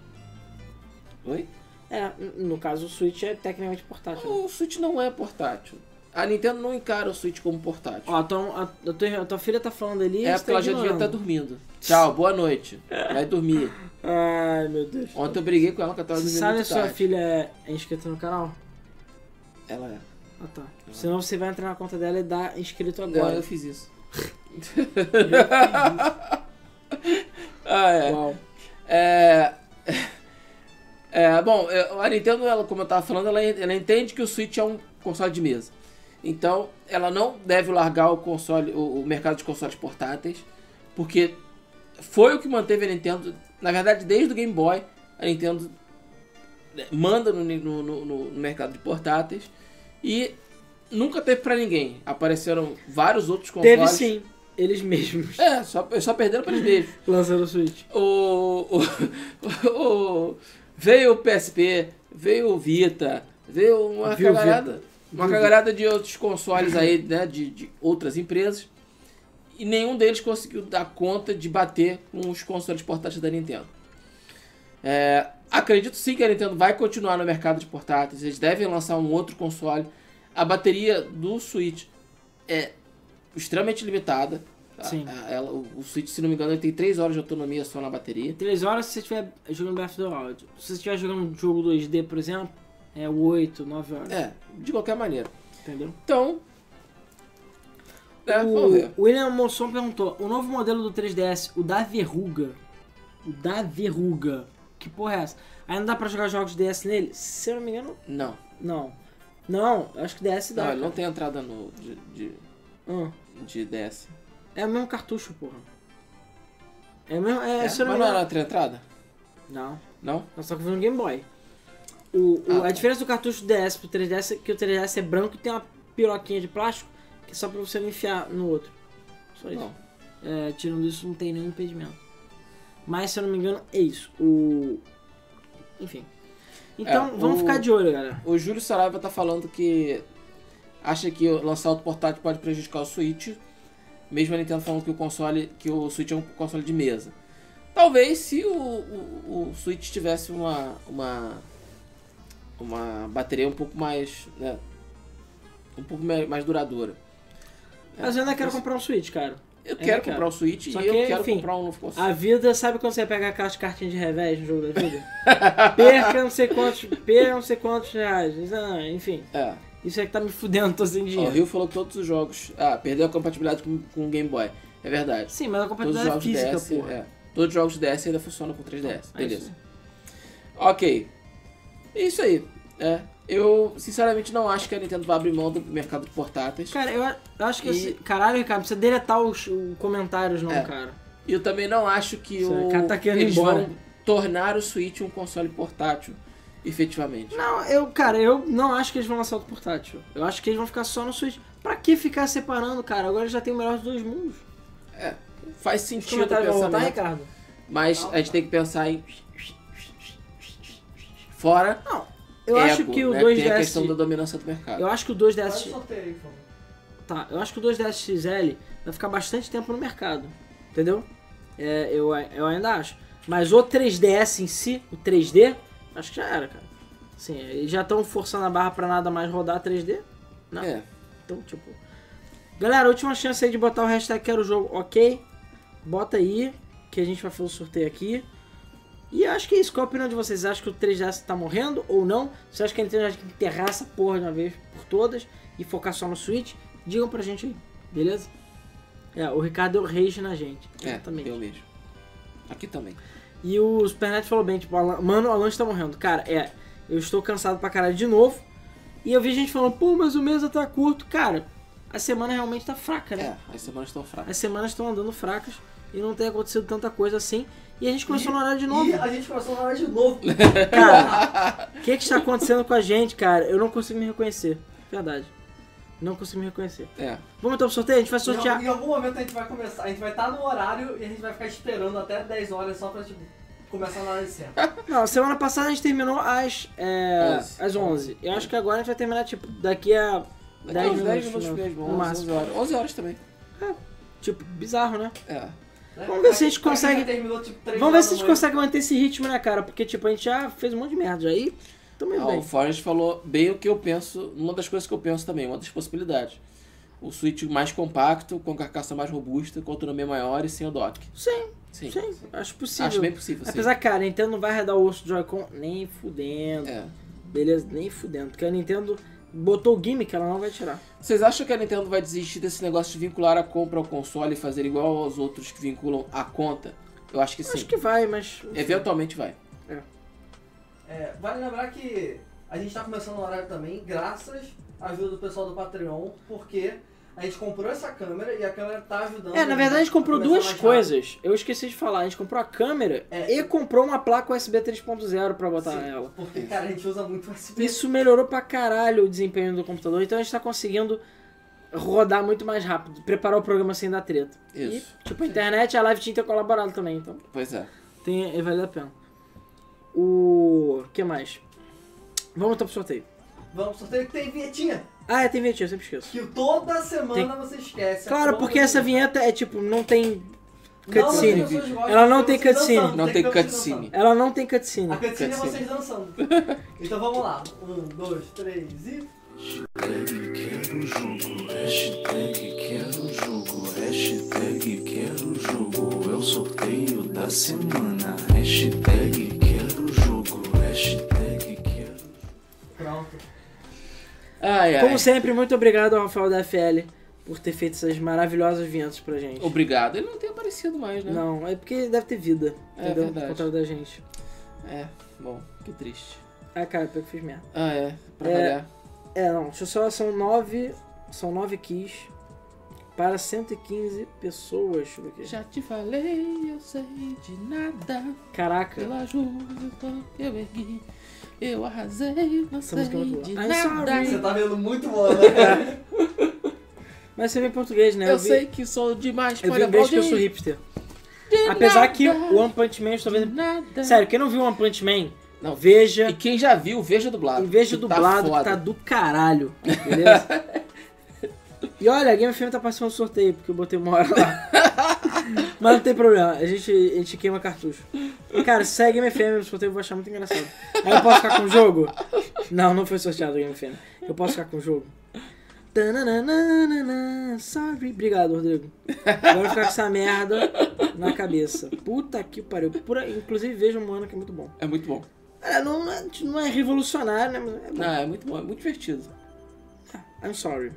Speaker 1: Oi?
Speaker 2: É, no caso o Switch é tecnicamente portátil. né?
Speaker 1: O Switch não é portátil. A Nintendo não encara o Switch como portátil.
Speaker 2: Ó, então a, a tua, a tua filha tá falando ali.
Speaker 1: é
Speaker 2: você tá
Speaker 1: porque ela já devia
Speaker 2: ignorando.
Speaker 1: estar dormindo. Tchau, boa noite. Vai dormir.
Speaker 2: Ai, meu Deus.
Speaker 1: Ontem eu briguei com ela que ela tava
Speaker 2: Você
Speaker 1: dormindo
Speaker 2: sabe
Speaker 1: muito
Speaker 2: se sua
Speaker 1: tarde.
Speaker 2: filha é- é inscrita no canal?
Speaker 1: Ela é.
Speaker 2: Ah tá. Senão você vai entrar na conta dela e dar inscrito
Speaker 1: Agora eu
Speaker 2: agora.
Speaker 1: fiz isso. ah, é.
Speaker 2: Uau.
Speaker 1: É... É, bom, é, a Nintendo, ela, como eu tava falando, ela, ela entende que o Switch é um console de mesa. Então, ela não deve largar o console, o, o mercado de consoles portáteis, porque foi o que manteve a Nintendo. Na verdade, desde o Game Boy, a Nintendo né, manda no, no- no- no- no mercado de portáteis e nunca teve pra ninguém. Apareceram vários outros consoles.
Speaker 2: Teve sim. Eles mesmos
Speaker 1: É, só, só perderam para eles mesmos.
Speaker 2: lançaram o Switch.
Speaker 1: O, o- o- veio o PSP, veio o Vita, veio uma
Speaker 2: Viu o
Speaker 1: cagarada, uma
Speaker 2: Viu o
Speaker 1: cagarada de outros consoles aí, né, de, de outras empresas. E nenhum deles conseguiu dar conta de bater com os consoles portáteis da Nintendo. É, Acredito sim que a Nintendo vai continuar no mercado de portáteis. Eles devem lançar um outro console. A bateria do Switch é extremamente limitada. tá? A-
Speaker 2: Sim.
Speaker 1: a- ela- o, o Switch, se não me engano, ele tem 3 horas de autonomia só na bateria.
Speaker 2: 3 horas se você estiver jogando Breath of the Wild. Se você estiver jogando um jogo 2D, por exemplo, é 8, 9 horas,
Speaker 1: É, de qualquer maneira.
Speaker 2: entendeu?
Speaker 1: Então. É, vamos ver.
Speaker 2: O William Monson perguntou: o novo modelo do 3DS, o da verruga. O da verruga. Que porra é essa? Ainda dá pra jogar jogos DS nele? Se eu não me engano,
Speaker 1: Não.
Speaker 2: não. Não, eu acho que DS dá.
Speaker 1: Não, ele não
Speaker 2: cara.
Speaker 1: tem entrada no de, de,
Speaker 2: Ah,
Speaker 1: de DS.
Speaker 2: é o mesmo cartucho, porra. É o mesmo. É,
Speaker 1: É,
Speaker 2: se eu
Speaker 1: mas
Speaker 2: não me
Speaker 1: não
Speaker 2: engano.
Speaker 1: era outra entrada?
Speaker 2: Não,
Speaker 1: Não?
Speaker 2: nós só que no Game Boy. O, o-
Speaker 1: Ah,
Speaker 2: a
Speaker 1: tá.
Speaker 2: diferença do cartucho do DS pro 3DS é que o 3DS é branco e tem uma piroquinha de plástico que é só pra você não enfiar no outro. Só isso.
Speaker 1: Não.
Speaker 2: É, tirando isso, não tem nenhum impedimento. Mas, se eu não me engano, é isso. O... Enfim. Então,
Speaker 1: É,
Speaker 2: vamos
Speaker 1: o-
Speaker 2: ficar de olho, galera.
Speaker 1: O Júlio Saraiva tá falando que acha que lançar outro portátil pode prejudicar o Switch, mesmo a Nintendo falando que o console, que o Switch é um console de mesa. Talvez se o, o, o Switch tivesse uma, uma uma bateria um pouco mais, né, um pouco me- mais duradoura. É,
Speaker 2: Mas eu ainda quero comprar um Switch, cara.
Speaker 1: Eu
Speaker 2: ainda
Speaker 1: quero
Speaker 2: quero.
Speaker 1: comprar o Switch
Speaker 2: Só
Speaker 1: e eu
Speaker 2: que,
Speaker 1: quero
Speaker 2: enfim,
Speaker 1: comprar um novo console.
Speaker 2: A vida, sabe quando você pega aquelas cartinhas de revés no jogo da vida? perca não sei quantos, perca não sei quantos reais. Ah, enfim,
Speaker 1: É.
Speaker 2: isso é que tá me fudendo, tô sem
Speaker 1: Ó, o
Speaker 2: dinheiro.
Speaker 1: Rio falou que todos os jogos. Ah, perdeu a compatibilidade com, com o Game Boy. É verdade.
Speaker 2: Sim, mas a
Speaker 1: Todos os
Speaker 2: compatibilidade é
Speaker 1: jogos
Speaker 2: física,
Speaker 1: DS.
Speaker 2: porra.
Speaker 1: é. Todos os jogos DS ainda funcionam com 3DS.
Speaker 2: Ah,
Speaker 1: Beleza.
Speaker 2: isso.
Speaker 1: Ok. É isso aí. É. Eu, sinceramente, não acho que a Nintendo vai abrir mão do mercado de portáteis.
Speaker 2: Cara, eu, a- eu acho que
Speaker 1: E-
Speaker 2: esse... Caralho, Ricardo, não precisa deletar os, os comentários não,
Speaker 1: É.
Speaker 2: cara.
Speaker 1: E eu também não acho que
Speaker 2: Isso,
Speaker 1: o.
Speaker 2: o cara tá querendo ir
Speaker 1: eles
Speaker 2: embora.
Speaker 1: vão tornar o Switch um console portátil, efetivamente.
Speaker 2: Não, eu, cara, eu não acho que eles vão lançar outro portátil. Eu acho que eles vão ficar só no Switch. Pra que ficar separando, cara? Agora já tem o melhor dos dois mundos.
Speaker 1: Faz
Speaker 2: Os
Speaker 1: sentido o
Speaker 2: comentários vão voltar,
Speaker 1: pensamento,
Speaker 2: Ricardo?
Speaker 1: mas a gente tem que pensar em. Fora.
Speaker 2: Não. Eu
Speaker 1: ego,
Speaker 2: acho que o
Speaker 1: né? Tem a questão
Speaker 2: 2DS.
Speaker 1: da dominância do mercado.
Speaker 2: Eu acho que o
Speaker 3: Faz
Speaker 2: 2DS.
Speaker 3: o sorteio aí, por favor.
Speaker 2: Tá, eu acho que o 2DS XL vai ficar bastante tempo no mercado. Entendeu? É, eu, a- eu ainda acho. Mas o 3DS em si, o 3D, acho que já era, cara. Sim, eles já estão forçando a barra pra nada mais rodar 3D. Não.
Speaker 1: É.
Speaker 2: Então, tipo. Galera, última chance aí de botar o hashtag Quero Jogo, ok? Bota aí, que a gente vai fazer o sorteio aqui. E acho que é isso. Qual a opinião de vocês? Vocês acham que o 3DS tá morrendo ou não? Vocês acham que a Nintendo já tem que enterrar essa porra de uma vez por todas e focar só no Switch? Digam pra gente aí, beleza? É, o Ricardo deu rage na gente.
Speaker 1: É,
Speaker 2: Exatamente.
Speaker 1: eu mesmo. Aqui também.
Speaker 2: E o Supernet falou bem, tipo, Alan- mano, o Alan está morrendo. Cara, é, eu estou cansado pra caralho de novo. E eu vi gente falando, pô, mas o mês tá curto. Cara, a semana realmente tá fraca, né?
Speaker 1: É, as semanas estão fracas.
Speaker 2: As semanas estão andando fracas e não tem acontecido tanta coisa assim. E a gente começou no horário de novo.
Speaker 3: E a gente começou a falar de novo.
Speaker 2: Cara, o que, que está acontecendo com a gente, cara? Eu não consigo me reconhecer. Verdade. Não consigo me reconhecer.
Speaker 1: É.
Speaker 2: Vamos então pro sorteio? A gente vai sortear.
Speaker 3: Em, em algum momento a gente vai começar, a gente vai estar no horário e a gente vai ficar esperando até 10 horas só pra tipo, começar né? na hora de certo.
Speaker 2: Não, semana passada a gente terminou às, é,
Speaker 1: Onze.
Speaker 2: às 11. Eu acho que agora a gente vai terminar, tipo, daqui a
Speaker 1: Daqui
Speaker 2: 10
Speaker 1: uns
Speaker 2: minutos.
Speaker 1: 10 minutos
Speaker 2: no-
Speaker 1: mesmo,
Speaker 2: no
Speaker 1: 11,
Speaker 2: máximo.
Speaker 1: 11 horas. 11 horas também.
Speaker 2: Tipo, bizarro, né?
Speaker 1: É.
Speaker 3: né?
Speaker 2: Vamos ver se a gente
Speaker 3: Pra quem já
Speaker 2: consegue-
Speaker 3: terminou, tipo, três
Speaker 2: Vamos ver
Speaker 3: horas
Speaker 2: se a gente
Speaker 3: da manhã.
Speaker 2: consegue manter esse ritmo, né, cara? Porque, tipo, a gente já fez um monte de merda. Aí, tamo indo
Speaker 1: Ah, o
Speaker 2: bem.
Speaker 1: Forrest falou bem o que eu penso, uma das coisas que eu penso também, uma das possibilidades. O Switch mais compacto, com carcaça mais robusta, com autonomia maior e sem o dock.
Speaker 2: Sim,
Speaker 1: Sim.
Speaker 2: sim, Acho possível.
Speaker 1: Acho bem possível, sim.
Speaker 2: Apesar que, cara, a Nintendo não vai arredar o osso do Joy-Con nem fudendo.
Speaker 1: É.
Speaker 2: Beleza? Nem fudendo. Porque a Nintendo botou o gimmick, ela não vai tirar.
Speaker 1: Vocês acham que a Nintendo vai desistir desse negócio de vincular a compra ao console e fazer igual aos outros que vinculam a conta? Eu acho que sim.
Speaker 2: Acho que é vai, mas.
Speaker 1: Eventualmente vai.
Speaker 3: É, vale lembrar que a gente tá começando no horário também, graças à ajuda do pessoal do Patreon, porque a gente comprou essa câmera e a câmera tá ajudando.
Speaker 2: É, na verdade a gente comprou
Speaker 3: começar
Speaker 2: duas
Speaker 3: mais
Speaker 2: coisas. Eu esqueci de falar. A gente comprou a câmera
Speaker 3: É.
Speaker 2: e comprou uma placa USB 3.0 pra botar
Speaker 3: Sim.
Speaker 2: nela.
Speaker 3: rápido, Porque, cara, a gente usa muito USB.
Speaker 2: Isso melhorou pra caralho o desempenho do computador, então a gente tá conseguindo rodar muito mais rápido, preparar o programa sem dar treta.
Speaker 1: Isso.
Speaker 2: E, tipo, a internet e a Live tinha ter colaborado também, então
Speaker 1: Pois é.
Speaker 2: tem, e vale a pena. O que mais? Vamos então pro sorteio.
Speaker 3: Vamos pro sorteio que tem vinhetinha,
Speaker 2: Ah, é, tem vinheta, eu sempre esqueço.
Speaker 3: que toda semana você esquece.
Speaker 2: Claro,
Speaker 3: Toda
Speaker 2: porque essa
Speaker 3: semana.
Speaker 2: vinheta é tipo, não tem Cutscene.
Speaker 3: Não, mas as pessoas gostam
Speaker 2: Ela não
Speaker 3: de
Speaker 2: tem
Speaker 3: vocês
Speaker 2: cutscene.
Speaker 3: dançando,
Speaker 1: Não tem
Speaker 3: vocês
Speaker 1: cutscene.
Speaker 2: Ela não tem
Speaker 3: dançando. A
Speaker 2: cutscene.
Speaker 3: cutscene é
Speaker 1: Cutscene.
Speaker 3: vocês dançando. Então vamos lá. Um, dois, três e.
Speaker 4: Hashtag quero jogo, hashtag quero jogo, hashtag quero jogo, é o sorteio da semana. Hashtag quero jogo, hashtag quero
Speaker 3: Pronto.
Speaker 1: Ai, ai.
Speaker 2: Como sempre, muito obrigado ao Rafael da FL por ter feito essas maravilhosas vinhetas pra gente.
Speaker 1: Obrigado. Ele não tem aparecido mais, né?
Speaker 2: Não, é porque ele deve ter vida.
Speaker 1: É
Speaker 2: entendeu?
Speaker 1: verdade.
Speaker 2: Ao contrário da gente.
Speaker 1: É, bom, que triste.
Speaker 2: Ah, cara, pior que fiz merda.
Speaker 1: Ah, é. Pra
Speaker 2: É.
Speaker 1: variar.
Speaker 2: É, não, deixa eu só. São nove. São nove keys para 115 pessoas. Deixa eu ver aqui.
Speaker 1: Já te falei, eu sei de nada.
Speaker 2: Caraca.
Speaker 1: Pela ajuda eu ergui. Eu arrasei, não
Speaker 2: Essa
Speaker 1: sei
Speaker 2: música é muito
Speaker 1: de
Speaker 2: boa. I'm
Speaker 1: nada.
Speaker 2: sorry.
Speaker 3: Você tá vendo muito bom, né? cara?
Speaker 2: Mas você vê em português, né?
Speaker 1: Eu,
Speaker 2: vi-
Speaker 1: sei tipo, que sou demais
Speaker 2: Eu vi
Speaker 1: para
Speaker 2: em inglês que eu
Speaker 1: aplaudir.
Speaker 2: sou hipster.
Speaker 1: De
Speaker 2: Apesar
Speaker 1: nada,
Speaker 2: que o One Punch Man, eu estou
Speaker 1: de
Speaker 2: vendo.
Speaker 1: nada.
Speaker 2: Sério, quem não viu o One Punch Man,
Speaker 1: Não,
Speaker 2: veja.
Speaker 1: E quem já viu, veja dublado.
Speaker 2: Em vez de
Speaker 1: que
Speaker 2: dublado,
Speaker 1: tá
Speaker 2: que tá
Speaker 1: foda.
Speaker 2: do caralho. Beleza? e olha, a Game FM tá passando sorteio, porque eu botei uma hora lá. Mas não tem problema, a gente, a gente queima cartucho. Cara, se sair Game FM no sorteio, eu vou achar muito engraçado. Aí eu posso ficar com o jogo? Não, não foi sorteado o Game FM. Eu posso ficar com o jogo? Tananana, sorry. Obrigado, Rodrigo. Agora eu vou ficar com essa merda na cabeça. Puta que pariu. Pura... Inclusive, veja o Moana, que é muito bom.
Speaker 1: É muito bom.
Speaker 2: É, não, não é- não é revolucionário, né? Mas é bom.
Speaker 1: Não, é muito bom, é muito divertido.
Speaker 2: I'm sorry.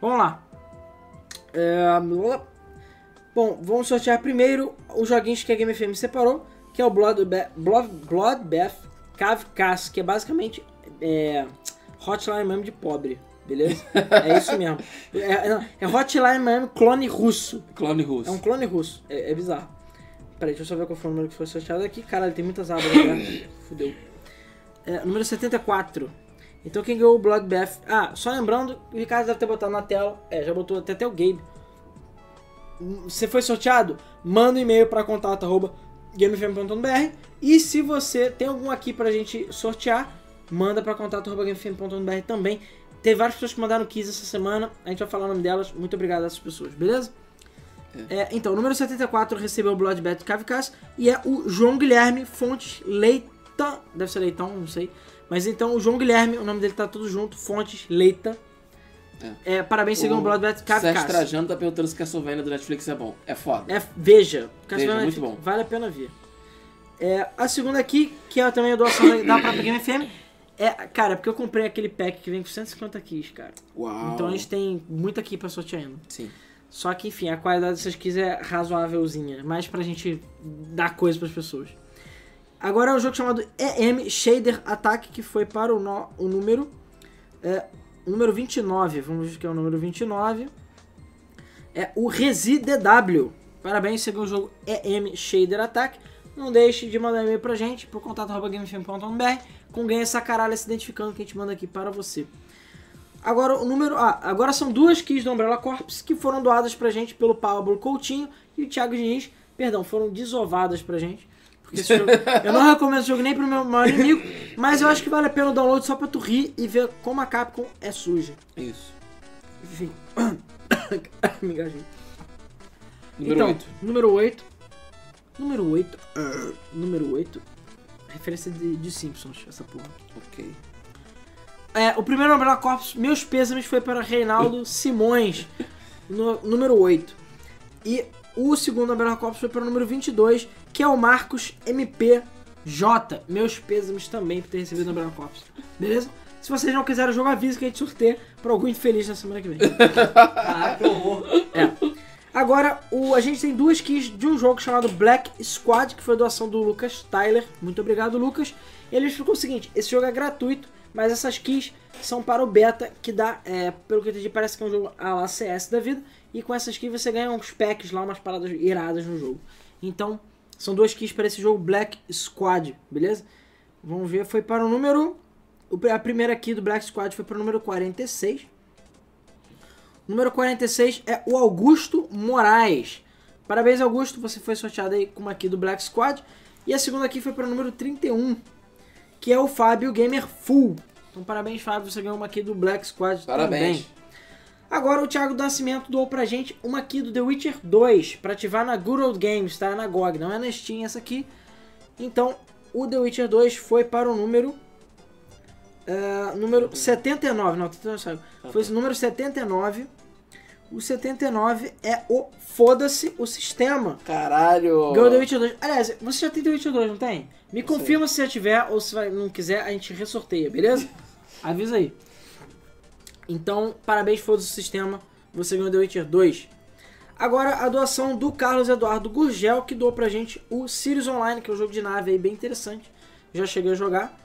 Speaker 2: Vamos lá. É, blá. bom, vamos sortear primeiro os joguinhos que a Game FM separou, que é o Bloodbath, Bloodbath Cave Cass, que é basicamente é, Hotline Miami de pobre, beleza? É isso mesmo. É, não, é Hotline Miami clone russo.
Speaker 1: Clone
Speaker 2: É
Speaker 1: russo.
Speaker 2: um clone russo. É, é bizarro. Peraí, deixa eu só ver qual foi o número que foi sorteado aqui. Caralho, tem muitas abas aqui. ó. Fudeu. É, número 74. Então quem ganhou o Bloodbath... Ah, só lembrando, o Ricardo deve ter botado na tela. É, já botou até até o Gabe. Hum, Você foi sorteado? Manda um e-mail para contato arroba gamefm.br e se você tem algum aqui pra gente sortear, manda para contato arroba gamefm.br também. Teve várias pessoas que mandaram 15 essa semana, a gente vai falar o nome delas. Muito obrigado a essas pessoas, beleza? É, então, o número 74 recebeu o Bloodbath Cavicas e é o João Guilherme Fontes Leita. Deve ser Leitão, não sei. Mas então, o João Guilherme, o nome dele tá tudo junto, Fontes Leita. É, parabéns, você ganhou o Bloodbath
Speaker 1: Sérgio
Speaker 2: Cavicas.
Speaker 1: Trajano tá perguntando se Castlevania do Netflix é bom. É foda.
Speaker 2: É, veja. Castlevania
Speaker 1: muito
Speaker 2: Netflix,
Speaker 1: bom.
Speaker 2: Vale a pena ver. É, a segunda aqui, que é também a doação da- da própria Game FM, é, cara, é porque eu comprei aquele pack que vem com 150 keys, cara.
Speaker 1: Uau.
Speaker 2: Então a gente tem muita key pra sortear ainda.
Speaker 1: Sim.
Speaker 2: Só que, enfim, a qualidade dessas keys é razoávelzinha, mais pra gente dar coisa pras pessoas. Agora é um jogo chamado EM Shader Attack, que foi para o, nó- o número é, o número 29, vamos ver que é o número 29. É o ResiDW. Parabéns, você ganhou o jogo EM Shader Attack. Não deixe de mandar e-mail pra gente, por contato arroba gamefm.br, com ganha essa caralha se identificando que a gente manda aqui para você. Agora o número. Ah, agora são duas keys da Umbrella Corps que foram doadas pra gente pelo Pablo Coutinho e o Thiago Diniz. Perdão, foram desovadas pra gente. Porque esse jogo- eu não recomendo esse jogo nem pro meu maior inimigo, mas eu acho que vale a pena o download só pra tu rir e ver como a Capcom é suja.
Speaker 1: Isso.
Speaker 2: Enfim. Me engajei.
Speaker 1: Número
Speaker 2: então,
Speaker 1: 8.
Speaker 2: Número 8. Número 8. número 8. Referência de, de Simpsons, essa porra.
Speaker 1: Ok.
Speaker 2: É, o primeiro Umbrella Corps, meus pêsames, foi para Reinaldo Simões, no, número 8. E o segundo Umbrella Corps foi para o número 22, que é o Marcos MPJ. Meus pêsames também por ter recebido o Umbrella Corps. Beleza? Se vocês não quiserem o jogo, avisa que a gente sorteia para algum infeliz na semana que vem.
Speaker 3: Caraca, Ah, que horror.
Speaker 2: Agora, o, a gente tem duas keys de um jogo chamado Black Squad, que foi doação do Lucas Tyler. Muito obrigado, Lucas. Ele explicou o seguinte: esse jogo é gratuito, mas essas keys são para o beta, que dá, é, pelo que eu entendi, parece que é um jogo a lá CS da vida. E com essas keys você ganha uns packs lá, umas paradas iradas no jogo. Então, são duas keys para esse jogo Black Squad, beleza? Vamos ver, foi para o número. o- A primeira key do Black Squad foi para o número 46. Número 46 é o Augusto Moraes. Parabéns, Augusto. Você foi sorteado aí com uma aqui do Black Squad. E a segunda aqui foi para o número 31, que é o Fábio Gamer Full. Então, parabéns, Fábio. Você ganhou uma aqui do Black Squad
Speaker 1: Parabéns.
Speaker 2: também. Agora o Thiago Nascimento doou pra gente uma aqui do The Witcher 2, pra ativar na Good Old Games, tá? Na GOG, não é na Steam essa aqui. Então, o The Witcher 2 foi para o número... ah, número 79, não, 79 saiu. Foi esse número 79. O 79 é o Foda-se o Sistema.
Speaker 1: Caralho!
Speaker 2: Ganhou The Witcher 2. Aliás, você já tem The Witcher 2, não tem? Me confirma se já tiver ou se vai- não quiser, a gente ressorteia, beleza? Avisa aí. Então, parabéns, foda o sistema. Você ganhou The Witcher 2. Agora, a doação do Carlos Eduardo Gurgel, que doou pra gente o Sirius Online, que é um jogo de nave aí bem interessante. Já cheguei a jogar.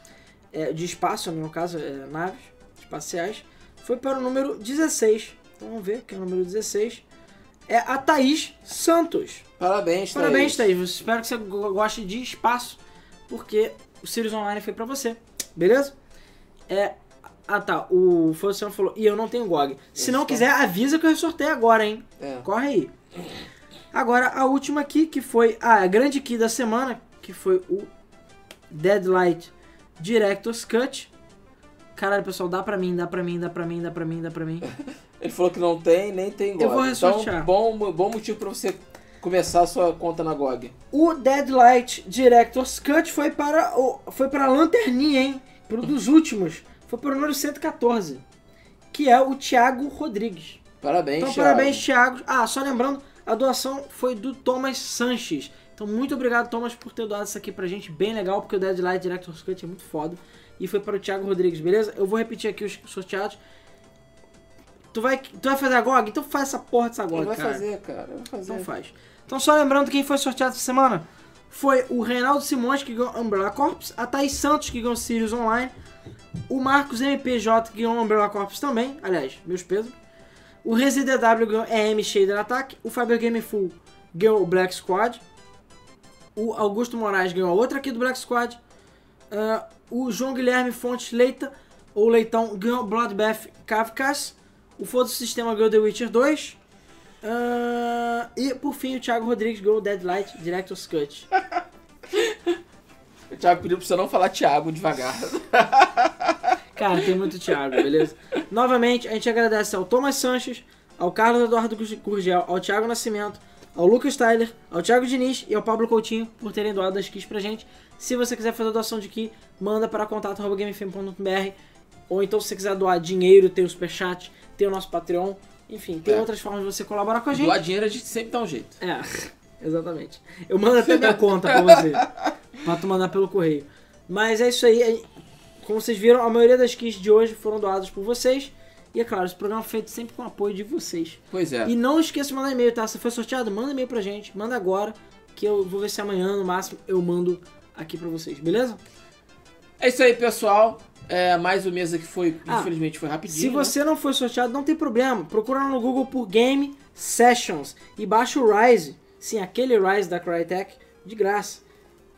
Speaker 2: É, de espaço, no meu caso, é, naves espaciais. Foi para o número 16. Então vamos ver que é o número 16. É a Thaís Santos.
Speaker 1: Parabéns, Thaís.
Speaker 2: Parabéns, Thaís. Espero que você go- goste de espaço, porque o Sirius Online foi pra você. Beleza? É. Ah tá, o Fossan falou, e eu não tenho GOG. Se não quiser, avisa que eu ressorteio agora, hein?
Speaker 1: É.
Speaker 2: Corre aí. Agora, a última aqui, que foi a grande key da semana, que foi o Deadlight Director's Cut. Caralho, pessoal, dá pra mim, dá pra mim, dá pra mim, dá pra mim, dá pra mim.
Speaker 1: Ele falou que não tem, nem tem GOG.
Speaker 2: Eu vou
Speaker 1: então,
Speaker 2: ressortear.
Speaker 1: bom, bom motivo pra você começar a sua conta na GOG.
Speaker 2: O Deadlight Director's Cut foi para o, foi para a lanterninha, hein? Pro dos últimos. Foi para o número 114, que é o Thiago Rodrigues.
Speaker 1: Parabéns,
Speaker 2: então,
Speaker 1: Thiago.
Speaker 2: parabéns, Thiago. Ah, só lembrando, a doação foi do Thomas Sanches. Então, muito obrigado, Thomas, por ter doado isso aqui pra gente. Bem legal, porque o Deadlight Director's Cut é muito foda. E foi para o Thiago Rodrigues, beleza? Eu vou repetir aqui os sorteados. Tu vai, tu vai fazer a GOG? Então faz essa porra dessa GOG,
Speaker 1: Ele vai
Speaker 2: cara.
Speaker 1: fazer, cara. Ele vai fazer.
Speaker 2: Então faz. Então só lembrando quem foi sorteado essa semana. Foi o Reinaldo Simões, que ganhou Umbrella Corps, a Thaís Santos, que ganhou Sirius Online, o Marcos MPJ, que ganhou Umbrella Corps também, aliás, meus pesos. O ReziDW ganhou EM Shader Attack, o Faber Game Full ganhou o Black Squad, o Augusto Moraes ganhou outra aqui do Black Squad, ah, o João Guilherme Fontes Leita, ou Leitão, ganhou Bloodbath Kafkas, o Foda Sistema ganhou The Witcher 2, ah, e por fim o Thiago Rodrigues ganhou o Deadlight Director's Cut.
Speaker 1: O Thiago pediu pra você não falar Thiago devagar.
Speaker 2: Cara, tem muito Thiago, beleza? Novamente, a gente agradece ao Thomas Sanches, ao Carlos Eduardo Gurgel, ao Thiago Nascimento, ao Lucas Tyler, ao Thiago Diniz e ao Pablo Coutinho por terem doado as keys pra gente. Se você quiser fazer doação de key, manda para contato.gamefm.br ou então se você quiser doar dinheiro, tem o Superchat, tem o nosso Patreon, enfim, tem
Speaker 1: É.
Speaker 2: outras formas de você colaborar com a gente.
Speaker 1: Doar dinheiro a gente sempre dá um jeito.
Speaker 2: É, exatamente. Eu mando até minha conta pra você. pra tu mandar pelo correio. Mas é isso aí. é- Como vocês viram, a maioria das kits de hoje foram doadas por vocês. E é claro, esse programa é feito sempre com o apoio de vocês.
Speaker 1: Pois é.
Speaker 2: E não esqueça de mandar e-mail, tá? Se foi sorteado, manda e-mail pra gente. Manda agora, que eu vou ver se amanhã, no máximo, eu mando aqui pra vocês, beleza?
Speaker 1: É isso aí, pessoal. É, mais um mês aqui foi,
Speaker 2: Ah,
Speaker 1: infelizmente, foi rapidinho.
Speaker 2: Se
Speaker 1: né?
Speaker 2: você não foi sorteado, não tem problema. Procura no Google por Game Sessions e baixa o Rise. Sim, aquele Rise da Crytek de graça.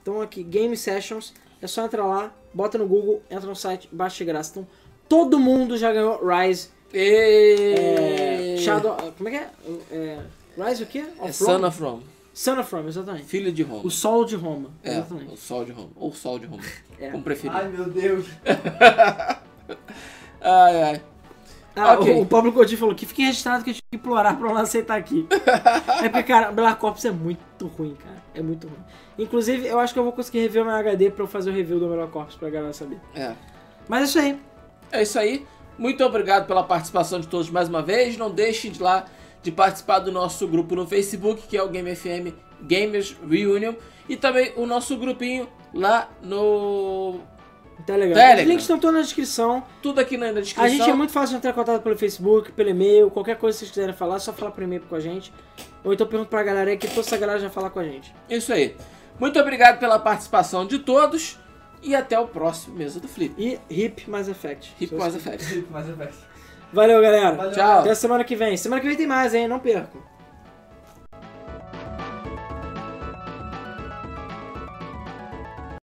Speaker 2: Então aqui, Game Sessions, é só entrar lá, bota no Google, entra no site, baixa de graça. Então todo mundo já ganhou Rise.
Speaker 1: E...
Speaker 2: É, Shadow. Como é que é? É, Rise o quê?
Speaker 1: É
Speaker 2: Rome?
Speaker 1: Son of Rome.
Speaker 2: Son of Rome, exatamente.
Speaker 1: Filho de Roma.
Speaker 2: O Sol de Roma,
Speaker 1: É, o
Speaker 2: exatamente.
Speaker 1: Sol de Roma. Ou Sol de Roma.
Speaker 2: É.
Speaker 1: Como preferir.
Speaker 3: Ai meu Deus.
Speaker 1: Ai, ai.
Speaker 2: Ah,
Speaker 1: Ok.
Speaker 2: o, o Pablo Coutinho falou que fique registrado que eu tive que implorar pra não aceitar aqui. é porque, cara, Black Ops é muito ruim, cara. É muito ruim. Inclusive, eu acho que eu vou conseguir rever o meu HD pra eu fazer o review do Black Ops pra galera saber.
Speaker 1: É.
Speaker 2: Mas é isso aí.
Speaker 1: É isso aí. Muito obrigado pela participação de todos mais uma vez. Não deixem de lá de participar do nosso grupo no Facebook, que é o Game FM Gamers Reunion, e também o nosso grupinho lá no
Speaker 2: Telegram.
Speaker 1: Telegram.
Speaker 2: Tá Os links estão todos na descrição.
Speaker 1: tudo aqui na na Tá descrição.
Speaker 2: A gente é muito fácil de entrar em contato pelo Facebook, pelo e-mail, qualquer coisa que vocês quiserem falar, é só falar por e-mail com a gente. Ou então pergunta pra galera aí que toda essa galera já falar com a gente.
Speaker 1: Isso aí. Muito obrigado pela participação de todos e até o próximo mesa do Flip.
Speaker 2: E Hip Mais Effect.
Speaker 1: Hip mais effect.
Speaker 3: Tipo, mas é péssimo.
Speaker 2: Valeu, galera.
Speaker 1: Tchau.
Speaker 2: Até semana que vem. Semana que vem tem mais, hein? Não percam.